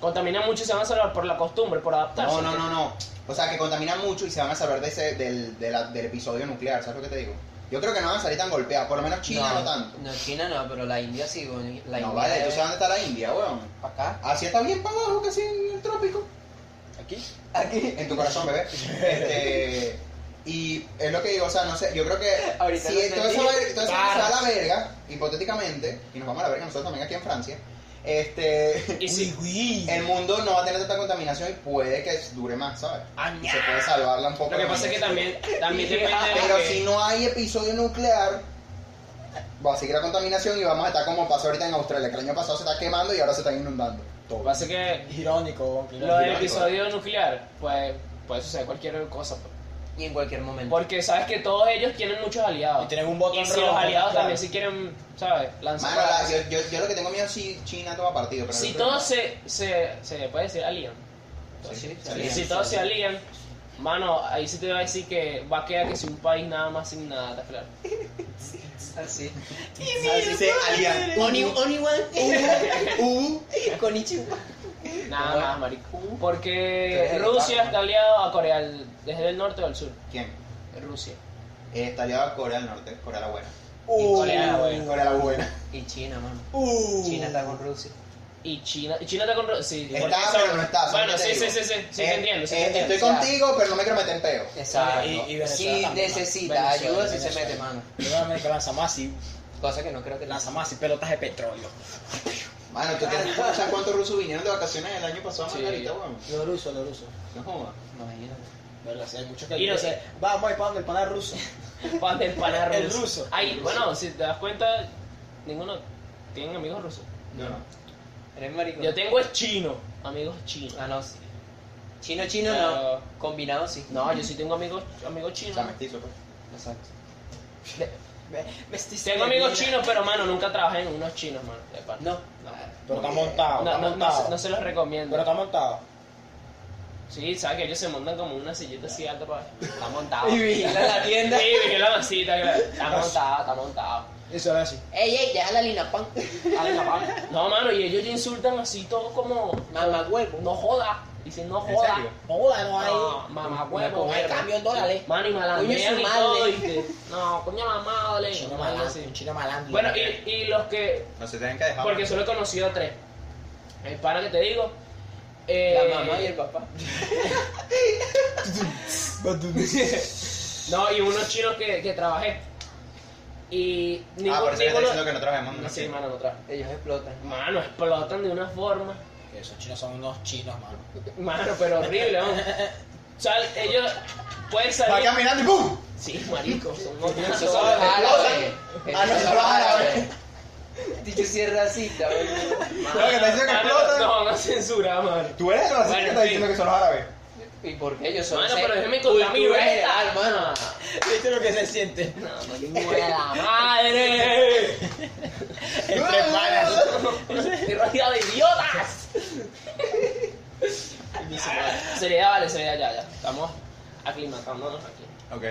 Speaker 2: Contaminan mucho y se van a salvar por la costumbre, por adaptarse.
Speaker 1: no, no, no, no. O sea, que contaminan mucho y se van a salvar de ese, del, de la- del episodio nuclear, ¿sabes lo que te digo? Yo creo que no van a salir tan golpeados, por lo menos China no, tanto.
Speaker 3: No, China no, pero la India sí, güey. La
Speaker 1: no,
Speaker 3: India
Speaker 1: vale,
Speaker 3: es-
Speaker 1: ¿tú sabes dónde está la India, weón?
Speaker 3: ¿Pa' acá.
Speaker 1: Así está bien para abajo, casi en el trópico.
Speaker 4: Aquí.
Speaker 3: Aquí.
Speaker 1: En tu corazón, bebé. Este, y es lo que digo, o sea, no sé, yo creo que
Speaker 3: Ahorita
Speaker 1: si
Speaker 3: no
Speaker 1: todo
Speaker 3: entendí.
Speaker 1: eso va todo eso va a
Speaker 2: Barras.
Speaker 1: la verga, hipotéticamente, y nos vamos a la verga nosotros también aquí en Francia, este,
Speaker 2: Y sí.
Speaker 4: uy.
Speaker 1: el mundo no va a tener tanta contaminación y puede que dure más, ¿sabes? Y se puede salvarla un poco.
Speaker 2: Lo que
Speaker 1: más.
Speaker 2: pasa es que también, también depende de
Speaker 1: Ah, Pero
Speaker 2: que-
Speaker 1: si no hay episodio nuclear, va a seguir la contaminación y vamos a estar como pasó ahorita en Australia, que el año pasado se está quemando y ahora se está inundando.
Speaker 2: Lo que pasa es que
Speaker 4: Irónico.
Speaker 2: lo del
Speaker 1: Irónico.
Speaker 2: episodio nuclear, pues puede suceder cualquier cosa. pues.
Speaker 3: Y en cualquier momento.
Speaker 2: Porque sabes que todos ellos tienen muchos aliados.
Speaker 4: Y tienen un botón
Speaker 2: Y si
Speaker 4: rojo,
Speaker 2: los aliados
Speaker 4: claro.
Speaker 2: también si quieren, ¿sabes? Lanzar.
Speaker 1: Mano, la- yo, yo, yo lo que tengo miedo es si China toma partido. Pero
Speaker 2: si
Speaker 1: no creo.
Speaker 2: todos se, se, se puede decir alían.
Speaker 3: Sí, sí,
Speaker 1: Sí,
Speaker 3: salían.
Speaker 2: si todos se alían, mano, ahí sí te va a decir que va a quedar que si un país nada más sin nada, ¿estás claro?
Speaker 3: [LAUGHS] Así.
Speaker 1: Así se alian.
Speaker 2: [LAUGHS]
Speaker 3: Oni, oni one.
Speaker 1: Uh,
Speaker 3: Con Ichiwa.
Speaker 2: Nada
Speaker 3: Ojalá.
Speaker 2: más, marico.
Speaker 1: Tú eres
Speaker 2: Porque
Speaker 1: el
Speaker 2: Rusia
Speaker 1: Papa,
Speaker 2: está
Speaker 1: ¿no?
Speaker 2: aliado a Corea, del- desde el norte o el sur.
Speaker 1: ¿Quién?
Speaker 2: Rusia.
Speaker 1: Eh, está aliado a Corea del Norte, Corea la buena.
Speaker 4: Uh,
Speaker 2: Corea, güey.
Speaker 1: Corea la buena.
Speaker 3: Y China, mano.
Speaker 4: uh.
Speaker 3: China está con Rusia.
Speaker 2: Y China, y China está con Rusia. Sí,
Speaker 1: Está,
Speaker 2: porque
Speaker 1: pero
Speaker 2: son-
Speaker 1: no está, ¿sabes
Speaker 2: Bueno,
Speaker 1: qué te
Speaker 2: sí,
Speaker 1: digo?
Speaker 2: sí, sí, sí, sí,
Speaker 1: Eh,
Speaker 2: te entiendo, sí, te
Speaker 1: eh,
Speaker 2: entiendo.
Speaker 1: Estoy contigo, pero no me quiero meter en peo.
Speaker 3: Exacto.
Speaker 4: Y- y Venezuela
Speaker 3: si
Speaker 4: también, ¿no?
Speaker 3: necesita ayuda, si se
Speaker 4: Venezuela.
Speaker 3: mete mano.
Speaker 4: Venezuela América lanza más y
Speaker 3: Cosa que no creo que
Speaker 4: lanza más y pelotas de petróleo.
Speaker 1: Mano, ¿tú tienes que pensar Ah, cuántos rusos vinieron de vacaciones el año pasado a
Speaker 2: Sí.
Speaker 1: Margarita, weón?
Speaker 4: Lo ruso, lo ruso.
Speaker 1: No jodas.
Speaker 3: Imagínate.
Speaker 4: Pero si hay muchos que
Speaker 2: Y no
Speaker 4: dicen,
Speaker 2: sé.
Speaker 4: vamos a ir para donde el pana ruso.
Speaker 2: Fan del pana ruso.
Speaker 4: El ruso.
Speaker 2: Ay,
Speaker 4: El ruso.
Speaker 2: bueno, si te das cuenta, ninguno tiene amigos rusos.
Speaker 1: Yo no.
Speaker 3: Eres marico.
Speaker 2: Yo tengo es chino, amigos chinos.
Speaker 3: Ah, no. sí. Chino, chino,
Speaker 2: Claro.
Speaker 3: no. Combinado, sí.
Speaker 2: No, yo sí tengo amigos, amigos
Speaker 1: O
Speaker 2: chinos.
Speaker 1: sea, mestizo, pues.
Speaker 3: Exacto.
Speaker 2: Tengo amigos chinos, pero mano, nunca trabajé en unos chinos, mano. de pana.
Speaker 3: No.
Speaker 4: Pero está montado,
Speaker 2: No,
Speaker 4: está
Speaker 2: no, no,
Speaker 4: montado.
Speaker 2: se, no se los recomiendo.
Speaker 4: Pero está montado.
Speaker 2: Sí, sabes que ellos se montan como una sillita así alta para. Está montado.
Speaker 3: Y [LAUGHS] vigila la tienda.
Speaker 2: Sí, vigila la masita, claro. Está montado, está montado.
Speaker 4: Eso es así.
Speaker 3: Ey, ey, deja la lina pan.
Speaker 2: Dale, papá. No, mano, y ellos te insultan así todo como.
Speaker 3: [LAUGHS] Mamá huevo.
Speaker 2: No joda. Dicen no
Speaker 1: ¿En
Speaker 2: joda.
Speaker 1: serio?
Speaker 4: No joda, no hay.
Speaker 2: No, mamá huevo.
Speaker 3: No hay cambio en dólares.
Speaker 2: Mano, y
Speaker 3: Coño,
Speaker 2: malandrean
Speaker 3: su
Speaker 2: y
Speaker 3: madre.
Speaker 2: todo, ¿viste? No, coño la madre.
Speaker 4: Chino
Speaker 2: algo
Speaker 4: malandro.
Speaker 2: así.
Speaker 4: un Chino malandro.
Speaker 2: Bueno, y, y los que.
Speaker 1: No se tienen que dejar.
Speaker 2: Porque solo he conocido tres. El pana que te digo. eh,
Speaker 3: La mamá y el papá.
Speaker 2: No, y unos chinos que, que trabajé. Y ningún,
Speaker 1: Ah, por eso que está
Speaker 2: ninguno-
Speaker 1: diciendo que no trabajemos. ¿no?
Speaker 2: Sí, mano, no trabajo.
Speaker 3: Ellos explotan. [LAUGHS]
Speaker 2: Mano, explotan de una forma.
Speaker 4: Esos chinos son unos chinos,
Speaker 2: [LAUGHS]
Speaker 4: mano.
Speaker 2: Mano, pero horrible, ¿no?
Speaker 1: [LAUGHS]
Speaker 2: O sea, ellos pueden
Speaker 1: Va
Speaker 2: salir.
Speaker 1: caminando y ¡pum!
Speaker 2: Sí, marico,
Speaker 1: [LAUGHS]
Speaker 2: son unos
Speaker 3: Eso
Speaker 2: grandes.
Speaker 3: son árabes.
Speaker 1: Ah, no,
Speaker 3: Esos
Speaker 1: son árabes.
Speaker 3: [LAUGHS] Dicho si es racista, güey.
Speaker 1: No, que está diciendo que
Speaker 2: Mano,
Speaker 1: explotan.
Speaker 2: No, no
Speaker 1: [LAUGHS]
Speaker 2: censura, mano.
Speaker 1: Tú eres el racista
Speaker 2: Bueno,
Speaker 1: que está
Speaker 2: sí.
Speaker 1: diciendo que son los árabes.
Speaker 3: ¿Y por qué ellos son
Speaker 2: Mano,
Speaker 3: ese-
Speaker 2: pero déjeme contar mi
Speaker 3: cultura
Speaker 2: vida.
Speaker 3: general, mano.
Speaker 4: ¿Viste lo que se [LAUGHS] siente?
Speaker 2: No, no, ninguna
Speaker 3: [LAUGHS]
Speaker 2: de la madre.
Speaker 4: Entre panas.
Speaker 2: Estoy rodeado de idiotas. Seriedad, vale, seriedad, ya, ya. Estamos aclimatándonos aquí.
Speaker 1: Ok.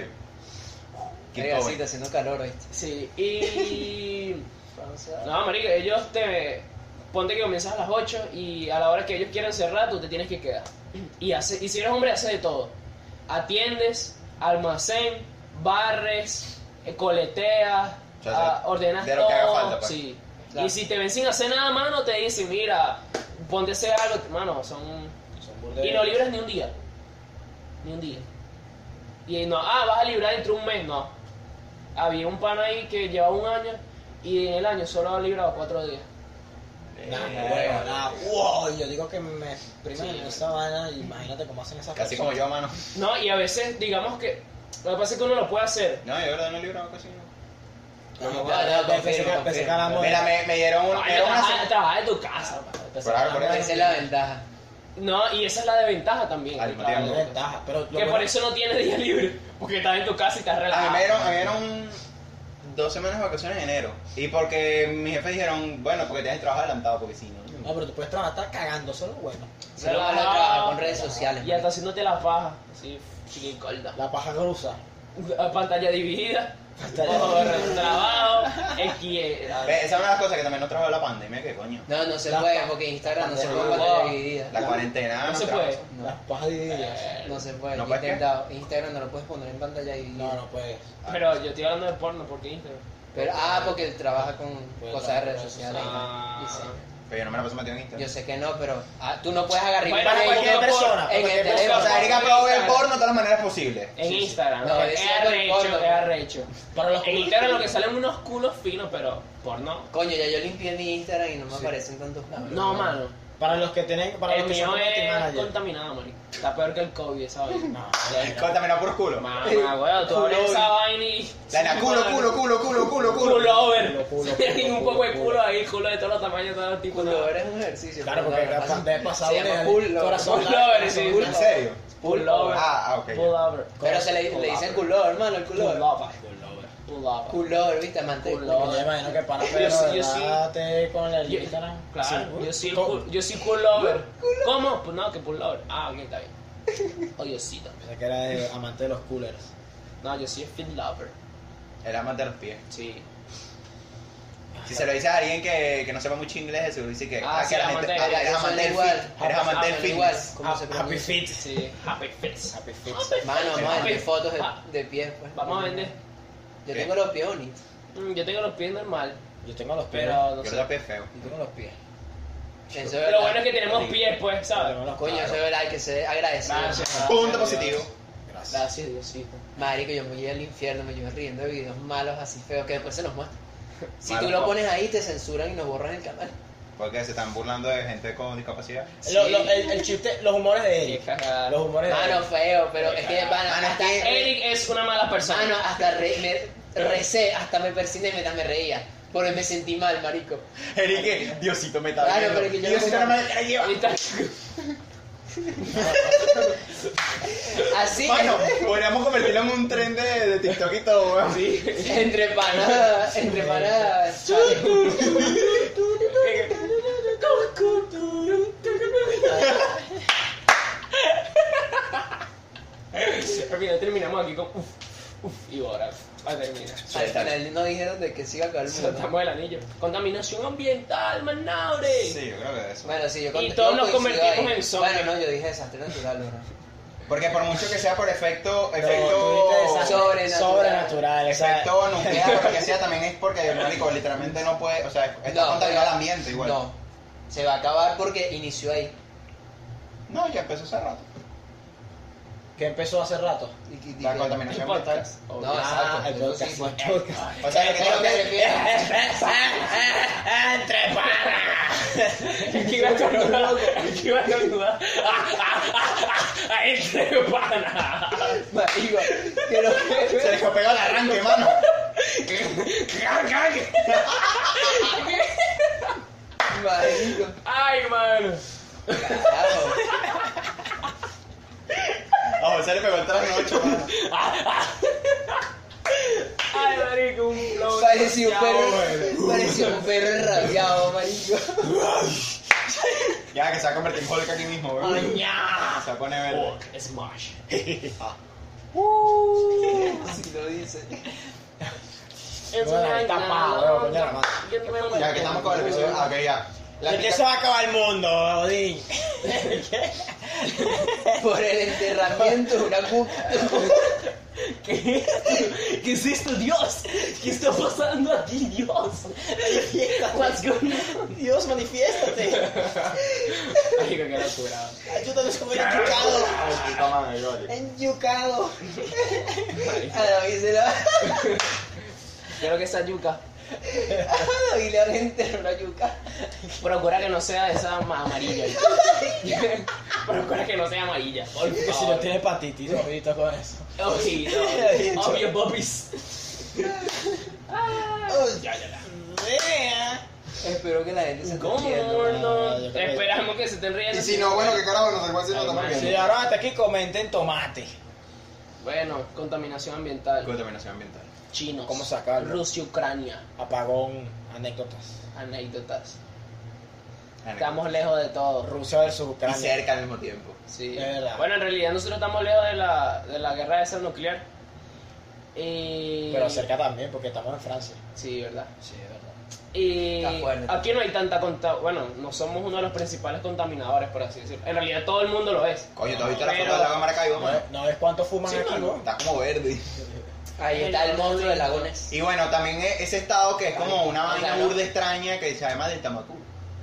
Speaker 1: Keep
Speaker 3: Oiga, sí,
Speaker 1: going.
Speaker 3: está haciendo calor hoy.
Speaker 2: Sí, y.
Speaker 3: Francia.
Speaker 2: No, marico, ellos te. Ponte que comienzas a las 8 y a la hora que ellos quieran cerrar, tú te tienes que quedar. [CLEARS THROAT] Y, hace, y si eres hombre, haces de todo: atiendes, almacén, barres, eh, coleteas,
Speaker 1: O sea,
Speaker 2: ah, ordenas
Speaker 1: de lo
Speaker 2: todo.
Speaker 1: que haga falta, pues.
Speaker 2: Sí.
Speaker 3: Claro.
Speaker 2: Y si te ven sin hacer nada, mano, te dicen: mira, ponte a hacer algo. Mano, son.
Speaker 4: Son burda
Speaker 2: [LAUGHS]
Speaker 4: de-
Speaker 2: Y no libras ni un día. Ni un día. Y no, ah, vas a librar dentro de un mes, no. Había un pan ahí que llevaba un año y en el año solo ha librado cuatro días.
Speaker 4: Nah,
Speaker 1: Eh,
Speaker 4: huevo, nah, wow, yo digo que me exprimen
Speaker 2: Sí.
Speaker 4: esa vaina, imagínate cómo hacen esas
Speaker 1: Casi como
Speaker 4: personas.
Speaker 1: yo, mano.
Speaker 2: No, y a veces, digamos que. Lo que pasa es que uno lo puede hacer.
Speaker 1: No, yo de verdad no he librado casi. no.
Speaker 4: Como
Speaker 3: Ya, ya,
Speaker 4: que- pensé
Speaker 3: confirmo,
Speaker 4: que- pensé que
Speaker 3: confirmo.
Speaker 4: hablamos de-
Speaker 1: Mira, me, me dieron un, me
Speaker 2: Ay,
Speaker 1: dieron una
Speaker 2: trabaja-
Speaker 1: se-
Speaker 2: trabaja de tu casa. pa, te
Speaker 1: Por algo, por
Speaker 2: sacan-
Speaker 3: Esa es la ventaja.
Speaker 2: No, y esa es la desventaja también.
Speaker 1: Al
Speaker 2: que
Speaker 1: mismo
Speaker 2: trabaja
Speaker 1: tiempo.
Speaker 2: de tu casa.
Speaker 4: ventaja, pero lo
Speaker 2: Que por eso no tienes día libre. Porque estás en tu casa y estás
Speaker 1: A mí
Speaker 2: relajado.
Speaker 1: me dieron, a mí me dieron dos semanas de vacaciones en enero. Y porque mis jefes dijeron, bueno, porque tienes trabajo adelantado, porque si no.
Speaker 4: No, pero tú puedes trabajar hasta cagando, eso es lo bueno.
Speaker 3: Se lo malo de trabajar con redes sociales. pues.
Speaker 2: Y hasta haciéndote la paja. Así, chiquín corta.
Speaker 4: La paja grusa.
Speaker 2: La Eh, pantalla dividida.
Speaker 4: Hasta
Speaker 2: Por
Speaker 4: allá.
Speaker 2: trabajo. eh, X.
Speaker 1: Ve, Esa es una de las cosas que también nos trajo la pandemia, que coño.
Speaker 3: No, no se
Speaker 4: La
Speaker 3: puede
Speaker 4: pa-
Speaker 3: porque Instagram no se
Speaker 4: la
Speaker 3: puede
Speaker 2: pa-
Speaker 3: pantalla dividida.
Speaker 1: La cuarentena.
Speaker 2: No Eh.
Speaker 1: nos
Speaker 2: se
Speaker 1: trajo
Speaker 2: puede.
Speaker 1: eso.
Speaker 4: Las pajas divididas.
Speaker 3: No se puede,
Speaker 1: ¿No
Speaker 3: yo he
Speaker 1: puedes qué?
Speaker 3: intentado. Instagram no lo puedes poner en pantalla dividida.
Speaker 4: No, no puedes.
Speaker 2: Pero yo estoy hablando de porno, ¿por qué Instagram?
Speaker 3: Pero, ah, porque él trabaja con
Speaker 4: Puede
Speaker 3: cosas de
Speaker 4: trabajar
Speaker 3: redes
Speaker 4: con
Speaker 3: sociales.
Speaker 2: Ah.
Speaker 3: Y sí.
Speaker 1: Pero yo no me la paso metido en
Speaker 3: Yo
Speaker 1: Instagram.
Speaker 3: sé que no, pero ah, tú no puedes agarrar
Speaker 2: Bueno,
Speaker 3: imágenes
Speaker 2: cualquier
Speaker 3: en-
Speaker 4: persona,
Speaker 3: en
Speaker 4: cualquier
Speaker 3: el
Speaker 4: persona.
Speaker 1: O
Speaker 3: teléfono.
Speaker 1: sea, Erika probó ver
Speaker 2: Instagram.
Speaker 1: porno de todas las maneras posibles.
Speaker 2: En Instagram.
Speaker 3: No,
Speaker 2: es
Speaker 3: decía por
Speaker 2: arrecho,
Speaker 3: porno.
Speaker 2: es arrecho.
Speaker 4: Para los
Speaker 2: En Instagram lo que salen unos culos finos, pero porno.
Speaker 3: Coño, ya yo limpié mi Instagram y no me
Speaker 4: Sí.
Speaker 3: aparecen tantos culos.
Speaker 2: No, mano.
Speaker 4: Para los que tienen. Para
Speaker 2: El
Speaker 4: los que
Speaker 2: mío
Speaker 4: son community
Speaker 2: es
Speaker 4: manager.
Speaker 2: contaminado, marico. Está peor que el COVID, esa vaina.
Speaker 4: No,
Speaker 1: Cuéntame, no por culo.
Speaker 2: Mamá, weón, tú abres esa vaina y...
Speaker 1: Dana, culo, culo, culo, culo, culo,
Speaker 2: Culo
Speaker 1: culo.
Speaker 2: over.
Speaker 4: Culo, culo,
Speaker 2: Hay un
Speaker 4: culo,
Speaker 2: poco de culo
Speaker 4: culo.
Speaker 2: ahí, culo de todos los tamaños, todos los tipos.
Speaker 3: Culo
Speaker 2: nada.
Speaker 3: over es un ejercicio. pues,
Speaker 4: Claro,
Speaker 3: pero
Speaker 4: porque
Speaker 3: no,
Speaker 4: pasa-
Speaker 3: no.
Speaker 4: debe pasar
Speaker 3: Se llama
Speaker 4: el
Speaker 3: pull over.
Speaker 4: corazón.
Speaker 2: Pull over, sí.
Speaker 1: ¿En serio?
Speaker 2: Pull over.
Speaker 1: Ah, ah, ok.
Speaker 2: Pull over.
Speaker 3: Pero se le,
Speaker 2: Pull
Speaker 3: le dicen
Speaker 2: over.
Speaker 3: culo over, hermano, el culo
Speaker 2: Pull
Speaker 3: over.
Speaker 2: over. Pull over.
Speaker 3: Culo over, viste, amante.
Speaker 2: Culo
Speaker 4: Yo me imagino que para
Speaker 2: Yo
Speaker 4: pero
Speaker 2: sí, yo
Speaker 4: ¿verdad? Te- con el
Speaker 2: Yo-
Speaker 4: Instagram.
Speaker 2: Claro, yo sí, el
Speaker 4: Co-
Speaker 2: pull- yo sí pull over. ¿Cómo? Pues no, que pull over. Ah, ok, está bien. Oh, yo sí también.
Speaker 4: Pensé que era de amante de los coolers.
Speaker 2: No, yo sí es fit lover.
Speaker 1: Era más de los pies.
Speaker 2: Sí.
Speaker 1: Si se lo dices a alguien que, que no sepa mucho inglés, se lo dice que.
Speaker 2: Ah, sí,
Speaker 1: que
Speaker 2: amante de-
Speaker 1: ah, eres
Speaker 3: Son
Speaker 1: amante del
Speaker 3: igual.
Speaker 1: fit. Eres amante del
Speaker 2: Ah,
Speaker 1: fit.
Speaker 3: igual. ¿Cómo se
Speaker 4: Happy
Speaker 3: pronuncia?
Speaker 4: Fit.
Speaker 2: Sí. Happy face.
Speaker 4: Happy Fit.
Speaker 3: Mano, vamos a vender fotos de,
Speaker 2: Ah.
Speaker 3: de pies, pues.
Speaker 2: Vamos a vender.
Speaker 3: Yo
Speaker 1: ¿Qué?
Speaker 3: tengo los pies bonitos.
Speaker 2: Mm, Yo tengo los pies normal,
Speaker 4: Yo tengo los pies.
Speaker 2: pero no
Speaker 1: Yo
Speaker 2: sé.
Speaker 1: creo que es feo.
Speaker 4: Yo tengo los pies.
Speaker 3: Eso es
Speaker 2: Pero
Speaker 3: verdad.
Speaker 2: bueno es que tenemos
Speaker 4: Sí.
Speaker 2: pies, pues,
Speaker 4: Yo
Speaker 2: ¿sabes?
Speaker 4: tengo los-
Speaker 3: Coño, eso es verdad, hay que ser agradecido.
Speaker 2: Gracias.
Speaker 1: Punto positivo.
Speaker 4: Gracias.
Speaker 2: Gracias, Diosito.
Speaker 3: Marico, yo me llevo al infierno, me llevo riendo de videos malos así feos que después se los muestran. Si tú
Speaker 1: Malos,
Speaker 3: lo
Speaker 1: ¿no?
Speaker 3: pones ahí, te censuran y nos borran el canal.
Speaker 1: Porque se están burlando de gente con discapacidad.
Speaker 4: Lo- lo- el, el chiste, los humores de
Speaker 2: Qué
Speaker 4: Eric.
Speaker 2: cagada.
Speaker 4: Los humores de
Speaker 3: Mano,
Speaker 4: Eric.
Speaker 3: feo, pero
Speaker 2: eh,
Speaker 3: es Ah, que de pana,
Speaker 1: Mano,
Speaker 3: hasta,
Speaker 1: es que-
Speaker 2: Eric es una mala
Speaker 3: mano,
Speaker 2: persona.
Speaker 3: hasta re- me recé, hasta me persiné mientras me reía. Porque me sentí mal, marico.
Speaker 1: Enrique, Diosito me está
Speaker 3: Claro,
Speaker 1: viendo.
Speaker 3: pero que yo no
Speaker 1: Diosito no
Speaker 3: como-
Speaker 1: me la lleva.
Speaker 2: Ahorita- [LAUGHS]
Speaker 3: Así
Speaker 1: Mano, podríamos convertirlo en un tren de, de TikTok y todo, weón.
Speaker 2: Sí.
Speaker 3: entre panas, entre panas. chale.
Speaker 2: Al final terminamos aquí con uf, uf, y ahora va a terminar.
Speaker 3: Al final no dije dónde que se iba a acabar el mundo.
Speaker 2: Soltamos el anillo. Contaminación ambiental, manaure. [LAUGHS]
Speaker 1: Sí, yo creo que eso.
Speaker 3: Bueno, sí, yo con-
Speaker 2: Y todos
Speaker 3: yo
Speaker 2: nos
Speaker 3: coincido
Speaker 2: convertimos
Speaker 3: ahí.
Speaker 2: en zombies.
Speaker 3: Bueno, no, yo dije desastre natural, bro.
Speaker 1: Porque por mucho que sea por efecto,
Speaker 4: Pero tú dijiste
Speaker 1: efecto,
Speaker 4: desastre
Speaker 3: Sobrenatural.
Speaker 4: sobrenatural, o sea,
Speaker 1: efecto nuclear, porque sea, también es porque marico, literalmente no puede, o sea, está
Speaker 3: No,
Speaker 1: contaminado el
Speaker 3: pero-
Speaker 1: ambiente igual.
Speaker 3: No, se va a acabar porque inició ahí.
Speaker 1: No, ya empezó hace rato.
Speaker 4: que empezó hace rato.
Speaker 3: Y- y-
Speaker 1: La
Speaker 3: y-
Speaker 2: El
Speaker 1: contaminación ambiental.
Speaker 2: podcast.
Speaker 3: No, exacto.
Speaker 4: Ah, el
Speaker 3: eso sí,
Speaker 4: podcast.
Speaker 3: pues.
Speaker 4: el
Speaker 3: [LAUGHS]
Speaker 4: podcast.
Speaker 1: O sea, que creo que
Speaker 4: Entre panas.
Speaker 2: Que iba a estornudar, [LAUGHS] que iba a [LAUGHS] estornudar. Entre este, pana.
Speaker 3: Marico, que no-
Speaker 1: se dejó pegado el arranque, mano.
Speaker 3: Marico,
Speaker 2: Ay, mano.
Speaker 3: claro.
Speaker 1: A José le pegó el trasnocho, mano.
Speaker 2: Ay, marico, un flow.
Speaker 3: Parecía un
Speaker 2: demasiado
Speaker 3: perro, parecía un perro
Speaker 2: [LAUGHS]
Speaker 3: enrabiado, marico.
Speaker 1: Ya, que se va a convertir en Hulk aquí mismo, weón.
Speaker 2: bueno. Ña.
Speaker 1: Se va a poner verde.
Speaker 2: Fuck, Smash.
Speaker 3: Así lo dice.
Speaker 4: Bueno, está pa, huevo, coño, la madre.
Speaker 1: Ya que estamos con el episodio. Ah, ok, ya. La
Speaker 4: ¿De qué se va a acabar el mundo, Odín?
Speaker 3: Por el enterramiento de una cuca.
Speaker 2: ¿Qué? ¿Qué es esto, Dios? ¿Qué está pasando aquí, Dios? What's going on?
Speaker 4: Dios, manifiéstate.
Speaker 2: Marico, qué locura.
Speaker 4: Ayúdanos con el yucado.
Speaker 1: Ay, puta madre, Gloria.
Speaker 3: Enyucado.
Speaker 2: Marico.
Speaker 3: A David se la.
Speaker 2: Quiero que esa yuca.
Speaker 3: A David le van a enterrar una yuca.
Speaker 2: Procura que no sea esa ma-
Speaker 1: [LAUGHS]
Speaker 2: amarilla. Procura que no sea amarilla. Por
Speaker 4: Que si
Speaker 2: favor.
Speaker 4: no tiene hepatitis, ahorita con eso.
Speaker 2: Ojito. Obvio, popis.
Speaker 3: Espero que la gente se esté riendo.
Speaker 2: Gordo.
Speaker 4: yo creo que-
Speaker 2: Esperamos que se estén riendo.
Speaker 1: Y si no, bueno, qué carajo, nos algo así no
Speaker 2: Ay,
Speaker 1: estamos
Speaker 2: madre.
Speaker 4: Si
Speaker 1: viendo.
Speaker 4: ahora hasta aquí comenten tomate.
Speaker 2: Bueno, contaminación ambiental.
Speaker 1: Contaminación ambiental.
Speaker 2: Chinos.
Speaker 4: ¿Cómo sacarlo?
Speaker 2: Rusia, Ucrania.
Speaker 4: Apagón, anécdotas.
Speaker 2: Anécdotas.
Speaker 3: Estamos lejos de todo.
Speaker 4: Rusia versus
Speaker 1: Y
Speaker 4: Ucrania.
Speaker 1: cerca al mismo tiempo.
Speaker 2: Sí.
Speaker 4: Es verdad.
Speaker 2: Bueno, en realidad nosotros estamos lejos de la, de la guerra esa nuclear. Y...
Speaker 4: Pero cerca también, porque estamos en Francia.
Speaker 2: Sí, verdad.
Speaker 4: Sí, es verdad.
Speaker 2: Y
Speaker 3: Está fuerte.
Speaker 2: aquí no hay tanta conta Bueno, no somos uno de los principales contaminadores, por así decirlo. En realidad todo el mundo lo es.
Speaker 1: Coño, ¿tú has visto la
Speaker 2: Pero-
Speaker 1: foto del lago Maracaibo,
Speaker 4: ¿No,
Speaker 1: mano?
Speaker 4: ves- no ves cuánto fuman
Speaker 2: Sí,
Speaker 4: aquí,
Speaker 2: mano.
Speaker 4: weón?
Speaker 1: Está como verde.
Speaker 3: Ahí está el monstruo de lagones.
Speaker 1: Y bueno, también e- ese estado que es como una
Speaker 2: Ay,
Speaker 1: vaina
Speaker 2: claro.
Speaker 1: burda extraña que se llama del Tamacú.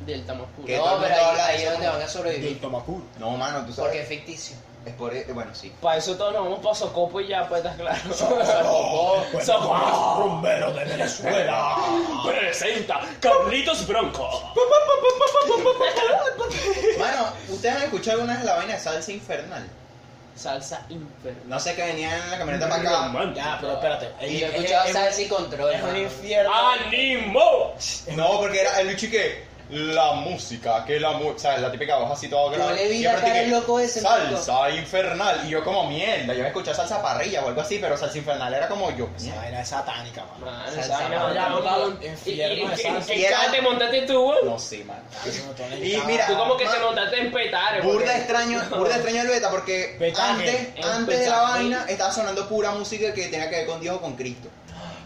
Speaker 2: Del Tamoscuro.
Speaker 1: ¿Qué?
Speaker 3: No, pero ahí, ahí es donde van a
Speaker 4: Del
Speaker 3: sobrevivir.
Speaker 4: Tomacur.
Speaker 1: No, mano, tú sabes.
Speaker 3: Porque es ficticio.
Speaker 1: Es por. eh, Bueno, sí.
Speaker 2: Para eso todos nos vamos para Socopo y ya, pues estás claro.
Speaker 4: Bueno,
Speaker 2: Son-
Speaker 4: más rumberos de Venezuela.
Speaker 2: Presenta Carlitos Bronco.
Speaker 1: Mano, ¿ustedes han escuchado alguna de la vaina de salsa infernal?
Speaker 2: Salsa infernal.
Speaker 1: No sé que venían en la camioneta para acá.
Speaker 4: [LAUGHS] ya, pero espérate.
Speaker 3: Y
Speaker 4: es-
Speaker 3: yo Ah, he
Speaker 4: es-
Speaker 3: escuchado
Speaker 4: es-
Speaker 3: salsa y control.
Speaker 4: Es un
Speaker 3: hermano.
Speaker 4: infierno.
Speaker 2: ¡Ánimo!
Speaker 1: No, porque era el bicho y que. La música, que la música. O sea, la típica voz así toda grave.
Speaker 3: le vi
Speaker 1: Siempre
Speaker 3: la cara
Speaker 1: dije,
Speaker 3: al loco ese,
Speaker 1: Salsa infernal. Y yo como mierda. Yo había escuchado salsa parrilla o algo así, pero salsa infernal era como yo.
Speaker 4: Esa
Speaker 1: mierda.
Speaker 4: vaina es satánica, mano.
Speaker 2: Man,
Speaker 3: Salsa
Speaker 2: esa vaina
Speaker 3: infernal.
Speaker 2: mandaba un- un-
Speaker 4: Infierno
Speaker 2: ¿Y- y-
Speaker 4: de
Speaker 2: ¿En
Speaker 4: salsa.
Speaker 2: qué cara te montaste tú, güey?
Speaker 1: No sé, mano.
Speaker 4: Y
Speaker 1: mira,
Speaker 2: Tú como que te
Speaker 1: man.
Speaker 2: montaste en petares.
Speaker 1: Burda
Speaker 2: porque-
Speaker 1: extraño, burda extraño el beta porque
Speaker 4: Petaje.
Speaker 1: antes,
Speaker 2: Es
Speaker 1: antes de la
Speaker 2: petaje.
Speaker 1: vaina estaba sonando pura música que tenía que ver con Dios o con Cristo.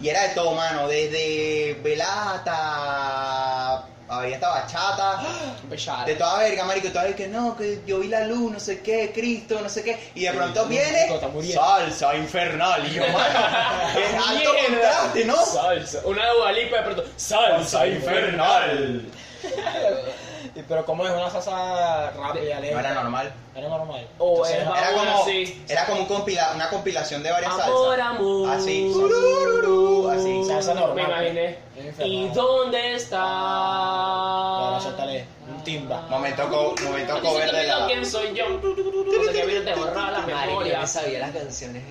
Speaker 1: Y era de todo, mano, desde velada hasta había esta bachata,
Speaker 2: Pechara.
Speaker 1: de toda verga, marico, y todavía que no, que yo vi la luz, no sé qué, Cristo, no sé qué, y de
Speaker 4: Sí,
Speaker 1: pronto
Speaker 4: el
Speaker 1: viene
Speaker 4: músico está muriendo.
Speaker 1: salsa infernal
Speaker 2: [LAUGHS]
Speaker 1: y yo, mano, es alto
Speaker 2: Mierda.
Speaker 1: contraste, ¿no?
Speaker 2: Salsa. Una dualipa de pronto. Salsa
Speaker 1: Salsa
Speaker 2: infernal.
Speaker 1: infernal.
Speaker 4: Y- Pero como es una salsa rápida,
Speaker 1: No
Speaker 4: lenta.
Speaker 1: era normal.
Speaker 4: Era normal.
Speaker 2: O
Speaker 4: Entonces,
Speaker 2: era-
Speaker 1: Era
Speaker 2: Ahora
Speaker 1: como,
Speaker 2: Ah, sí.
Speaker 1: era como un compila- una compilación de varias
Speaker 2: Amor,
Speaker 1: salsas.
Speaker 2: amor.
Speaker 1: Así, surururu, así.
Speaker 4: Salsa normal.
Speaker 2: Me imaginé.
Speaker 4: Es infernal.
Speaker 2: ¿Y dónde está?
Speaker 4: Ahora suéltale un timba.
Speaker 1: Momento, co momento
Speaker 2: Dice
Speaker 1: cover
Speaker 2: que
Speaker 1: de
Speaker 2: no,
Speaker 1: la.
Speaker 2: ¿Quién soy yo? Porque que vino te borraba la
Speaker 3: Marico, yo
Speaker 2: memoria.
Speaker 3: me sabía las canciones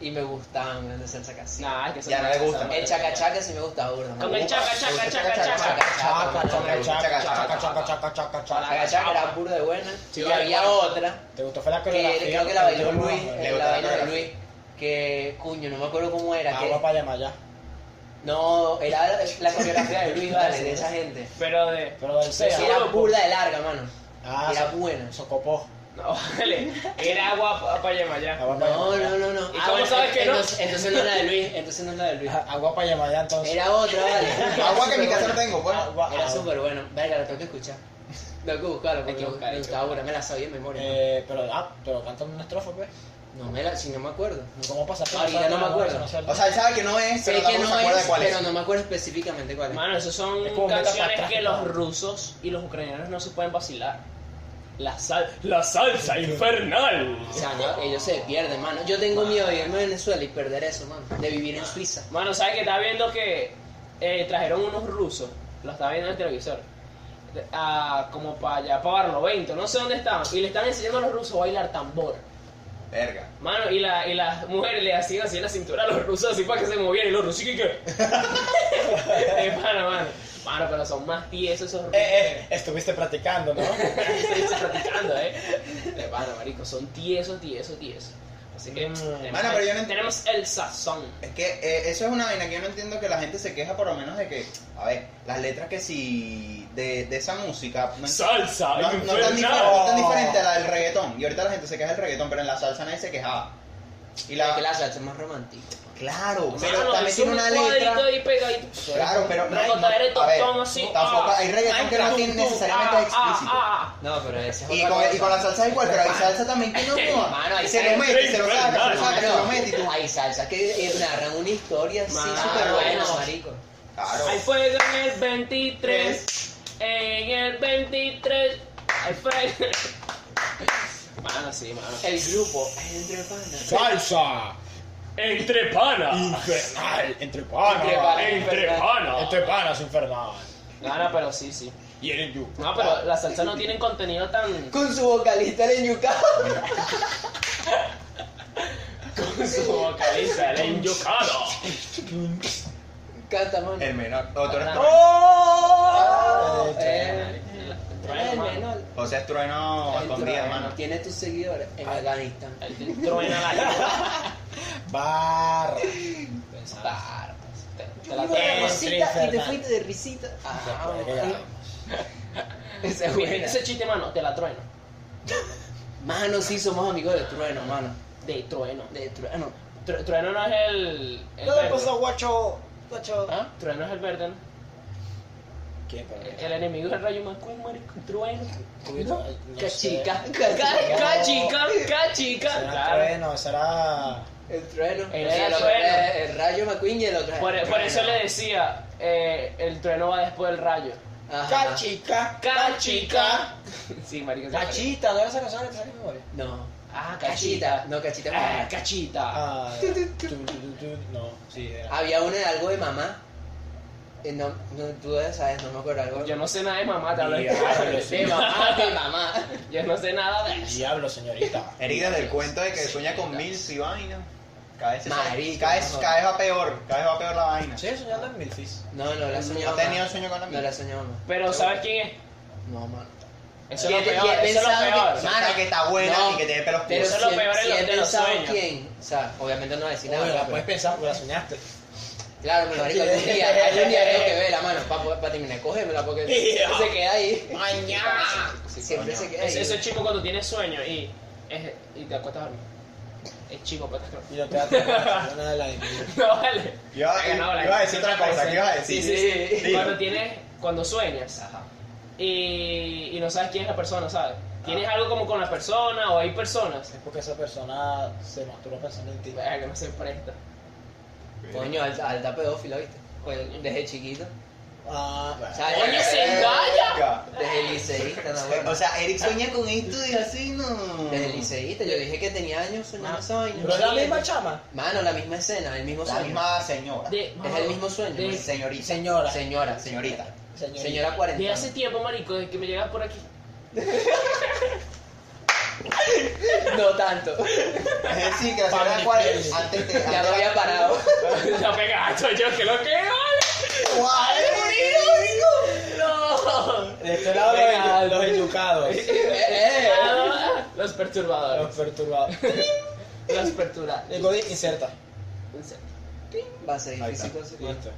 Speaker 3: y me gustaban las de salsa casi.
Speaker 2: Nah, es que eso
Speaker 1: Ya
Speaker 2: no
Speaker 1: no
Speaker 2: es
Speaker 1: le gusta.
Speaker 2: salsa,
Speaker 3: El chacachaca sí me gustaba burda.
Speaker 2: Con el
Speaker 3: mano.
Speaker 2: chaca, chaca, chaca, chaca.
Speaker 4: Chaca, chaca, chaca, chaca, chaca, chaca, chaca, chaca.
Speaker 3: Chacachaca era burda de buena.
Speaker 2: Sí,
Speaker 3: Y
Speaker 2: vale,
Speaker 3: había
Speaker 2: vale.
Speaker 3: otra
Speaker 4: ¿Te gustó? Fue la
Speaker 3: que
Speaker 4: coreografía.
Speaker 3: creo que la
Speaker 4: te
Speaker 3: bailó
Speaker 4: gustó,
Speaker 3: Luis,
Speaker 4: ¿no?
Speaker 1: Le
Speaker 3: eh,
Speaker 1: gustó
Speaker 3: la
Speaker 1: la
Speaker 3: vaina de
Speaker 1: coreografía.
Speaker 3: Luis, que cuño, no me acuerdo cómo era.
Speaker 4: Agua
Speaker 3: que-
Speaker 4: para llamar ya.
Speaker 3: No, era la coreografía de Luis, vale, de esa gente.
Speaker 2: Pero de.
Speaker 4: Pero
Speaker 3: Sí,
Speaker 4: del sea.
Speaker 3: era burda de larga, mano.
Speaker 4: Ah,
Speaker 3: Era buena.
Speaker 4: Socopó.
Speaker 2: No, [LAUGHS] vale. Era agua para Yemayá.
Speaker 4: Agua para
Speaker 3: No,
Speaker 4: Yemayá.
Speaker 3: no, no, no.
Speaker 2: ¿Y cómo sabes que no?
Speaker 3: Entonces, entonces no es la de Luis, entonces no es la de Luis.
Speaker 4: Agua para Yemayá, entonces.
Speaker 3: Era otra, vale.
Speaker 1: [LAUGHS] Agua que en mi casa
Speaker 3: Superbuena.
Speaker 1: no tengo, pues.
Speaker 4: Agua-
Speaker 3: Era
Speaker 4: agua.
Speaker 3: súper bueno. Verga, lo tengo que escuchar. Tengo que buscarlo
Speaker 2: Hay que
Speaker 3: porque me-
Speaker 2: buscar, hay
Speaker 3: me
Speaker 2: que
Speaker 3: gustaba
Speaker 2: buscar.
Speaker 3: burda, me la sabía en memoria.
Speaker 4: Eh, pero, ah, pero cantan una estrofa, pues.
Speaker 3: No me la, si no me acuerdo.
Speaker 4: ¿Cómo pasa?
Speaker 3: Ahorita Ah, no me acuerdo.
Speaker 1: O sea, él sabe que no es,
Speaker 3: Sé
Speaker 1: pero
Speaker 3: que
Speaker 1: tampoco se
Speaker 3: no
Speaker 1: acuerda
Speaker 3: es,
Speaker 1: de cuál es.
Speaker 3: pero no me acuerdo específicamente cuál es.
Speaker 2: Mano, esas son
Speaker 4: Es como un
Speaker 2: canciones
Speaker 4: metatartráfico.
Speaker 2: que los rusos y los ucranianos no se pueden vacilar. La, sal la salsa infernal.
Speaker 3: O sea, no, ellos se pierden, mano. Yo tengo miedo de irme a Venezuela y perder eso, mano. De vivir en Suiza.
Speaker 2: Mano, ¿sabes que Estaba viendo que eh, trajeron unos rusos, lo estaba viendo en el televisor, de- a- como para allá, para Barlovento, no sé dónde estaban, y le están enseñando a los rusos a bailar tambor.
Speaker 1: Verga.
Speaker 2: Mano, y, la, y las mujeres le hacían así en la cintura a los rusos, así para que se movieran, y los rusos, ¿y
Speaker 1: [LAUGHS]
Speaker 2: qué? eh, mano, mano. Mano, pero son más tiesos esos rusos.
Speaker 4: Eh, eh, estuviste practicando,
Speaker 3: [LAUGHS]
Speaker 4: ¿no?
Speaker 2: Estoy practicando, ¿eh? De pana, marico, son tiesos, tiesos, tiesos. Así que,
Speaker 4: Mm.
Speaker 2: tenemos-
Speaker 1: Mano, pero yo no ent-
Speaker 2: tenemos el sazón.
Speaker 1: Es que eh, eso es una vaina que yo no entiendo que la gente se queja por lo menos de que, a ver, las letras que si de, de esa música no, no-
Speaker 2: Salsa,
Speaker 1: no, no tan diferente, no tan diferente a la del reggaetón. Y ahorita la gente se queja del reggaetón, pero en la salsa nadie se quejaba. Y la,
Speaker 3: Que la salsa es más romántica.
Speaker 1: claro,
Speaker 2: Mano,
Speaker 1: pero también
Speaker 2: es
Speaker 1: tiene una letra.
Speaker 2: cuadrito ahí pegadito.
Speaker 1: Claro, pero no hay-
Speaker 2: Recostadero de
Speaker 1: a ver,
Speaker 2: tostón así.
Speaker 1: tampoco-
Speaker 2: ah,
Speaker 1: hay reggaetón que no
Speaker 2: ay,
Speaker 1: tiene
Speaker 2: tum, tum,
Speaker 1: necesariamente
Speaker 2: ah,
Speaker 1: explícito.
Speaker 2: ah, ah.
Speaker 3: No, pero ese es
Speaker 1: Y
Speaker 3: otra
Speaker 1: con,
Speaker 3: cosa.
Speaker 1: y con la salsa es igual, pero hay salsa también que no joda.
Speaker 3: Mano, ahí
Speaker 1: se
Speaker 3: está
Speaker 1: lo
Speaker 3: el
Speaker 1: mete, se lo saca, se lo saca, se lo
Speaker 3: Mano,
Speaker 1: mete y tú.
Speaker 3: hay salsas que eh, narran una historia así
Speaker 2: Mano.
Speaker 3: súper buena, marico.
Speaker 1: Claro.
Speaker 2: Hay fuego en el 23. En el 23. Hay fuego. [LAUGHS] Mano, sí, mano.
Speaker 3: El grupo Entre Panas.
Speaker 4: ¡Salsa!
Speaker 2: Entre panas.
Speaker 4: Infernal, entre
Speaker 3: Entre
Speaker 4: panas.
Speaker 3: panas. Entre
Speaker 2: panas.
Speaker 4: Entre panas, infernal.
Speaker 2: Gana, pero sí, sí.
Speaker 4: Y eres you.
Speaker 2: No, pero las salsas no tienen contenido tan.
Speaker 3: Con su vocalista Leñuca.
Speaker 2: con su vocalista, el enyocado.
Speaker 3: Canta, mano.
Speaker 1: El menor. Otro es
Speaker 2: Ah.
Speaker 1: trueno.
Speaker 3: Oh, eh, el
Speaker 2: Trueno, mano.
Speaker 3: menor.
Speaker 1: O sea, es trueno
Speaker 3: El
Speaker 1: escondida,
Speaker 3: trueno.
Speaker 1: hermano.
Speaker 3: Tiene tus seguidores en Afganistán.
Speaker 2: El truena la
Speaker 4: Barra.
Speaker 2: Barras, te- te la
Speaker 3: Yo iba de
Speaker 4: tengo.
Speaker 2: tengo.
Speaker 4: Sí,
Speaker 2: Eh,
Speaker 3: risita y te
Speaker 4: Fernando.
Speaker 3: fuiste de risita. Ah,
Speaker 4: Después de que
Speaker 3: bueno.
Speaker 4: grabamos.
Speaker 3: Esa es
Speaker 2: Mira,
Speaker 3: buena.
Speaker 2: ese chiste, mano, te la trueno.
Speaker 3: Mano, sí, somos amigos de Trueno, mano.
Speaker 2: De trueno.
Speaker 3: De Trueno.
Speaker 2: Tru- trueno no pues es el. el
Speaker 4: ¿Qué le
Speaker 2: verde.
Speaker 4: pasa, guacho? Guacho.
Speaker 3: ¿Ah?
Speaker 2: Trueno es el verde, ¿no?
Speaker 4: ¿Quién? ¿Pero
Speaker 2: El, el enemigo del rayo McQueen, marico. Trueno.
Speaker 4: qué? No
Speaker 3: Cachica,
Speaker 4: sé.
Speaker 2: Ca-
Speaker 3: cachica.
Speaker 2: ca- chica, ca- chica.
Speaker 4: Será
Speaker 2: Claro.
Speaker 4: trueno, será...
Speaker 3: El Trueno.
Speaker 2: El
Speaker 3: Sí, otro
Speaker 2: Trueno.
Speaker 3: es El, Rayo McQueen y el otro es el
Speaker 2: Por, por
Speaker 3: Trueno.
Speaker 2: eso le decía, eh, el trueno va después del rayo.
Speaker 3: Ajá.
Speaker 4: Cachica.
Speaker 2: ¡Cachica! Sí, marico. se parece.
Speaker 4: Cachita, ¿no era esa canción que te sale en memoria?
Speaker 3: No.
Speaker 2: Ah,
Speaker 3: Cachita.
Speaker 2: cachita.
Speaker 3: No, cachita.
Speaker 2: Ah, cachita.
Speaker 4: Ah, tu, tu, tu, tu, no, sí, era.
Speaker 3: Había una de algo de mamá. Eh, no, no, tú debes saber, no me acuerdo algo.
Speaker 2: Yo no sé nada de mamá, te hablo de-
Speaker 4: Diablo,
Speaker 3: De mamá, de mamá.
Speaker 2: Yo no sé nada de eso.
Speaker 4: Diablo, señorita.
Speaker 1: Heridas del cuento de que sueña con mil y vaina. Cada vez, se-
Speaker 3: Marico,
Speaker 1: cada, vez,
Speaker 3: no.
Speaker 1: cada vez va peor, cada vez va peor la vaina.
Speaker 4: Sí, soñando en Milfis.
Speaker 3: No, no la soñó
Speaker 1: ¿No
Speaker 3: mamá.
Speaker 1: tenía sueño con la
Speaker 3: No
Speaker 1: misma?
Speaker 3: la soñó mamá.
Speaker 2: Pero ¿sabes quién es?
Speaker 3: No, mano.
Speaker 2: Eso
Speaker 3: Y
Speaker 2: es
Speaker 3: he-
Speaker 2: lo
Speaker 3: y he
Speaker 2: peor, eso es lo
Speaker 3: pensado
Speaker 2: peor.
Speaker 3: que-
Speaker 1: O sea, que está buena
Speaker 3: No,
Speaker 1: y que tiene pelos
Speaker 3: Pero
Speaker 1: puros.
Speaker 2: eso es lo
Speaker 3: si-
Speaker 2: peor en
Speaker 3: si
Speaker 2: los-
Speaker 3: he
Speaker 2: de los
Speaker 3: pensado
Speaker 2: sueños.
Speaker 3: quién, o sea, obviamente no voy a decir
Speaker 4: Obvio, pues.
Speaker 3: nada.
Speaker 4: la
Speaker 3: pero-
Speaker 4: puedes pensar porque la soñaste.
Speaker 3: Claro, pero marico, algún día,
Speaker 4: [LAUGHS]
Speaker 3: algún día tengo que verla, mano, eh, para pa terminar, cógemela porque
Speaker 4: Yeah.
Speaker 3: se queda ahí.
Speaker 4: ¡Mañana!
Speaker 3: [LAUGHS] Sí, Siempre
Speaker 1: coño.
Speaker 3: se queda ahí.
Speaker 2: Ese, ese chico cuando tiene sueño y, es- y te acuestas a dormir. Es chico, pues, patas
Speaker 4: Y lo te va a tocar, una de las
Speaker 2: [LAUGHS]
Speaker 4: envidias.
Speaker 2: No vale.
Speaker 1: Yo iba,
Speaker 2: Bueno,
Speaker 1: iba
Speaker 2: vale.
Speaker 1: a decir otra cosa, ¿qué ibas a decir?
Speaker 2: Sí, sí, sí.
Speaker 1: Dilo.
Speaker 2: Cuando tienes, cuando sueñas
Speaker 1: Ajá.
Speaker 2: y, y no sabes quién es la persona, ¿sabes? Tienes algo como con la persona o hay personas.
Speaker 4: Es porque esa persona se masturba pensando en ti.
Speaker 2: Verga, no se presta.
Speaker 3: Coño, alta, alta pedófila, ¿viste? Pues, desde chiquito.
Speaker 4: Ah, bueno.
Speaker 1: Eh,
Speaker 3: ¿Sabes?
Speaker 2: Coño, se engaña.
Speaker 3: Desde liceísta,
Speaker 4: [LAUGHS]
Speaker 3: no, bueno.
Speaker 1: O sea, Eric sueña con esto y así, no.
Speaker 3: Desde liceísta, yo dije que tenía años soñando esa vaina.
Speaker 4: Ah, Pero es la misma chama.
Speaker 3: Mano, la misma escena, el mismo
Speaker 1: La
Speaker 3: sueño.
Speaker 1: misma señora.
Speaker 2: De-
Speaker 3: Es el mismo sueño.
Speaker 2: De-
Speaker 1: Señorita.
Speaker 4: Señora.
Speaker 3: Señora,
Speaker 1: Señorita.
Speaker 4: Señorita.
Speaker 3: Señora 40.
Speaker 2: De hace tiempo, marico, desde que me llegas por aquí.
Speaker 3: [LAUGHS] No tanto.
Speaker 1: Es decir, que la
Speaker 4: Pablo
Speaker 1: señora Juárez
Speaker 4: Iglesias.
Speaker 1: antes te.
Speaker 3: Ya me había parado.
Speaker 2: La pegacho yo, que lo que vale. No.
Speaker 4: De este lado
Speaker 2: Venga.
Speaker 4: los, los educados,
Speaker 3: [LAUGHS] Eh,
Speaker 2: Los
Speaker 4: los
Speaker 2: perturbadores.
Speaker 4: perturbados.
Speaker 2: Los perturbados.
Speaker 4: Le Godín inserta.
Speaker 3: Va a ser
Speaker 1: Ahí
Speaker 3: difícil
Speaker 1: está.
Speaker 3: conseguir.
Speaker 4: Listo.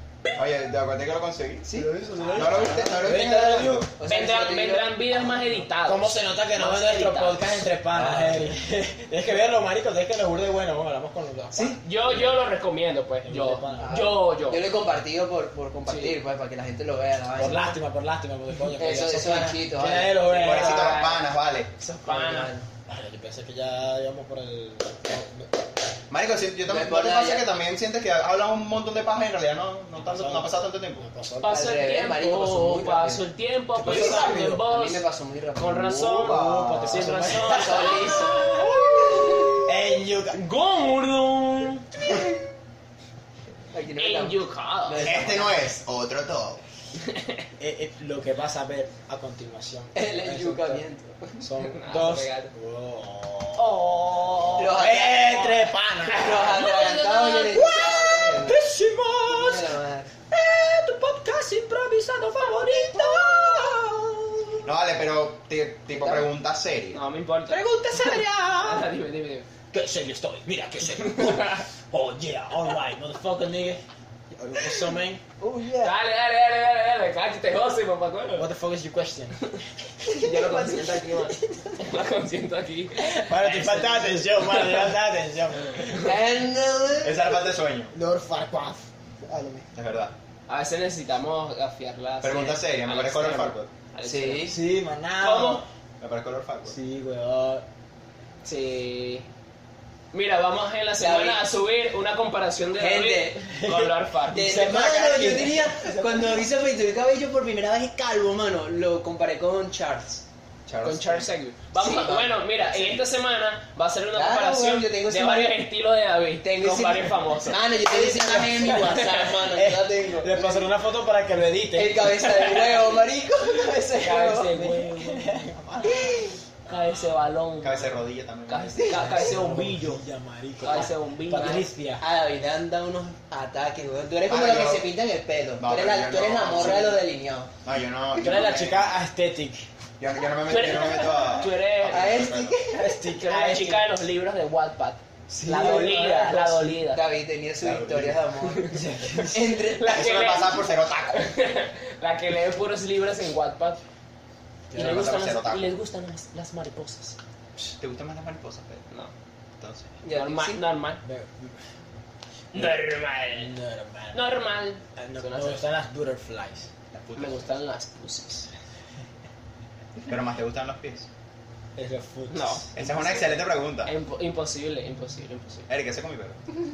Speaker 1: Oye, ¿te acuerdas que lo conseguí?
Speaker 3: Sí.
Speaker 4: Ah,
Speaker 1: ¿No lo viste? ¿No lo viste?
Speaker 4: Viste, Darío.
Speaker 3: O sea, si te
Speaker 2: Vendrán,
Speaker 3: digo-
Speaker 2: vendrán vidas más editadas.
Speaker 4: ¿Cómo se nota que no
Speaker 2: Más
Speaker 4: ve nuestro
Speaker 2: editados.
Speaker 4: podcast entre panas,
Speaker 3: Ah.
Speaker 4: Eri? [LAUGHS] Tienes que verlo, marico, tienes que lo burde bueno, bueno, hablamos con los dos.
Speaker 3: Sí.
Speaker 2: Yo, yo lo recomiendo, pues. Yo,
Speaker 4: Ah.
Speaker 2: yo, yo.
Speaker 3: Yo lo he compartido por, por compartir,
Speaker 2: Sí.
Speaker 3: pues, para que la gente lo vea. La
Speaker 4: Por
Speaker 3: vaina.
Speaker 4: lástima, por lástima, porque coño,
Speaker 3: Eso- esos bichitos,
Speaker 4: Que
Speaker 3: vale.
Speaker 4: nadie lo ve.
Speaker 1: Pobrecito los panas, vale.
Speaker 2: Esos
Speaker 3: Vale.
Speaker 2: panas.
Speaker 4: Vale, yo pensé que ya íbamos por el...
Speaker 1: Marico, si- yo también,
Speaker 3: Me
Speaker 1: ¿no te
Speaker 3: pone
Speaker 1: pasa
Speaker 3: allá.
Speaker 1: que también sientes que hablas un montón de paja y en realidad no, no, tanto, no ha pasado tanto tiempo?
Speaker 4: No pasó.
Speaker 3: Pa-
Speaker 2: Pasó
Speaker 3: Al
Speaker 2: el
Speaker 3: revés, marico, ¿eh? pasó
Speaker 2: tiempo, pasó el tiempo,
Speaker 3: muy rápido.
Speaker 4: Te
Speaker 2: pues,
Speaker 4: pasó
Speaker 2: pensando en
Speaker 4: rápido.
Speaker 3: A mí
Speaker 2: vos.
Speaker 3: me pasó muy rápido.
Speaker 2: Con razón.
Speaker 4: Opa, te
Speaker 2: Sin
Speaker 3: [LAUGHS]
Speaker 4: pasó
Speaker 2: razón.
Speaker 3: Solís.
Speaker 4: En yuca.
Speaker 2: Gordo.
Speaker 3: Aquí no me
Speaker 2: En
Speaker 3: estamos-
Speaker 2: Yucatán.
Speaker 1: Este no es otro todo.
Speaker 4: Eh, eh, lo que vas a ver a continuación.
Speaker 3: [LAUGHS] [LAUGHS] El [LAUGHS] enyucamiento.
Speaker 4: Son
Speaker 2: Ah,
Speaker 4: dos.
Speaker 2: regalo.
Speaker 4: Oh.
Speaker 2: Oh.
Speaker 3: Los
Speaker 4: ¡Eh,
Speaker 3: atragantados.
Speaker 4: tres
Speaker 3: [LAUGHS]
Speaker 4: panas!
Speaker 3: Los atragantados y el enyucamiento.
Speaker 4: ¡Guapísimos!
Speaker 3: Mira la madre.
Speaker 4: ¡Eh, tu podcast improvisado favorito!
Speaker 1: No, vale, pero ti- tipo pregunta seria.
Speaker 2: No me importa.
Speaker 4: ¡Pregunta
Speaker 2: Ah,
Speaker 4: seria!
Speaker 2: dime, dime, dime.
Speaker 4: ¡Qué serio estoy! ¡Mira qué serio! ¡Oh, yeah! ¡Alright, motherfucker, nigga! What's up, man?
Speaker 3: Oh, yeah.
Speaker 2: Dale, dale, dale, dale, dale. Cállate, José, papá. coño.
Speaker 4: What the fuck is your [LAUGHS] question?
Speaker 2: Yo lo consiento aquí, [LAUGHS] man. Lo consiento aquí.
Speaker 4: Bueno, te falta atención, mano, te falta atención.
Speaker 3: Ándale.
Speaker 1: Esa era parte de sueño,
Speaker 4: Lord Farquaad. Háblame.
Speaker 1: es verdad.
Speaker 2: A veces necesitamos afiarlas. eh,
Speaker 1: Pregunta seria, ¿me parezco a Lord Farquaad?
Speaker 3: Sí. Ah,
Speaker 4: Sí, manado.
Speaker 2: ¿Cómo?
Speaker 1: Me parezco a Lord Farquaad.
Speaker 4: Sí, weón.
Speaker 2: Sí. Mira, vamos en la semana
Speaker 3: David.
Speaker 2: a subir una comparación de
Speaker 3: Gente.
Speaker 2: David con Lord Farquaad.
Speaker 3: [LAUGHS] De,
Speaker 4: Se
Speaker 3: de-
Speaker 4: fue
Speaker 3: mano,
Speaker 4: acá,
Speaker 3: yo
Speaker 4: aquí.
Speaker 3: diría, cuando hice Facebook el cabello por primera vez es calvo, mano, lo comparé con Charles.
Speaker 2: Con Charles Xavier. Vamos,
Speaker 3: Sí,
Speaker 2: a-
Speaker 3: va.
Speaker 2: bueno, mira, en esta semana va a ser una
Speaker 3: Claro,
Speaker 2: comparación
Speaker 3: bueno, yo tengo
Speaker 2: de
Speaker 3: ese
Speaker 2: varios
Speaker 3: mani-
Speaker 2: estilos de David
Speaker 3: Tengo
Speaker 2: con
Speaker 3: ese-
Speaker 2: varios
Speaker 3: [LAUGHS]
Speaker 2: famosos.
Speaker 3: Mano, Ah, yo te hice imagen en mi WhatsApp, mano, yo la tengo.
Speaker 4: Le pasaré una foto para que lo edite.
Speaker 3: El cabeza de huevo, marico, [LAUGHS] cabeza de
Speaker 2: Cabeza de
Speaker 3: huevo.
Speaker 2: huevo. Cabeza de balón.
Speaker 1: Cabeza de rodilla también.
Speaker 2: Cabeza ca- cabeza de bombillo.
Speaker 4: Bombilla, marico.
Speaker 2: Cabeza de bombillo.
Speaker 4: Patricia.
Speaker 3: A Ah, David anda unos ataques, weón. Tú eres como
Speaker 1: Ah,
Speaker 3: la
Speaker 1: yo-
Speaker 3: que se pinta en el pelo.
Speaker 1: No,
Speaker 3: tú eres la,
Speaker 1: yo
Speaker 3: tú eres
Speaker 1: no,
Speaker 3: la morra de
Speaker 1: sí.
Speaker 3: los delineados.
Speaker 1: No, yo no.
Speaker 4: Tú
Speaker 1: Yo no
Speaker 4: eres la
Speaker 1: me-
Speaker 4: chica aesthetic.
Speaker 1: Yo, yo no me
Speaker 2: Tú
Speaker 1: meto,
Speaker 2: eres-
Speaker 1: yo no me meto a.
Speaker 2: tú eres-
Speaker 1: a-
Speaker 3: A este que-
Speaker 2: Que era la chica de los libros de Wattpad.
Speaker 4: Sí,
Speaker 2: la dolida,
Speaker 4: ¿verdad?
Speaker 2: la dolida.
Speaker 3: David tenía sus
Speaker 1: Claro.
Speaker 3: historias de amor. Entre
Speaker 2: La
Speaker 1: Eso
Speaker 2: que,
Speaker 1: me
Speaker 2: lee,
Speaker 1: pasa por ser otaku.
Speaker 2: la que lee puros libros en Wattpad. Y
Speaker 1: Yo
Speaker 2: les,
Speaker 1: no pasa
Speaker 2: gustan
Speaker 1: por ser
Speaker 2: las,
Speaker 1: otaku.
Speaker 2: y les gustan las, las mariposas.
Speaker 1: ¿Te gustan más las mariposas, Pedro? No. Entonces.
Speaker 3: Ya,
Speaker 2: normal,
Speaker 3: sí.
Speaker 2: normal.
Speaker 4: Ve-
Speaker 2: Normal.
Speaker 4: Normal.
Speaker 2: Normal.
Speaker 4: Ah, no,
Speaker 2: Son
Speaker 4: me
Speaker 2: así.
Speaker 4: gustan las butterflies.
Speaker 1: Las
Speaker 2: Me
Speaker 1: putas.
Speaker 2: gustan las pussies.
Speaker 1: Pero más te gustan los pies.
Speaker 4: Es los foods.
Speaker 2: No.
Speaker 1: Esa es una excelente pregunta.
Speaker 2: Impo- imposible, imposible, imposible.
Speaker 1: Eric, ¿qué haces con mi pelo?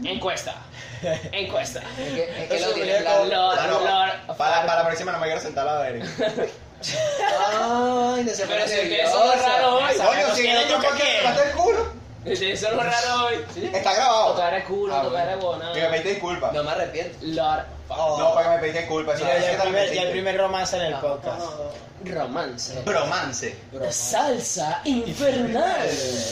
Speaker 2: [LAUGHS] Encuesta. Encuesta.
Speaker 3: Es que, es que
Speaker 4: Eso
Speaker 3: lo
Speaker 4: venía
Speaker 3: tiene
Speaker 4: con-
Speaker 3: la...
Speaker 2: Lord,
Speaker 1: Ah, no.
Speaker 2: Lord.
Speaker 1: Para, para la próxima no me quiero sentar al lado de Eric.
Speaker 3: Ay, no se
Speaker 2: Pero
Speaker 3: pone
Speaker 2: si ustedes son los
Speaker 3: nerviosa.
Speaker 2: raros hoy.
Speaker 1: Coño,
Speaker 2: sabemos
Speaker 1: si
Speaker 2: que
Speaker 1: el
Speaker 2: no
Speaker 1: otro
Speaker 2: toca
Speaker 1: paquete
Speaker 2: quién.
Speaker 1: el culo.
Speaker 2: Ustedes son los raros hoy.
Speaker 1: Está grabado.
Speaker 2: Tocar el culo,
Speaker 3: Ah,
Speaker 2: tocar el
Speaker 1: Que me
Speaker 2: bono.
Speaker 1: pediste disculpas.
Speaker 3: No me arrepiento.
Speaker 2: Lord.
Speaker 4: Oh.
Speaker 1: No, para que me pediste disculpas.
Speaker 4: Mira,
Speaker 1: eso-
Speaker 4: ya,
Speaker 1: eso
Speaker 4: el
Speaker 1: también
Speaker 4: primer, ya el
Speaker 1: existe.
Speaker 4: primer romance en el podcast.
Speaker 2: Romance.
Speaker 1: Bromance.
Speaker 4: Broma.
Speaker 2: Salsa infernal.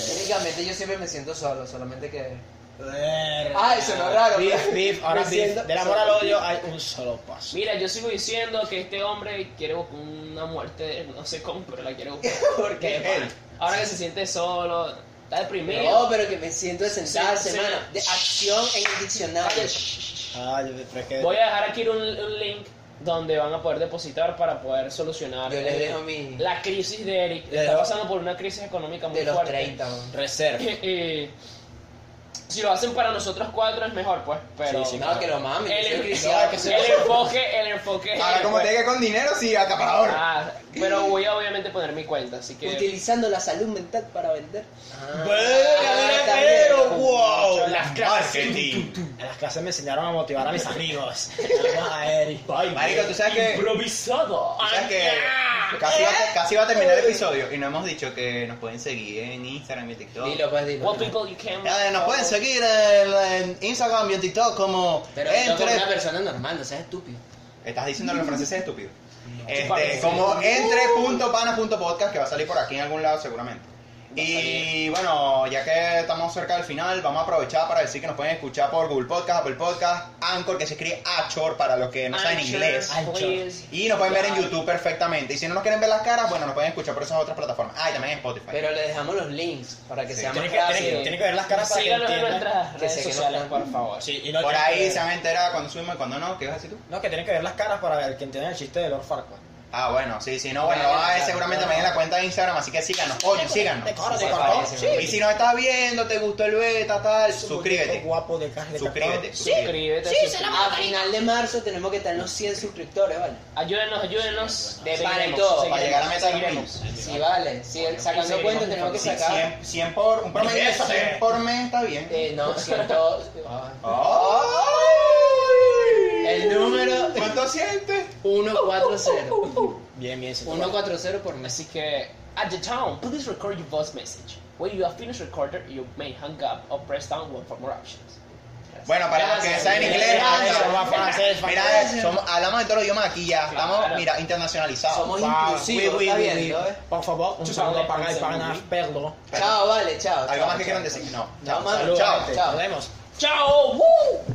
Speaker 3: Técnicamente yo siempre me siento solo, solamente que... [LAUGHS]
Speaker 4: Verga.
Speaker 3: Ay, sonó raro.
Speaker 4: Beef, beef, ahora
Speaker 3: Me
Speaker 4: beef.
Speaker 3: siento-
Speaker 4: Del amor al odio hay un solo paso.
Speaker 2: Mira, yo sigo diciendo que este hombre quiere buscar una muerte, no sé cómo, pero la quiere buscar.
Speaker 3: [LAUGHS] ¿Por
Speaker 2: Que,
Speaker 3: qué?
Speaker 2: bueno, ahora que se siente solo, está
Speaker 3: No,
Speaker 2: deprimido.
Speaker 3: pero que me siento de sentarse,
Speaker 2: Sí, sí.
Speaker 3: mano. De acción en el diccionario.
Speaker 4: Ay, pero es Ah, que...
Speaker 2: Voy a dejar aquí un, un link donde van a poder depositar para poder solucionar
Speaker 3: Yo les
Speaker 2: eh,
Speaker 3: dejo mi...
Speaker 2: la crisis de Eric.
Speaker 4: Les
Speaker 2: Está
Speaker 4: dejo-
Speaker 2: pasando por una crisis económica muy
Speaker 3: De los
Speaker 2: fuerte.
Speaker 3: 30, man.
Speaker 4: Reserva.
Speaker 2: [LAUGHS] Eh, si lo hacen para nosotros cuatro es mejor, pues, pero...
Speaker 4: Sí, sí,
Speaker 3: No, que lo mames. yo soy
Speaker 2: el,
Speaker 3: cristiano.
Speaker 4: que se-
Speaker 2: el enfoque, el enfoque...
Speaker 1: Ahora, como te llegué con dinero, sí, acaparador.
Speaker 2: Eh, pues. Ah, pero voy a obviamente poner mi cuenta, así que...
Speaker 3: Utilizando la salud mental para vender.
Speaker 4: Verga, mira,
Speaker 3: está
Speaker 4: pero,
Speaker 3: bien.
Speaker 1: Oh,
Speaker 4: wow.
Speaker 2: Las clases.
Speaker 1: Marketing.
Speaker 4: En las clases me enseñaron a motivar a mis amigos. Vamos a Eric.
Speaker 1: Marico, tú sabes que.
Speaker 2: Improvisado.
Speaker 1: tú sabes que casi, va, a- casi va a terminar el episodio y no hemos dicho que nos pueden seguir en Instagram y en TikTok.
Speaker 3: Dilo, pues, dilo.
Speaker 2: What people you can
Speaker 1: Eh, nos pueden seguir en, en Instagram y en TikTok como
Speaker 3: Pero esto como
Speaker 1: entre.
Speaker 3: una persona normal, no seas estúpido.
Speaker 1: Estás diciendo los franceses estúpidos. Este,
Speaker 2: Parece.
Speaker 1: como entre.pana.podcast que va a salir por aquí en algún lado seguramente. Y bueno, ya que estamos cerca del final, vamos a aprovechar para decir que nos pueden escuchar por Google Podcast, Apple Podcast, Anchor, que se escribe Achor para los que no saben
Speaker 2: Anchor,
Speaker 1: inglés.
Speaker 2: please.
Speaker 1: Y nos pueden ver en YouTube perfectamente. Y si no nos quieren ver las caras, bueno, nos pueden escuchar por esas otras plataformas. Ah, y también en Spotify.
Speaker 3: Pero le dejamos los links para que
Speaker 1: Sí.
Speaker 3: sea más
Speaker 4: Tiene que, tiene que-
Speaker 3: fácil.
Speaker 4: tiene que ver las caras para que
Speaker 2: Síganos en
Speaker 4: entiendan.
Speaker 2: nuestras
Speaker 3: que
Speaker 2: redes
Speaker 3: sé que no
Speaker 2: sociales,
Speaker 3: están-
Speaker 2: por favor.
Speaker 4: Sí, y no
Speaker 1: por
Speaker 4: tiene que
Speaker 1: ahí
Speaker 4: ver-
Speaker 1: se van a enterar cuando subimos y cuando no. ¿Qué vas a decir tú?
Speaker 4: No, que tienen que ver las caras para el que entiendan el chiste de Lord Farquaad.
Speaker 1: Ah, bueno, sí, sí, no, bueno,
Speaker 3: Bueno,
Speaker 1: va a ver
Speaker 3: claro,
Speaker 1: seguramente
Speaker 4: claro.
Speaker 1: también en la cuenta de Instagram, así que síganos, coño, síganos.
Speaker 4: Te corto, te
Speaker 3: Sí,
Speaker 4: corto.
Speaker 3: parece,
Speaker 4: Sí.
Speaker 1: Y si nos estás viendo, te gustó el beta, tal, suscríbete.
Speaker 4: Guapo de caja de cartón.
Speaker 1: Suscríbete. suscríbete.
Speaker 2: Suscríbete. suscríbete.
Speaker 3: A final de marzo tenemos que estar en los 100 suscriptores, ¿vale?
Speaker 2: Ayúdenos, ayúdenos.
Speaker 3: De
Speaker 2: Seguiremos,
Speaker 3: pan y todo,
Speaker 2: seguiremos,
Speaker 1: Para llegar a meta de los
Speaker 2: seguiremos.
Speaker 1: mil.
Speaker 3: Sí, vale. Sí, sacando
Speaker 2: Sí,
Speaker 3: cuentas
Speaker 2: sí,
Speaker 3: tenemos que
Speaker 2: sí,
Speaker 1: Sí,
Speaker 3: sacar...
Speaker 1: 100, 100 por un promedio de
Speaker 4: Eso,
Speaker 1: 100
Speaker 4: eh.
Speaker 1: por mes está bien.
Speaker 3: eh, no, 100... ah,
Speaker 1: ¡Ay!
Speaker 3: El número-
Speaker 1: ¿Cuánto sientes?
Speaker 3: 140.
Speaker 4: Bien, bien. se toma.
Speaker 3: 140 por mes.
Speaker 2: Así que, at the tone, please record your voice message. When you have finished recording, you may hang up or press down one for more options.
Speaker 1: Bueno, para los que
Speaker 2: Gracias,
Speaker 1: saben inglés,
Speaker 2: gracias,
Speaker 1: anda.
Speaker 2: somos
Speaker 4: franceses,
Speaker 1: mira,
Speaker 4: franceses.
Speaker 1: somos- hablamos de todos los idiomas aquí ya,
Speaker 2: Claro.
Speaker 1: estamos, mira, internacionalizados.
Speaker 3: Somos
Speaker 4: Wow,
Speaker 3: inclusivos,
Speaker 4: oui, oui,
Speaker 3: ¿está
Speaker 4: oui, oui.
Speaker 3: bien? ¿no?
Speaker 4: Por favor, un
Speaker 2: Chau,
Speaker 4: saludo
Speaker 2: chau,
Speaker 4: para Guy
Speaker 2: chau,
Speaker 4: Panas,
Speaker 2: chau.
Speaker 4: Perlo.
Speaker 1: Pero-
Speaker 3: Chao, vale, chao.
Speaker 1: ¿Algo más
Speaker 3: chao,
Speaker 1: que
Speaker 3: chao,
Speaker 1: quieran
Speaker 3: chao.
Speaker 1: decir? No.
Speaker 3: No, más.
Speaker 4: Saludos,
Speaker 1: Chao,
Speaker 4: gente.
Speaker 3: chao.
Speaker 4: Nos vemos.
Speaker 2: Chao! Woo!